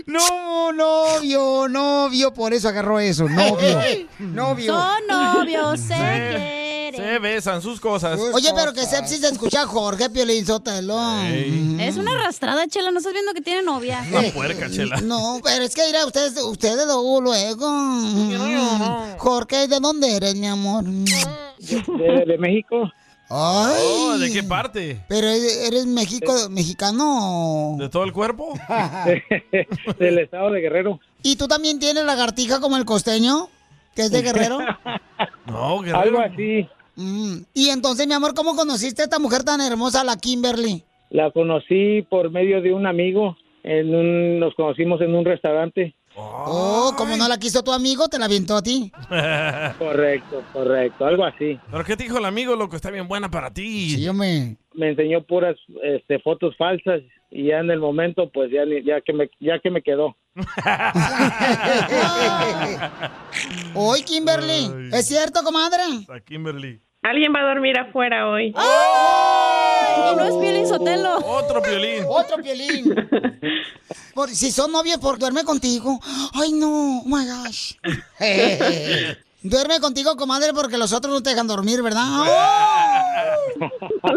Speaker 1: No, novio, novio, por eso agarró eso, novio. Novio.
Speaker 4: Son novios, se
Speaker 3: Se, se besan sus cosas.
Speaker 1: Oye, pero que se se escucha Jorge Piolín Sotelo.
Speaker 3: Ey.
Speaker 4: Es una arrastrada, chela. No estás viendo que tiene novia.
Speaker 3: Una puerca, chela.
Speaker 1: Eh, No, pero es que mira, ustedes, ustedes luego, luego. Mm. Jorge, ¿de dónde eres, mi amor? Mm.
Speaker 22: De, de México.
Speaker 1: Ay.
Speaker 3: Oh, ¿De qué parte?
Speaker 1: Pero eres
Speaker 2: Eh.
Speaker 1: México, mexicano.
Speaker 3: ¿De todo el cuerpo?
Speaker 22: Del estado de Guerrero.
Speaker 1: ¿Y tú también tienes lagartija como el costeño? ¿Que es de Guerrero?
Speaker 3: No, Guerrero.
Speaker 15: Algo así.
Speaker 1: Mm, Y entonces, mi amor, ¿cómo conociste a esta mujer tan hermosa, la Kimberly?
Speaker 15: La conocí por medio de un amigo. En un- nos conocimos en un restaurante.
Speaker 1: Oh, como no la quiso tu amigo, te la aventó a ti.
Speaker 15: Correcto, correcto. Algo así.
Speaker 3: ¿Pero qué te dijo el amigo, loco? Está bien buena para ti.
Speaker 1: Sí, me...
Speaker 15: Me enseñó puras este, fotos falsas y ya en el momento, pues ya, ni- ya, que, me, ya que me quedó.
Speaker 1: Hoy, Kimberly, ¿es cierto, comadre?
Speaker 3: A Kimberly.
Speaker 2: Alguien va a dormir afuera hoy.
Speaker 1: Y no es Piolín Sotelo.
Speaker 3: Otro Piolín.
Speaker 1: Otro Piolín. Por, si son novios, por duerme contigo. Ay, no, oh my gosh. Eh. duerme contigo, comadre, porque los otros no te dejan dormir, ¿verdad? ¡Oh!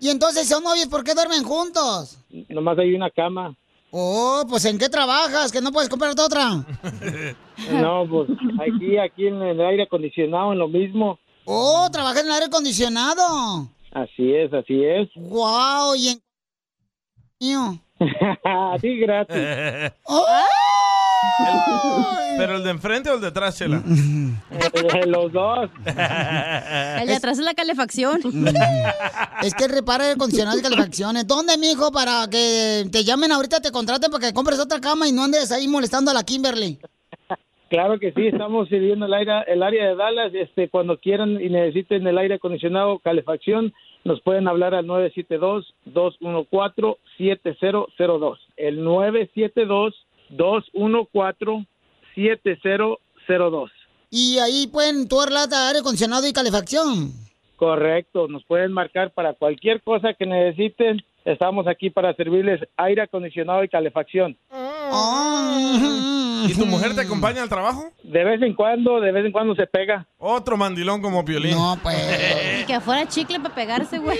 Speaker 1: y entonces, si son novios, ¿por qué duermen juntos?
Speaker 15: Nomás hay una cama.
Speaker 1: Oh, pues ¿en qué trabajas? Que no puedes comprarte otra.
Speaker 15: No, pues aquí, aquí en el aire acondicionado, en lo mismo.
Speaker 1: Oh, trabajas en el aire acondicionado.
Speaker 15: Así es, así es.
Speaker 1: Wow, y en... Mío.
Speaker 15: A ti gratis.
Speaker 3: ¿Pero el de enfrente o el de atrás, Chela?
Speaker 15: Los dos.
Speaker 4: El de atrás es la calefacción.
Speaker 1: Mm. Es que repara el acondicionado y calefacciones. ¿Dónde, mijo, para que te llamen ahorita, te contraten para que compres otra cama y no andes ahí molestando a la Kimberly?
Speaker 15: Claro que sí, estamos sirviendo el, aire, el área de Dallas. Este, cuando quieran y necesiten el aire acondicionado, calefacción, nos pueden hablar al 972-214-7002. El 972-214-7002.
Speaker 1: Y ahí pueden tú arreglar aire acondicionado y calefacción.
Speaker 15: Correcto, nos pueden marcar para cualquier cosa que necesiten. Estamos aquí para servirles aire acondicionado y calefacción.
Speaker 3: ¿Y tu mujer te acompaña al trabajo?
Speaker 15: De vez en cuando, de vez en cuando se pega.
Speaker 3: Otro mandilón como Piolín.
Speaker 1: No, pues.
Speaker 4: Y que afuera chicle para pegarse, güey.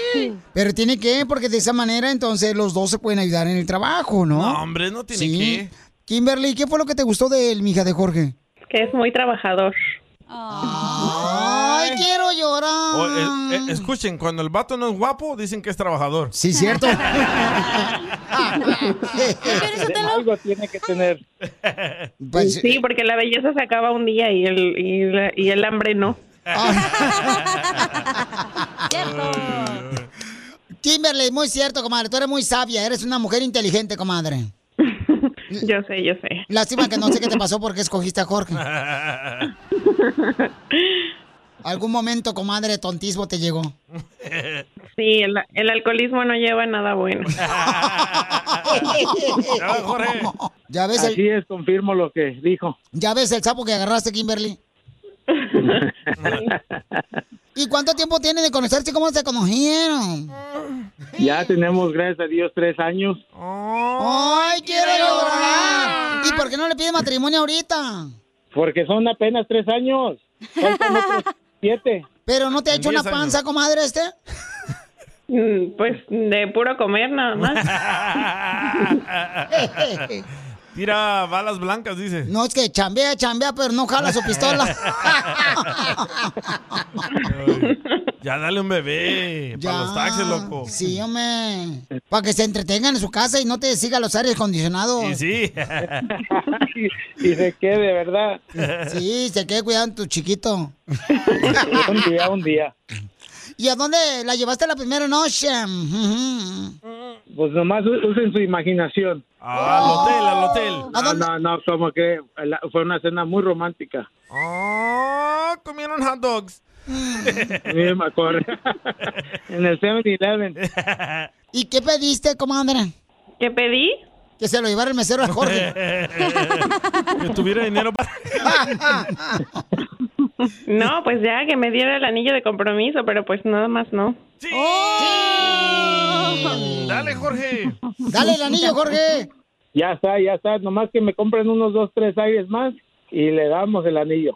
Speaker 1: Pero tiene que, porque de esa manera entonces los dos se pueden ayudar en el trabajo, ¿no?
Speaker 3: No, hombre, no tiene que.
Speaker 1: Kimberly, ¿qué fue lo que te gustó de él, mija de Jorge?
Speaker 2: Que es muy trabajador.
Speaker 1: Ay, quiero llorar.
Speaker 3: O, eh, eh, escuchen, cuando el vato no es guapo, dicen que es trabajador.
Speaker 1: Sí, cierto.
Speaker 15: Algo tiene que tener.
Speaker 1: Pues
Speaker 14: Pues
Speaker 2: sí, porque la belleza se acaba un día y el, y la- y el hambre no.
Speaker 1: Kimberly, muy cierto, comadre. Tú eres muy sabia, eres una mujer inteligente, comadre.
Speaker 2: yo sé, yo sé.
Speaker 1: Lástima que no sé qué te pasó porque escogiste a Jorge. Algún momento, comadre, tontismo te llegó.
Speaker 2: Sí, el, el alcoholismo no lleva a nada bueno.
Speaker 1: Ya ves el-
Speaker 15: Así es, confirmo lo que dijo.
Speaker 1: Ya ves el sapo que agarraste, Kimberly. ¿Y cuánto tiempo tiene de conocerse? ¿Cómo se conocieron?
Speaker 15: Ya tenemos, gracias a Dios, tres años.
Speaker 3: Oh,
Speaker 1: ¡Ay, quiero llorar! ¿Y por qué no le pide matrimonio ahorita?
Speaker 15: Porque son apenas tres años. Faltan otros siete.
Speaker 1: ¿Pero no te ha hecho una panza, comadre, este?
Speaker 2: Mm, Pues de puro comer nada más.
Speaker 3: Tira balas blancas, dice.
Speaker 1: No, es que chambea, chambea, pero no jala su pistola.
Speaker 3: Ya dale un bebé.
Speaker 1: Ya.
Speaker 3: Para los taxis, loco.
Speaker 1: Sí, hombre. Para que se entretengan en su casa y no te siga los aires acondicionados.
Speaker 3: Y sí.
Speaker 15: Y se quede, ¿verdad?
Speaker 1: Sí, se quede cuidando tu chiquito.
Speaker 15: un día, un día.
Speaker 1: ¿Y a dónde la llevaste la primera noche?
Speaker 15: Pues nomás u- usen su imaginación.
Speaker 3: Ah, al hotel, al hotel.
Speaker 15: No, no, no, como que la- fue una cena muy romántica.
Speaker 3: Oh, comieron hot dogs.
Speaker 15: Sí, me acuerdo. en el 7-Eleven.
Speaker 1: ¿Y qué pediste, comadre?
Speaker 2: ¿Qué pedí?
Speaker 1: Que se lo llevara el mesero a Jorge.
Speaker 3: que tuviera dinero para...
Speaker 2: No, pues ya que me diera el anillo de compromiso, pero pues nada más no.
Speaker 3: Dale, Jorge.
Speaker 1: Dale el anillo, Jorge.
Speaker 15: Ya está, ya está. Nomás que me compren unos dos, tres aires más y le damos el anillo.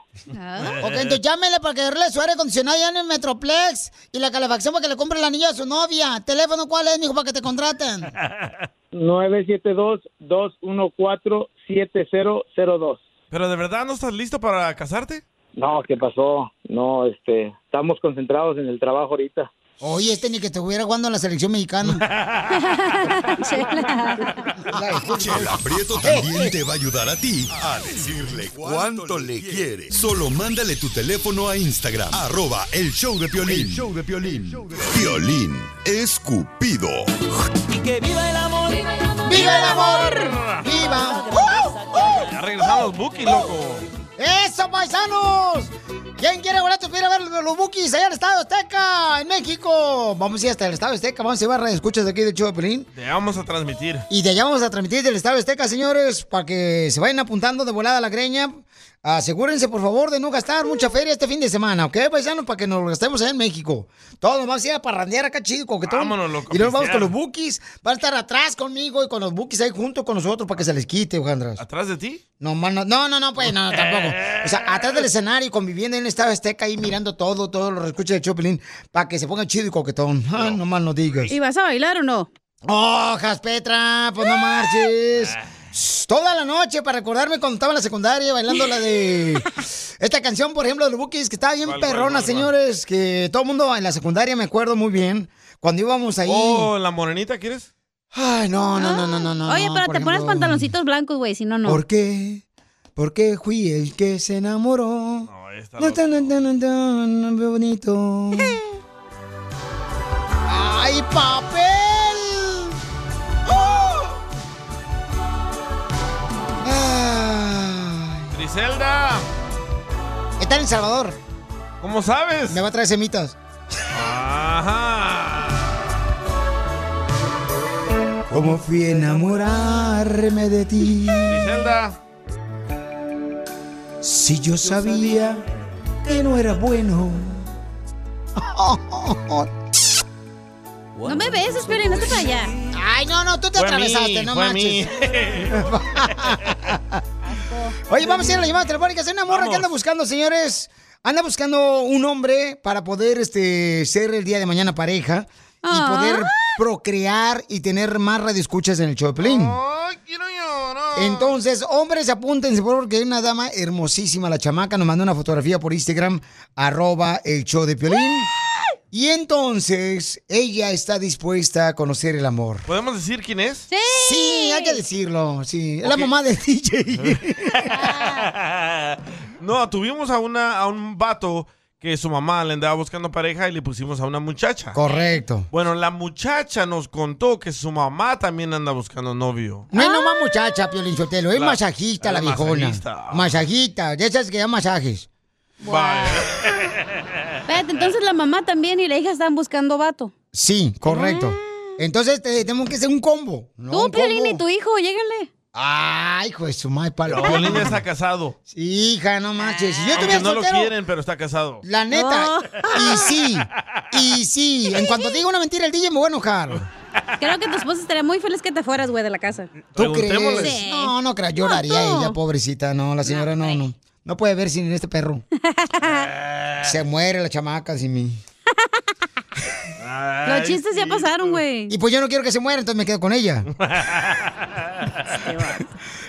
Speaker 1: Ok, entonces llámele para que darle su aire acondicionado ya en el Metroplex y la calefacción para que le compre el anillo a su novia. ¿Teléfono cuál es, mijo, para que te contraten?
Speaker 15: 972-214-7002.
Speaker 3: ¿Pero de verdad no estás listo para casarte?
Speaker 15: No, ¿qué pasó? No, este, estamos concentrados en el trabajo ahorita.
Speaker 1: Oye, este ni que te hubiera jugando en la selección mexicana.
Speaker 16: Chela Prieto también te va a ayudar a ti a decirle cuánto le quiere. Solo mándale tu teléfono a Instagram, arroba el show de Piolín.
Speaker 5: El
Speaker 16: show de Piolín. Piolín escupido.
Speaker 5: Y que viva el amor. ¡Viva el amor!
Speaker 1: ¡Viva el amor! ¡Viva!
Speaker 3: Ya regresaron los bookies, loco.
Speaker 1: ¡Eso, paisanos! ¿Quién quiere boletos para ir a ver los Bukis allá al Estado Azteca, en México? Vamos a ir hasta el Estado Azteca, vamos a ir a radio escuchas de aquí de Chopelín.
Speaker 3: Te vamos a transmitir.
Speaker 1: Y de allá vamos a transmitir del Estado Azteca, señores, para que se vayan apuntando de volada a la greña. Asegúrense, por favor, de no gastar mucha feria este fin de semana, ¿ok, paisanos? Para que nos lo gastemos allá en México. Todos nos vamos a ir a parrandear acá, chido, coquetón.
Speaker 3: Vámonos, loco,
Speaker 1: Y luego vamos
Speaker 3: pistear.
Speaker 1: con los bookies. Va a estar atrás conmigo y con los bookies ahí junto con nosotros para que se les quite, Ojandras.
Speaker 3: ¿Atrás de ti? Eh.
Speaker 1: No, man, no, no, no, no, pues no, tampoco. O sea, atrás del escenario, conviviendo en el estado azteca, ahí mirando todo, todo lo escucha de Chopelín, para que se ponga chido y coquetón. Ah, no más no digas.
Speaker 4: ¿Y vas a bailar o no?
Speaker 1: ¡Oh, Jaspetra! Pues no marches.
Speaker 3: Ah.
Speaker 1: Shh, Toda la noche para recordarme cuando estaba en la secundaria bailando la de. Esta canción, por ejemplo, de los Bukis, que estaba bien
Speaker 3: ¿Cuál, cuál,
Speaker 1: perrona,
Speaker 3: cuál, cuál?
Speaker 1: señores. Que todo el mundo en la secundaria me acuerdo muy bien. Cuando íbamos ahí.
Speaker 3: Oh, ¿la morenita quieres?
Speaker 1: Ay, no, no, no, no, no. no
Speaker 4: Oye,
Speaker 1: no,
Speaker 4: pero
Speaker 1: por
Speaker 4: te pones
Speaker 1: ejemplo.
Speaker 4: pantaloncitos blancos, güey, si no, no.
Speaker 1: ¿Por qué? ¿Por qué fui el que se enamoró? No,
Speaker 4: está
Speaker 1: no tan, tan, tan, tan bonito. ¡Ay, papel! ¡Oh! Ay.
Speaker 3: ¡Griselda!
Speaker 1: Está en El Salvador.
Speaker 3: ¿Cómo sabes?
Speaker 1: Me va a traer semitas.
Speaker 3: Ah, Ajá.
Speaker 1: ¿Cómo fui a enamorarme de ti?
Speaker 3: Griselda.
Speaker 1: Si yo sabía que no era bueno.
Speaker 4: No me beses, Piolín, no te para allá.
Speaker 1: Ay, no, no, tú te
Speaker 4: Fue a mí,
Speaker 1: atravesaste, no
Speaker 4: fue a
Speaker 1: manches. Oye, vamos a ir a la llamada telefónica. Es una morra que anda buscando, señores. Anda buscando un hombre para poder este, ser el día de mañana pareja
Speaker 5: Ah.
Speaker 1: y poder procrear y tener más radioescuchas en el show de Piolín. Entonces, hombres, apúntense porque hay una dama hermosísima, la chamaca, nos mandó una fotografía por Instagram, arroba el show de Piolín. Y entonces, ella está dispuesta a conocer el amor.
Speaker 3: ¿Podemos decir quién es?
Speaker 4: Sí.
Speaker 1: Sí, hay que decirlo, sí. Es la
Speaker 3: Ok.
Speaker 1: mamá de DJ.
Speaker 3: no, tuvimos a, una, a un vato que su mamá le andaba buscando pareja y le pusimos a una muchacha.
Speaker 1: Correcto.
Speaker 3: Bueno, la muchacha nos contó que su mamá también anda buscando novio.
Speaker 1: No es nomás muchacha, Piolín Sotelo, es
Speaker 3: Ah. La-
Speaker 1: masajista la
Speaker 3: es
Speaker 1: viejona.
Speaker 3: masajista.
Speaker 1: Masajita, de esas que dan masajes.
Speaker 4: Espérate, entonces la mamá también y la hija están buscando vato.
Speaker 1: Sí, correcto.
Speaker 3: Ah.
Speaker 1: Entonces te- tenemos que hacer un combo. ¿no?
Speaker 4: Tú,
Speaker 1: Un combo.
Speaker 4: Piolín, y tu hijo, lléguenle.
Speaker 1: Ay, hijo de su madre, palo.
Speaker 3: Piolín ya está casado.
Speaker 1: Hija, no manches. Si yo
Speaker 3: Aunque
Speaker 1: tuviera
Speaker 3: no lo
Speaker 1: soltero,
Speaker 3: quieren, pero está casado.
Speaker 1: La neta. Y sí, y sí. En cuanto diga Pues una mentira, el DJ me voy a enojar.
Speaker 4: Creo que tu esposa estaría muy feliz que te fueras, güey, de la casa.
Speaker 1: ¿Tú crees?
Speaker 4: Sí.
Speaker 1: No, no creo. Lloraría
Speaker 4: No, tú.
Speaker 1: ella, pobrecita. No, la señora no, no. No puede ver sin este perro. Se muere la chamaca sin mí.
Speaker 4: Los chistes ya pasaron, güey.
Speaker 1: Y pues yo no quiero que se muera, entonces me quedo con ella.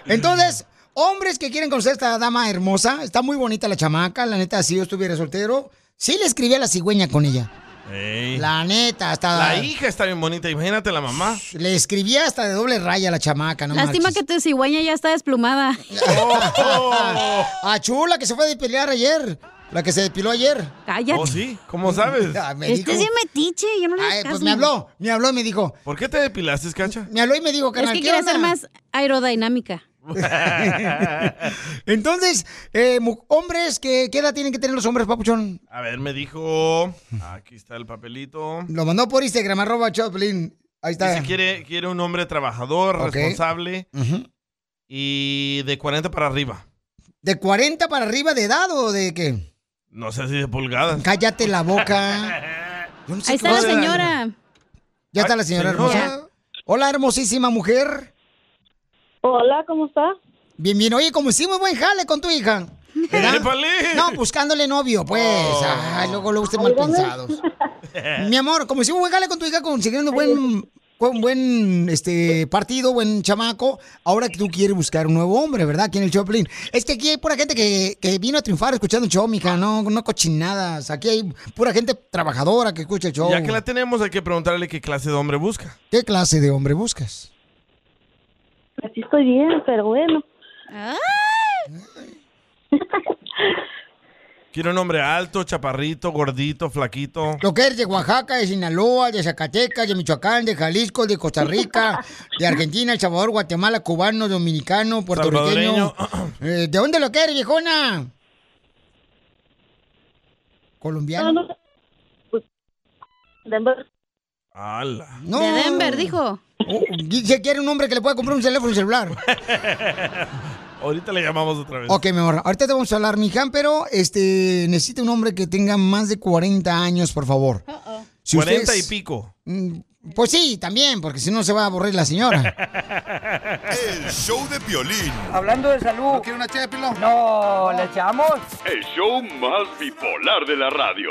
Speaker 1: Entonces, hombres que quieren conocer a esta dama hermosa, está muy bonita la chamaca, la neta, si yo estuviera soltero, sí le escribí a la cigüeña con ella.
Speaker 3: Ey.
Speaker 1: La neta, hasta...
Speaker 3: La hija está bien bonita, imagínate la mamá.
Speaker 1: Le escribí hasta de doble raya a la chamaca, ¿no?
Speaker 4: Lástima que tu cigüeña ya está desplumada.
Speaker 3: Oh.
Speaker 1: A Chula, que se fue a depilar ayer. La que se depiló ayer.
Speaker 4: Cállate.
Speaker 3: Oh, sí, ¿cómo sabes?
Speaker 1: Ah, me
Speaker 4: Este
Speaker 1: dijo-
Speaker 4: es bien metiche, yo no le
Speaker 1: Ay,
Speaker 4: hago
Speaker 1: pues
Speaker 4: caso.
Speaker 1: me habló, me habló y me dijo,
Speaker 3: ¿Por qué te depilaste, Cacha?
Speaker 1: me habló y me dijo,
Speaker 4: Es
Speaker 1: carnal,
Speaker 4: que
Speaker 1: ¿qué
Speaker 4: quiere
Speaker 1: onda?"
Speaker 4: ser más aerodinámica.
Speaker 1: Entonces, eh, mu- hombres, que, ¿qué edad tienen que tener los hombres, papuchón?
Speaker 3: A ver, me dijo. Aquí está el papelito.
Speaker 1: Lo mandó por Instagram, arroba Choplin. Ahí está.
Speaker 3: Dice, quiere, quiere un hombre trabajador,
Speaker 1: Ok.
Speaker 3: responsable
Speaker 1: Ujú.
Speaker 3: y de 40 para arriba.
Speaker 1: ¿De 40 para arriba de edad o de qué?
Speaker 3: No sé si de pulgadas.
Speaker 1: Cállate la boca. Yo no sé
Speaker 4: Ahí
Speaker 1: qué
Speaker 4: está la
Speaker 1: pasa.
Speaker 4: señora.
Speaker 1: Ya está la señora
Speaker 3: señora.
Speaker 1: hermosa. Hola, hermosísima mujer.
Speaker 7: Hola, ¿cómo está?
Speaker 1: Bien, bien. Oye, como hicimos buen jale con tu hija. ¿verdad? No, buscándole novio, pues.
Speaker 7: Oh.
Speaker 1: Ay, luego, luego usted mal
Speaker 7: Óigame.
Speaker 1: pensado. Mi amor, como hicimos buen jale con tu hija consiguiendo buen, fue un buen este, partido, buen chamaco. Ahora que tú quieres buscar un nuevo hombre, ¿verdad? Aquí en el Choplin. Es que aquí hay pura gente que, que vino a triunfar escuchando el show, mija, no, no cochinadas. Aquí hay pura gente trabajadora que escucha el show.
Speaker 3: Ya que la tenemos, hay que preguntarle qué clase de hombre busca.
Speaker 1: ¿Qué clase de hombre buscas?
Speaker 7: Así estoy bien, pero bueno.
Speaker 3: Quiero un hombre alto, chaparrito, gordito, flaquito.
Speaker 1: Lo que eres de Oaxaca, de Sinaloa, de Zacatecas, de Michoacán, de Jalisco, de Costa Rica, de Argentina, El Salvador, Guatemala, cubano, dominicano, puertorriqueño. Eh, ¿De dónde lo quieres, viejona? Colombiano.
Speaker 7: No, no. Pues, Denver.
Speaker 3: ¡Hala!
Speaker 1: No.
Speaker 4: De Denver, dijo.
Speaker 1: Oh, dice que era un hombre que le pueda comprar un teléfono celular.
Speaker 3: Ahorita le llamamos otra vez.
Speaker 1: Ok, mi amor. Ahorita te vamos a hablar, mija, pero este, necesita un hombre que tenga más de 40 años, por favor. Si
Speaker 3: 40
Speaker 1: ustedes-
Speaker 3: y pico.
Speaker 1: Mm, Pues sí, también, porque si no se va a aburrir la señora.
Speaker 16: El show de Piolín.
Speaker 10: Hablando de salud. ¿No quiere una ché de pilón? No, ¿le echamos?
Speaker 6: El show más bipolar de la radio.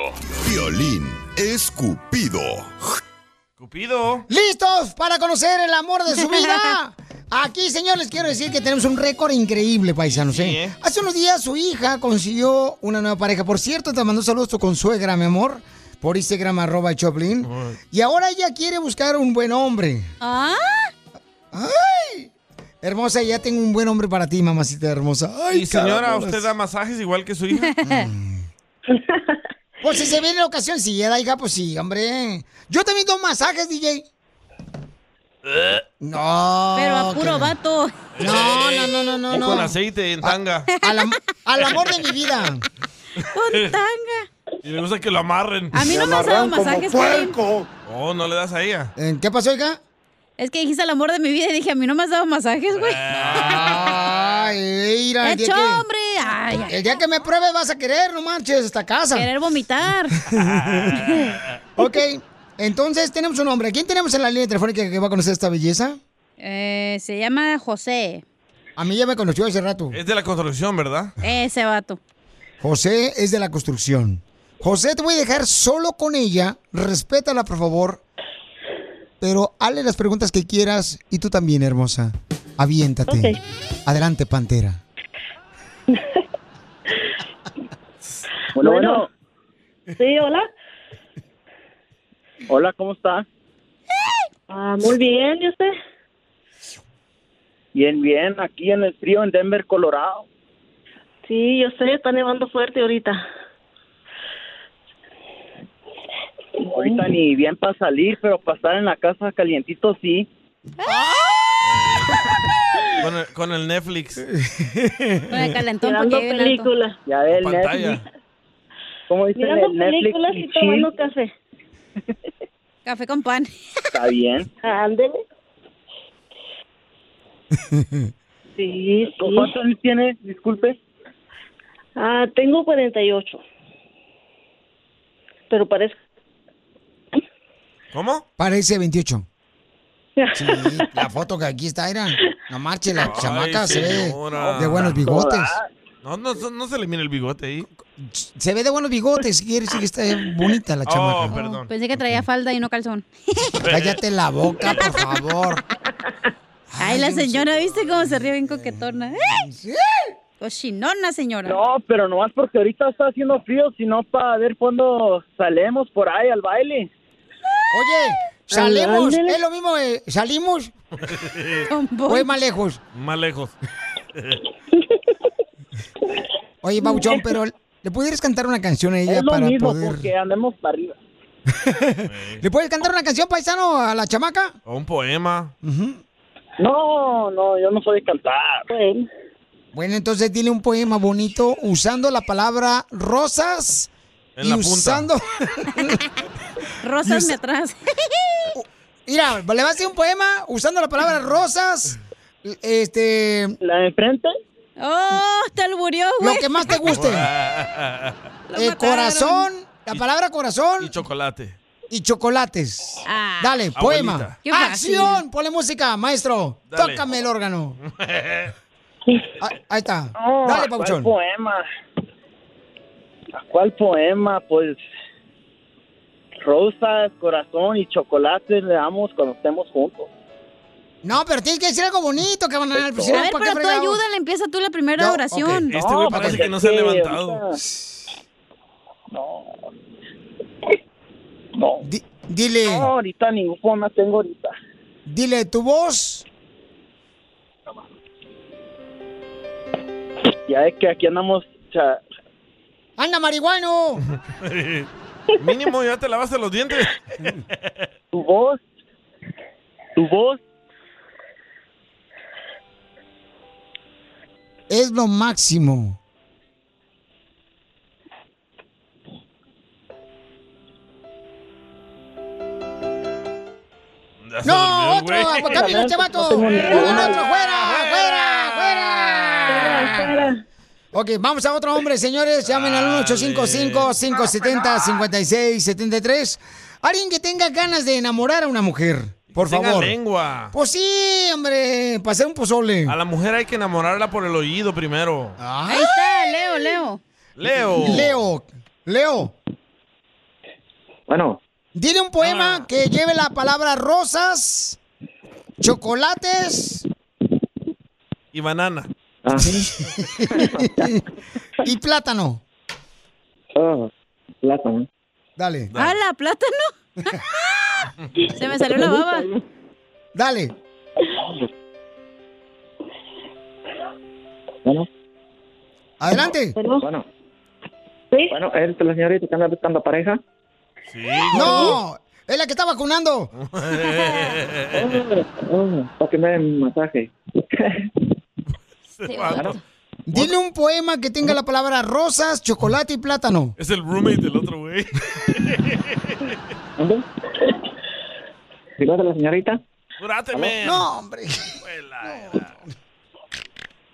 Speaker 16: Piolín escupido.
Speaker 3: Cupido.
Speaker 1: ¿Listos para conocer el amor de su vida? Aquí, señor, les quiero decir que tenemos un récord increíble, paisanos. ¿eh? Hace unos días su hija consiguió una nueva pareja. Por cierto, te mandó saludos tu consuegra, mi amor, por Instagram, arroba el Choplin. Y ahora ella quiere buscar un buen hombre.
Speaker 4: ¿Ah?
Speaker 1: ¡Ay! Hermosa, ya tengo un buen hombre para ti, mamacita hermosa. ¡Ay,
Speaker 3: y señora,
Speaker 1: caramba! Mm.
Speaker 3: ¿usted da masajes igual que su hija?
Speaker 1: Pues si se viene la ocasión, si ya da, hija, pues sí, hombre. Yo también doy masajes, DJ. No.
Speaker 4: Pero a puro
Speaker 1: que-
Speaker 4: vato.
Speaker 1: No, no, no, no, no.
Speaker 3: Y con
Speaker 1: no.
Speaker 3: aceite
Speaker 1: Ah.
Speaker 3: en tanga.
Speaker 1: Al, am- al amor de mi vida.
Speaker 4: Con tanga.
Speaker 3: Y me gusta que lo amarren.
Speaker 4: A mí no me has dado masajes, Piolín.
Speaker 3: Oh, no le das a ella.
Speaker 1: ¿Qué pasó, hija?
Speaker 4: Es que dijiste el amor de mi vida y dije, a mí no me has dado masajes, güey.
Speaker 3: Ah.
Speaker 1: Ah. Ay, mira, el día
Speaker 4: ¡Hecho,
Speaker 1: que-
Speaker 4: hombre! Ay, ay.
Speaker 1: El día que me pruebes vas a querer, no manches, esta casa.
Speaker 4: Querer vomitar.
Speaker 1: ok, entonces tenemos un hombre. ¿Quién tenemos en la línea telefónica que va a conocer esta belleza?
Speaker 4: Eh, se llama José.
Speaker 1: A mí ya me conoció hace rato.
Speaker 3: Es de la construcción, ¿verdad?
Speaker 4: Ese vato.
Speaker 1: José es de la construcción. José, te voy a dejar solo con ella. Respétala, por favor. Pero hazle las preguntas que quieras y tú también, hermosa. Aviéntate.
Speaker 7: Ok.
Speaker 1: Adelante, pantera.
Speaker 23: Bueno, bueno.
Speaker 7: Sí, hola.
Speaker 23: Hola, ¿cómo está?
Speaker 7: Ah, muy bien, ¿y usted?
Speaker 23: Bien, bien. Aquí en el frío en Denver, Colorado.
Speaker 7: Sí, yo sé, está nevando fuerte ahorita.
Speaker 23: Ahorita ni bien para salir, pero para estar en la casa calientito sí.
Speaker 3: Con el, con el Netflix.
Speaker 4: Con el calentón
Speaker 7: Mirando
Speaker 4: porque vive en alto.
Speaker 7: películas.
Speaker 23: Ya ve el
Speaker 3: Pantalla.
Speaker 23: Netflix. ¿Cómo dicen
Speaker 7: Mirando
Speaker 23: el Netflix?
Speaker 7: películas
Speaker 23: y
Speaker 7: y
Speaker 23: chill?
Speaker 7: tomando café.
Speaker 4: Café con pan.
Speaker 23: Está bien.
Speaker 7: Ándele. Sí, sí.
Speaker 23: ¿Cuántos años tiene? Disculpe.
Speaker 7: Ah, tengo 48. Pero parece...
Speaker 3: ¿Cómo?
Speaker 1: Parece 28. Sí, la foto que aquí está, era. No marche, la
Speaker 3: Ay,
Speaker 1: chamaca se
Speaker 3: señora.
Speaker 1: ve de buenos bigotes.
Speaker 3: No, no, no, no se le mira el bigote ahí.
Speaker 1: Se ve de buenos bigotes, quiere decir que está bonita la chamaca.
Speaker 3: Oh, perdón.
Speaker 4: Pensé que traía falda y no calzón.
Speaker 1: Cállate la boca, por favor. Ah,
Speaker 4: Ay, la señora, ¿viste cómo se ríe bien coquetona? ¡Eh! Cochinona, señora.
Speaker 23: No, pero nomás porque ahorita está haciendo frío, sino para ver cuándo salemos por ahí al baile.
Speaker 1: Oye, Salemos, es lo mismo, eh, salimos, voy más lejos.
Speaker 3: Más lejos.
Speaker 1: Oye, Bauchón, pero ¿le pudieras cantar una canción a ella
Speaker 23: es lo
Speaker 1: para
Speaker 23: mismo
Speaker 1: poder.
Speaker 23: porque andemos para arriba.
Speaker 1: ¿Le puedes cantar una canción, paisano, a la chamaca?
Speaker 3: O un poema.
Speaker 23: No, no, yo no soy de cantar.
Speaker 1: Bueno, entonces dile un poema bonito usando la palabra rosas
Speaker 3: En
Speaker 1: y
Speaker 3: la punta.
Speaker 1: usando.
Speaker 4: Rosas me atrás.
Speaker 1: Mira, le vas a hacer un poema usando la palabra rosas. Este.
Speaker 23: ¿La de enfrente?
Speaker 4: ¡Oh! Te alburió,
Speaker 1: Lo
Speaker 4: güey.
Speaker 1: que más te guste. Eh,
Speaker 4: mataron.
Speaker 1: corazón, la palabra corazón
Speaker 3: Y chocolate.
Speaker 1: y chocolates.
Speaker 4: Ah.
Speaker 1: Dale,
Speaker 3: Abuelita.
Speaker 1: poema.
Speaker 3: Qué fácil.
Speaker 1: ¡Acción! Ponle música, maestro.
Speaker 3: Dale.
Speaker 1: Tócame el órgano. Ah, ahí está.
Speaker 23: No,
Speaker 1: Dale,
Speaker 23: ¿a
Speaker 1: Pauchón.
Speaker 23: ¿Cuál poema? ¿A ¿Cuál poema? Pues
Speaker 8: rosas, corazón y chocolate le damos cuando estemos juntos.
Speaker 1: No, pero tienes que decir algo bonito, que van a
Speaker 4: A ver, pero tú ayúdale, empieza tú la primera oración.
Speaker 3: Este güey parece que no se ha levantado.
Speaker 8: No.
Speaker 1: dile.
Speaker 8: No, ahorita ninguna tengo ahorita.
Speaker 1: Dile tu voz.
Speaker 8: Ya es que aquí andamos, o sea,
Speaker 1: ¡Anda, marihuano!
Speaker 3: Mínimo ya te lavaste los dientes.
Speaker 8: tu voz, tu voz
Speaker 1: Es lo máximo. ¡No, otro! ¡Cámbiale este vato! ¡Un otro! ¡Fuera! ¡Fuera! ¡Fuera! Ok, vamos a otro hombre, señores. Llamen al 1-855-570-5673. Alguien que tenga ganas de enamorar a una mujer, por
Speaker 3: Tenga
Speaker 1: favor.
Speaker 3: lengua.
Speaker 1: Pues sí, hombre, para hacer un pozole.
Speaker 3: A la mujer hay que enamorarla por el oído primero.
Speaker 4: Ahí está, Leo, Leo.
Speaker 3: Leo.
Speaker 1: Leo, Leo,
Speaker 9: Bueno,
Speaker 1: dile un poema
Speaker 3: Ah.
Speaker 1: que lleve la palabra rosas, chocolates
Speaker 3: Y banana.
Speaker 8: Ah.
Speaker 1: y plátano.
Speaker 9: oh, plátano.
Speaker 1: Dale.
Speaker 14: Ah,
Speaker 4: ¡Hala, plátano! Se me salió la baba.
Speaker 1: Dale.
Speaker 9: Bueno,
Speaker 1: Adelante.
Speaker 9: bueno. Bueno, ¿es la señorita que anda buscando pareja?
Speaker 3: Sí.
Speaker 1: No, es la que está vacunando.
Speaker 9: para que me den masaje.
Speaker 1: Dile un poema que tenga la palabra rosas, chocolate y plátano.
Speaker 3: Es el roommate del otro güey.
Speaker 9: ¿Dónde? ¿Digo de la señorita?
Speaker 3: ¡Duráteme!
Speaker 1: No, hombre.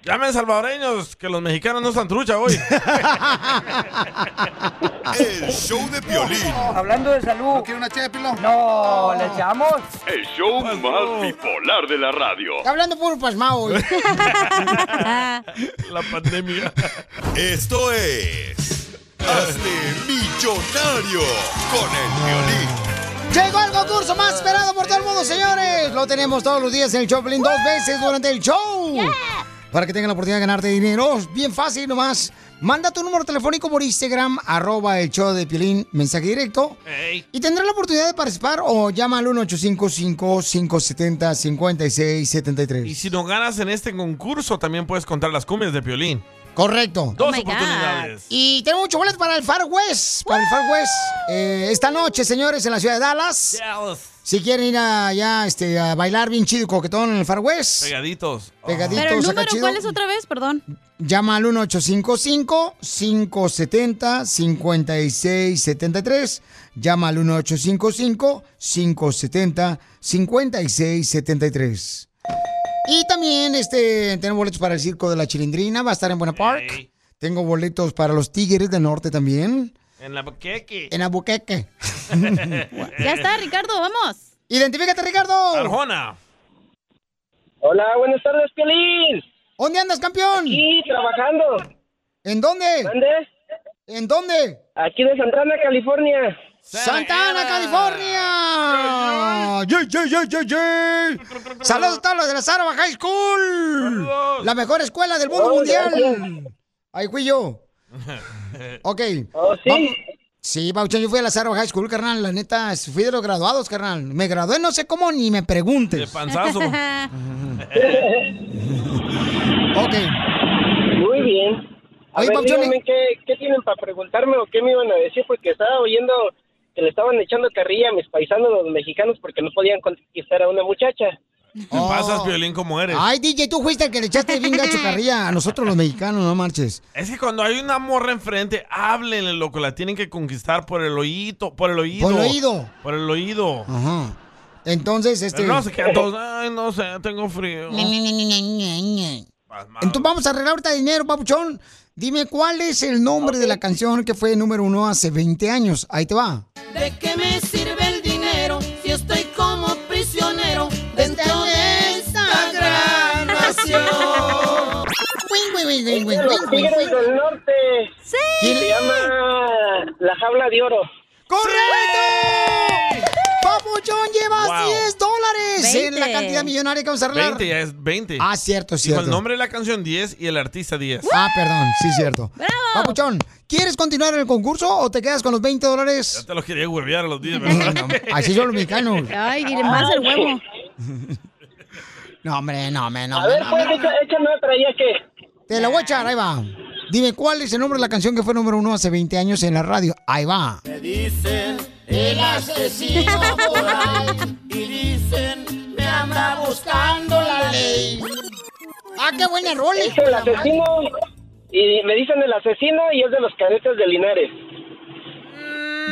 Speaker 3: Llamen salvadoreños, que los mexicanos no están trucha hoy.
Speaker 16: El show de violín.
Speaker 10: Hablando de salud. ¿No quiere una ché de pilón? No, ¿le echamos?
Speaker 6: El show más bipolar de la radio.
Speaker 1: Está hablando puro pasmao. güey.
Speaker 3: La pandemia.
Speaker 16: Esto es. Hazte millonario con el violín.
Speaker 1: Llegó el concurso más esperado por todo el mundo, señores. Lo tenemos todos los días en el Choplin dos veces durante el show. Para que tengan la oportunidad de ganarte dinero. Bien fácil nomás. Manda tu número telefónico por Instagram, arroba el show de Piolín, mensaje directo. Y tendrás la oportunidad de participar o llama al 1-855-570-5673.
Speaker 3: Y si no ganas en este concurso, también puedes contar las cumbias de Piolín.
Speaker 1: Correcto.
Speaker 3: Dos oportunidades.
Speaker 1: Oh Y tenemos mucho boleto para el Far West. Para el Far West. Eh, esta noche, señores, en la ciudad de Dallas. Si quieren ir allá este, a bailar bien chido y coquetón en el Far West,
Speaker 3: Pegaditos.
Speaker 1: Pegaditos,
Speaker 4: Pero el
Speaker 1: saca
Speaker 4: número,
Speaker 1: chido.
Speaker 4: ¿cuál es otra vez? Perdón.
Speaker 1: llama al 1-855-570-5673. Llama al 1-855-570-5673. Y también este, tenemos boletos para el Circo de la Chilindrina, va a estar en Buena Park. Tengo boletos para los Tigres del Norte también.
Speaker 3: En la paqueque.
Speaker 1: En Abuqueque.
Speaker 4: Ya está, Ricardo, vamos.
Speaker 1: Identifícate, Ricardo.
Speaker 3: Arjona.
Speaker 1: Hola, buenas tardes, Pelín. ¿Dónde andas, campeón? Aquí, trabajando. ¿En dónde? ¿Dónde? ¿En dónde? Aquí de Santana, California. ¡Santana, California! ¡Yay, yay, yay, yay, yay! saludos a todos los de la Sarva High School! La mejor escuela del mundo
Speaker 5: Oh,
Speaker 1: mundial. Ahí fui yo. Ok.
Speaker 5: sí.
Speaker 1: Vamos- Sí, Pauchón, yo fui a la Sarva High School, carnal. La neta, fui de los graduados, carnal. Me gradué no sé cómo, ni me preguntes.
Speaker 3: De panzazo.
Speaker 1: Ok.
Speaker 8: Muy bien. A
Speaker 1: Oye, eh.
Speaker 8: ver,
Speaker 1: Pauchón,
Speaker 8: díganme ¿qué, qué tienen para preguntarme o qué me iban a decir, porque estaba oyendo que le estaban echando carrilla a mis paisanos, los mexicanos, porque no podían conquistar a una muchacha.
Speaker 3: Te
Speaker 1: Oh.
Speaker 3: pasas violín como eres.
Speaker 1: Ay, DJ, tú fuiste el que le echaste bien gacho carrilla a nosotros los mexicanos, no marches.
Speaker 3: Es que cuando hay una morra enfrente, háblenle, loco. La tienen que conquistar por el oído. Por el oído.
Speaker 1: Por el oído.
Speaker 3: Por el oído.
Speaker 1: Ajá. Entonces, este.
Speaker 3: Pero No, se quedan todos. Ay, no sé, tengo frío.
Speaker 1: Entonces vamos a arreglar ahorita dinero, papuchón. Dime cuál es el nombre de la canción que fue número uno hace 20 años. Ahí te va.
Speaker 5: ¿De qué me sirve el dinero si estoy como prisionero dentro de esta gran nación?
Speaker 8: Los Tigres del Norte.
Speaker 4: Sí.
Speaker 8: Se llama La Jaula de Oro.
Speaker 1: ¡Correcto! Papuchón lleva
Speaker 3: Wow.
Speaker 1: 10 dólares en la
Speaker 3: 20.
Speaker 1: cantidad millonaria que vamos a arreglar.
Speaker 3: 20 ya es 20.
Speaker 1: Ah, cierto,
Speaker 3: Dijo
Speaker 1: cierto.
Speaker 3: el nombre de la canción 10 y el artista 10.
Speaker 1: Ah, perdón, sí, cierto. Papuchón, ¿quieres continuar en el concurso o te quedas con los 20 dólares?
Speaker 3: Ya te los quería huevear a los 10, ¿verdad?
Speaker 1: Así son los mexicanos.
Speaker 4: Ay, y más el huevo.
Speaker 1: No, hombre, no, hombre, no.
Speaker 4: A ver,
Speaker 1: hombre,
Speaker 4: pues,
Speaker 1: no, hombre.
Speaker 4: echa- échame otra, ¿ya qué?
Speaker 1: Te la voy a echar, ahí va. Dime, ¿cuál es el nombre de la canción que fue número uno hace 20 años en la radio? Ahí va.
Speaker 5: Me dicen el asesino por ahí y dicen me anda buscando la ley.
Speaker 1: Ah, qué buena rola.
Speaker 15: Es el asesino. Y me dicen el asesino y es de los cadetes de Linares.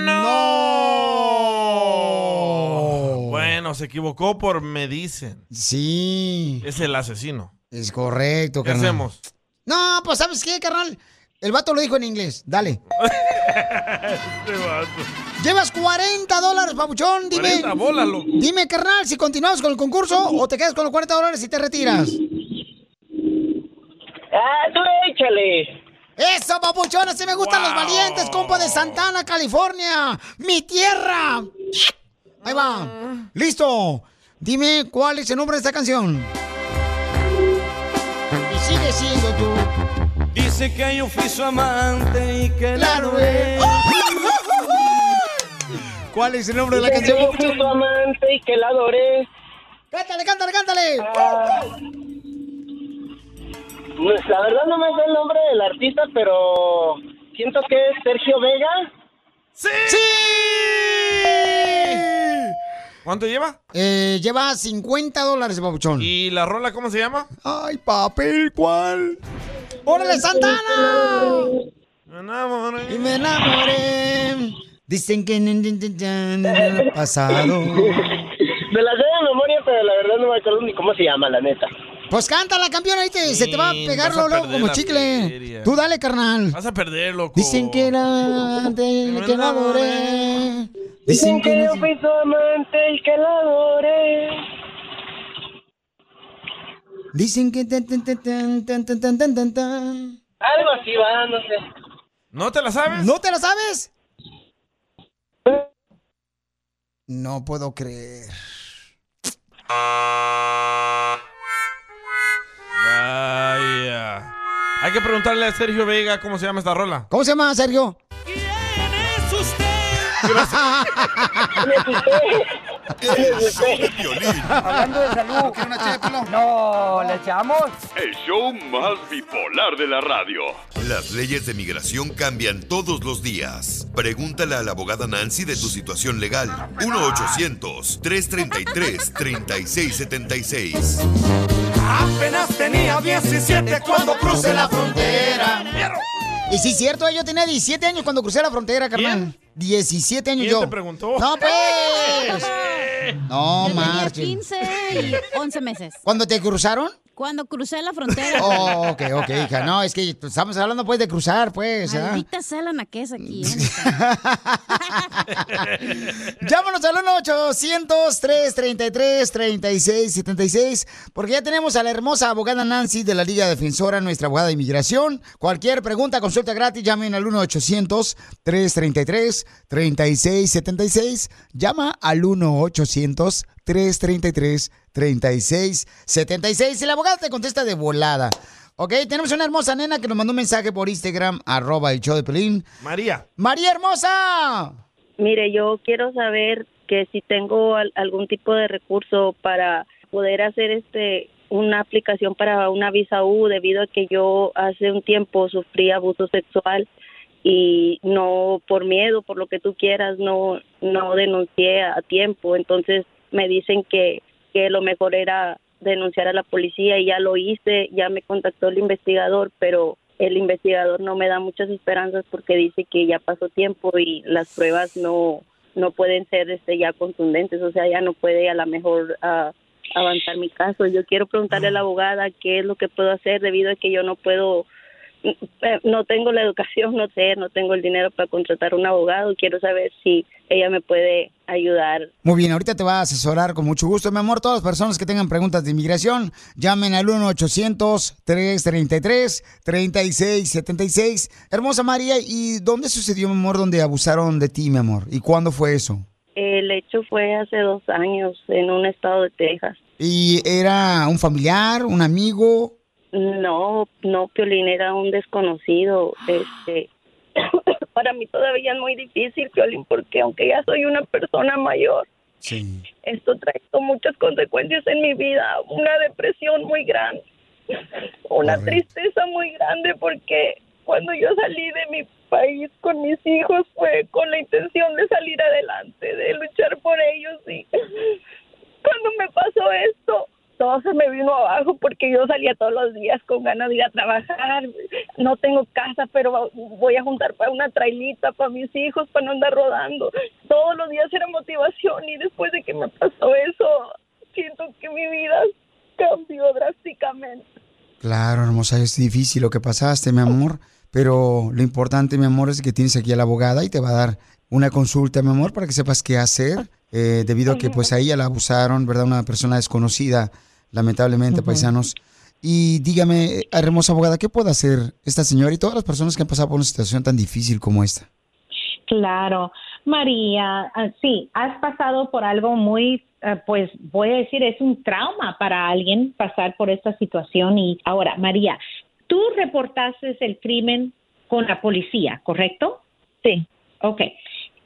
Speaker 1: Oh.
Speaker 3: Bueno, se equivocó por me dicen.
Speaker 1: Sí.
Speaker 3: Es el asesino.
Speaker 1: Es correcto,
Speaker 3: ¿Qué
Speaker 1: carnal.
Speaker 3: hacemos?
Speaker 1: No, pues ¿sabes qué, carnal? El vato lo dijo en inglés. Dale. Llevas 40 dólares, papuchón. Dime.
Speaker 3: 40 bolas, loco.
Speaker 1: Dime, carnal, si continuamos con el concurso o te quedas con los 40 dólares y te retiras.
Speaker 15: Ah, tú échale.
Speaker 1: Eso, papuchón, así me gustan los valientes, compa de Santana, California. Mi tierra. Ahí va. Listo. Dime cuál es el nombre de esta canción. Y sigue siendo tú.
Speaker 11: Dice que yo fui su amante y que la
Speaker 1: Claro,
Speaker 5: eh.
Speaker 1: eh.
Speaker 11: robé.
Speaker 1: ¿Cuál es el nombre
Speaker 11: de la canción,
Speaker 15: Yo fui tu amante y que la adoré.
Speaker 1: Cántale, cántale, cántale.
Speaker 11: Ah.
Speaker 15: Pues la verdad no me sé el nombre del artista, pero siento que es Sergio Vega.
Speaker 3: ¡Sí! ¿Cuánto lleva?
Speaker 1: Eh, lleva 50 dólares, papuchón.
Speaker 3: ¿Y la rola cómo se llama?
Speaker 1: Ay, papel, ¿cuál? ¡Órale, Santana!
Speaker 3: Me enamoré.
Speaker 1: Y me enamoré. Dicen que en el pasado.
Speaker 15: Me la sé de memoria, pero la verdad no me acuerdo ni cómo se llama, la neta.
Speaker 1: Pues cántala, campeón, ahí te- se te va a pegar
Speaker 3: vas a
Speaker 1: luego, luego
Speaker 3: perder
Speaker 1: como
Speaker 3: la
Speaker 1: chicle.
Speaker 3: feria.
Speaker 1: Tú dale, carnal.
Speaker 3: Vas a perder, loco.
Speaker 1: Dicen que era de que la adoré. Dicen que
Speaker 15: yo fui su amante y que la adoré.
Speaker 1: Dicen que tan, tan, tan, tan, tan, tan, tan, tan, tan, tan.
Speaker 15: Algo así va, no sé.
Speaker 3: ¿No te la sabes?
Speaker 1: ¿No te la sabes? No puedo creer.
Speaker 3: Vaya. Hay que preguntarle a Sergio Vega cómo se llama esta rola.
Speaker 1: ¿Cómo se llama, Sergio?
Speaker 10: Hablando de salud. ¿No quiere una ché de pilón? No, ¿le echamos?
Speaker 6: El show más bipolar de la radio.
Speaker 16: Las leyes de migración cambian todos los días. Pregúntale a la abogada Nancy de tu situación legal. 1-800-333-3676.
Speaker 11: Apenas tenía 17 cuando crucé la
Speaker 17: Ah,
Speaker 11: frontera.
Speaker 1: Y sí, cierto, eh, yo tenía 17 años cuando crucé la frontera, carnal. 17 años
Speaker 3: ¿Quién
Speaker 1: yo.
Speaker 3: te preguntó?
Speaker 1: No, pues. No,
Speaker 4: Yo tenía
Speaker 1: marchen.
Speaker 4: 15 y 11 meses.
Speaker 1: ¿Cuándo te cruzaron?
Speaker 4: Cuando crucé la frontera.
Speaker 1: Oh, ok, ok, hija. No, es que estamos hablando pues de cruzar, pues. ¿ah?
Speaker 4: Maldita sea la naquez aquí. ¿eh?
Speaker 1: Llámanos al 1-800-333-3676, porque ya tenemos a la hermosa abogada Nancy de la Liga Defensora, nuestra abogada de inmigración. Cualquier pregunta, consulta gratis, llamen al 1-800-333-3676. Llama al 1-800-333-3676. Y la abogada te contesta de volada. Ok, tenemos una hermosa nena que nos mandó un mensaje por Instagram, arroba el show de Pelín.
Speaker 3: María.
Speaker 1: María Hermosa.
Speaker 7: Mire, yo quiero saber que si tengo al- algún tipo de recurso para poder hacer este una aplicación para una visa U debido a que yo hace un tiempo sufrí abuso sexual y no por miedo, por lo que tú quieras, no no denuncié a tiempo, entonces me dicen que que lo mejor era denunciar a la policía y ya lo hice, ya me contactó el investigador, pero el investigador no me da muchas esperanzas porque dice que ya pasó tiempo y las pruebas no no pueden ser este ya contundentes, o sea, ya no puede a lo mejor ah, avanzar mi caso. Yo quiero preguntarle a la abogada qué es lo que puedo hacer debido a que yo no puedo
Speaker 36: eh, no tengo la educación, no sé, no tengo el dinero para contratar un abogado. Quiero saber si ella me puede ayudar.
Speaker 1: Muy bien, ahorita te va a asesorar con mucho gusto, mi amor. Todas las personas que tengan preguntas de inmigración, llamen al 1-800-333-3676. Hermosa María, ¿y dónde sucedió, mi amor, donde abusaron de ti, mi amor? ¿Y cuándo fue eso?
Speaker 36: El hecho fue hace dos años en un estado de Texas.
Speaker 1: ¿Y era un familiar, un amigo?
Speaker 36: No, no, Piolín era un desconocido. Este, para mí todavía es muy difícil, Piolín, porque aunque ya soy una persona mayor,
Speaker 1: Sí.
Speaker 36: esto trae con muchas consecuencias en mi vida. Una depresión muy grande, una tristeza muy grande, porque cuando yo salí de mi país con mis hijos fue con la intención de salir adelante, de luchar por ellos y cuando me pasó esto, todo se me vino abajo porque yo salía todos los días con ganas de ir a trabajar. No tengo casa, pero voy a juntar para una trailita para mis hijos, para no andar rodando. Todos los días era motivación y después de que me pasó eso, siento que mi vida cambió drásticamente.
Speaker 1: Claro, hermosa, es difícil lo que pasaste, mi amor. Pero lo importante, mi amor, es que tienes aquí a la abogada y te va a dar una consulta, mi amor, para que sepas qué hacer. eh, debido a que pues a ella la abusaron, ¿verdad? Una persona desconocida, lamentablemente, paisanos. Y dígame, eh, hermosa abogada, ¿qué puede hacer esta señora y todas las personas que han pasado por una situación tan difícil como esta?
Speaker 12: Claro, María, ah, sí, has pasado por algo muy, ah, pues voy a decir, es un trauma para alguien pasar por esta situación. Y ahora, María, tú reportaste el crimen con la policía, ¿correcto? Sí. Ok,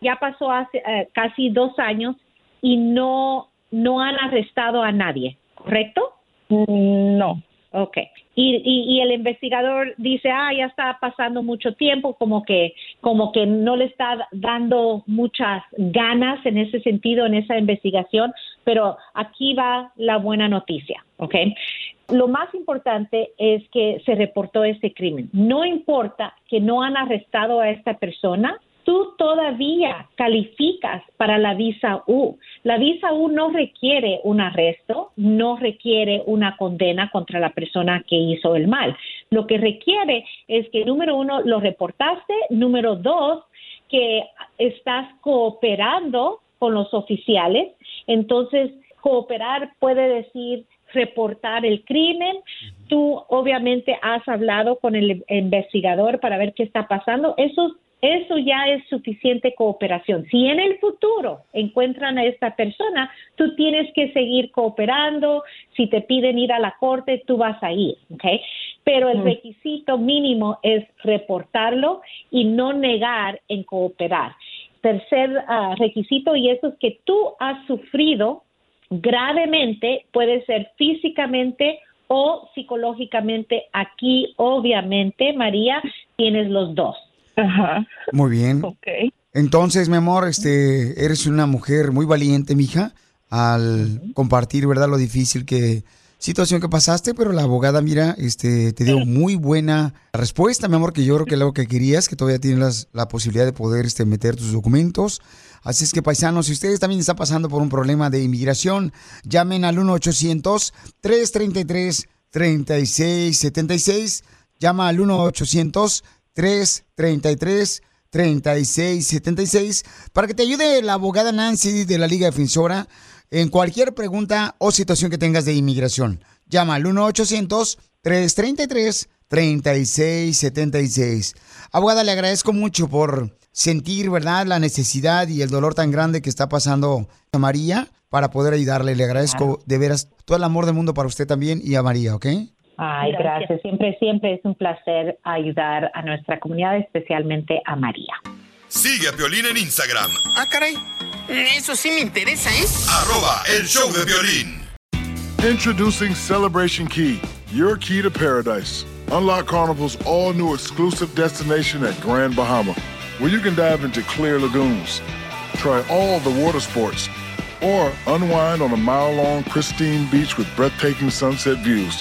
Speaker 12: ya pasó hace eh, casi dos años y no, no han arrestado a nadie, ¿correcto? No. Ok. Y, y, y el investigador dice, ah, ya está pasando mucho tiempo, como que, como que no le está dando muchas ganas en ese sentido, en esa investigación, pero aquí va la buena noticia, ¿ok? Lo más importante es que se reportó este crimen. No importa que no han arrestado a esta persona, tú todavía calificas para la visa U. La visa U no requiere un arresto, no requiere una condena contra la persona que hizo el mal. Lo que requiere es que, número uno, lo reportaste, número dos, que estás cooperando con los oficiales. Entonces, cooperar puede decir reportar el crimen. Tú obviamente has hablado con el investigador para ver qué está pasando. Eso eso ya es suficiente cooperación. Si en el futuro encuentran a esta persona, tú tienes que seguir cooperando. Si te piden ir a la corte, tú vas a ir, ¿ok? Pero el
Speaker 7: Mm.
Speaker 12: requisito mínimo es reportarlo y no negar en cooperar. Tercer ah, requisito, y eso es que tú has sufrido gravemente, puede ser físicamente o psicológicamente. Aquí, obviamente, María, tienes los dos. Ajá.
Speaker 1: Muy bien. Entonces, mi amor, este, eres una mujer muy valiente, mija, al compartir, ¿verdad?, lo difícil que situación que pasaste, pero la abogada, mira, este, te dio muy buena respuesta, mi amor, que yo creo que es lo que querías, que todavía tienes las- la posibilidad de poder este, meter tus documentos. Así es que, paisanos, si ustedes también están pasando por un problema de inmigración, llamen al 1-800-333-3676. Llama al 1-800-333-3676. 3676 para que te ayude la abogada Nancy de la Liga Defensora en cualquier pregunta o situación que tengas de inmigración. Llama al 1-800-333-3676. Abogada, le agradezco mucho por sentir, ¿verdad?, la necesidad y el dolor tan grande que está pasando a María para poder ayudarle. Le agradezco de veras todo el amor del mundo para usted también y a María, ¿ok?
Speaker 12: Ay, gracias. Siempre, siempre es un placer ayudar a nuestra comunidad, especialmente a María.
Speaker 16: Sigue a Piolín en Instagram,
Speaker 17: Ah, caray. Eso sí me interesa, ¿eh? ¿es?
Speaker 16: arroba el show de violín.
Speaker 28: Introducing Celebration Key, your key to paradise. Unlock Carnival's all new exclusive destination at Grand Bahama, where you can dive into clear lagoons, try all the water sports, or unwind on a mile long, pristine beach with breathtaking sunset views.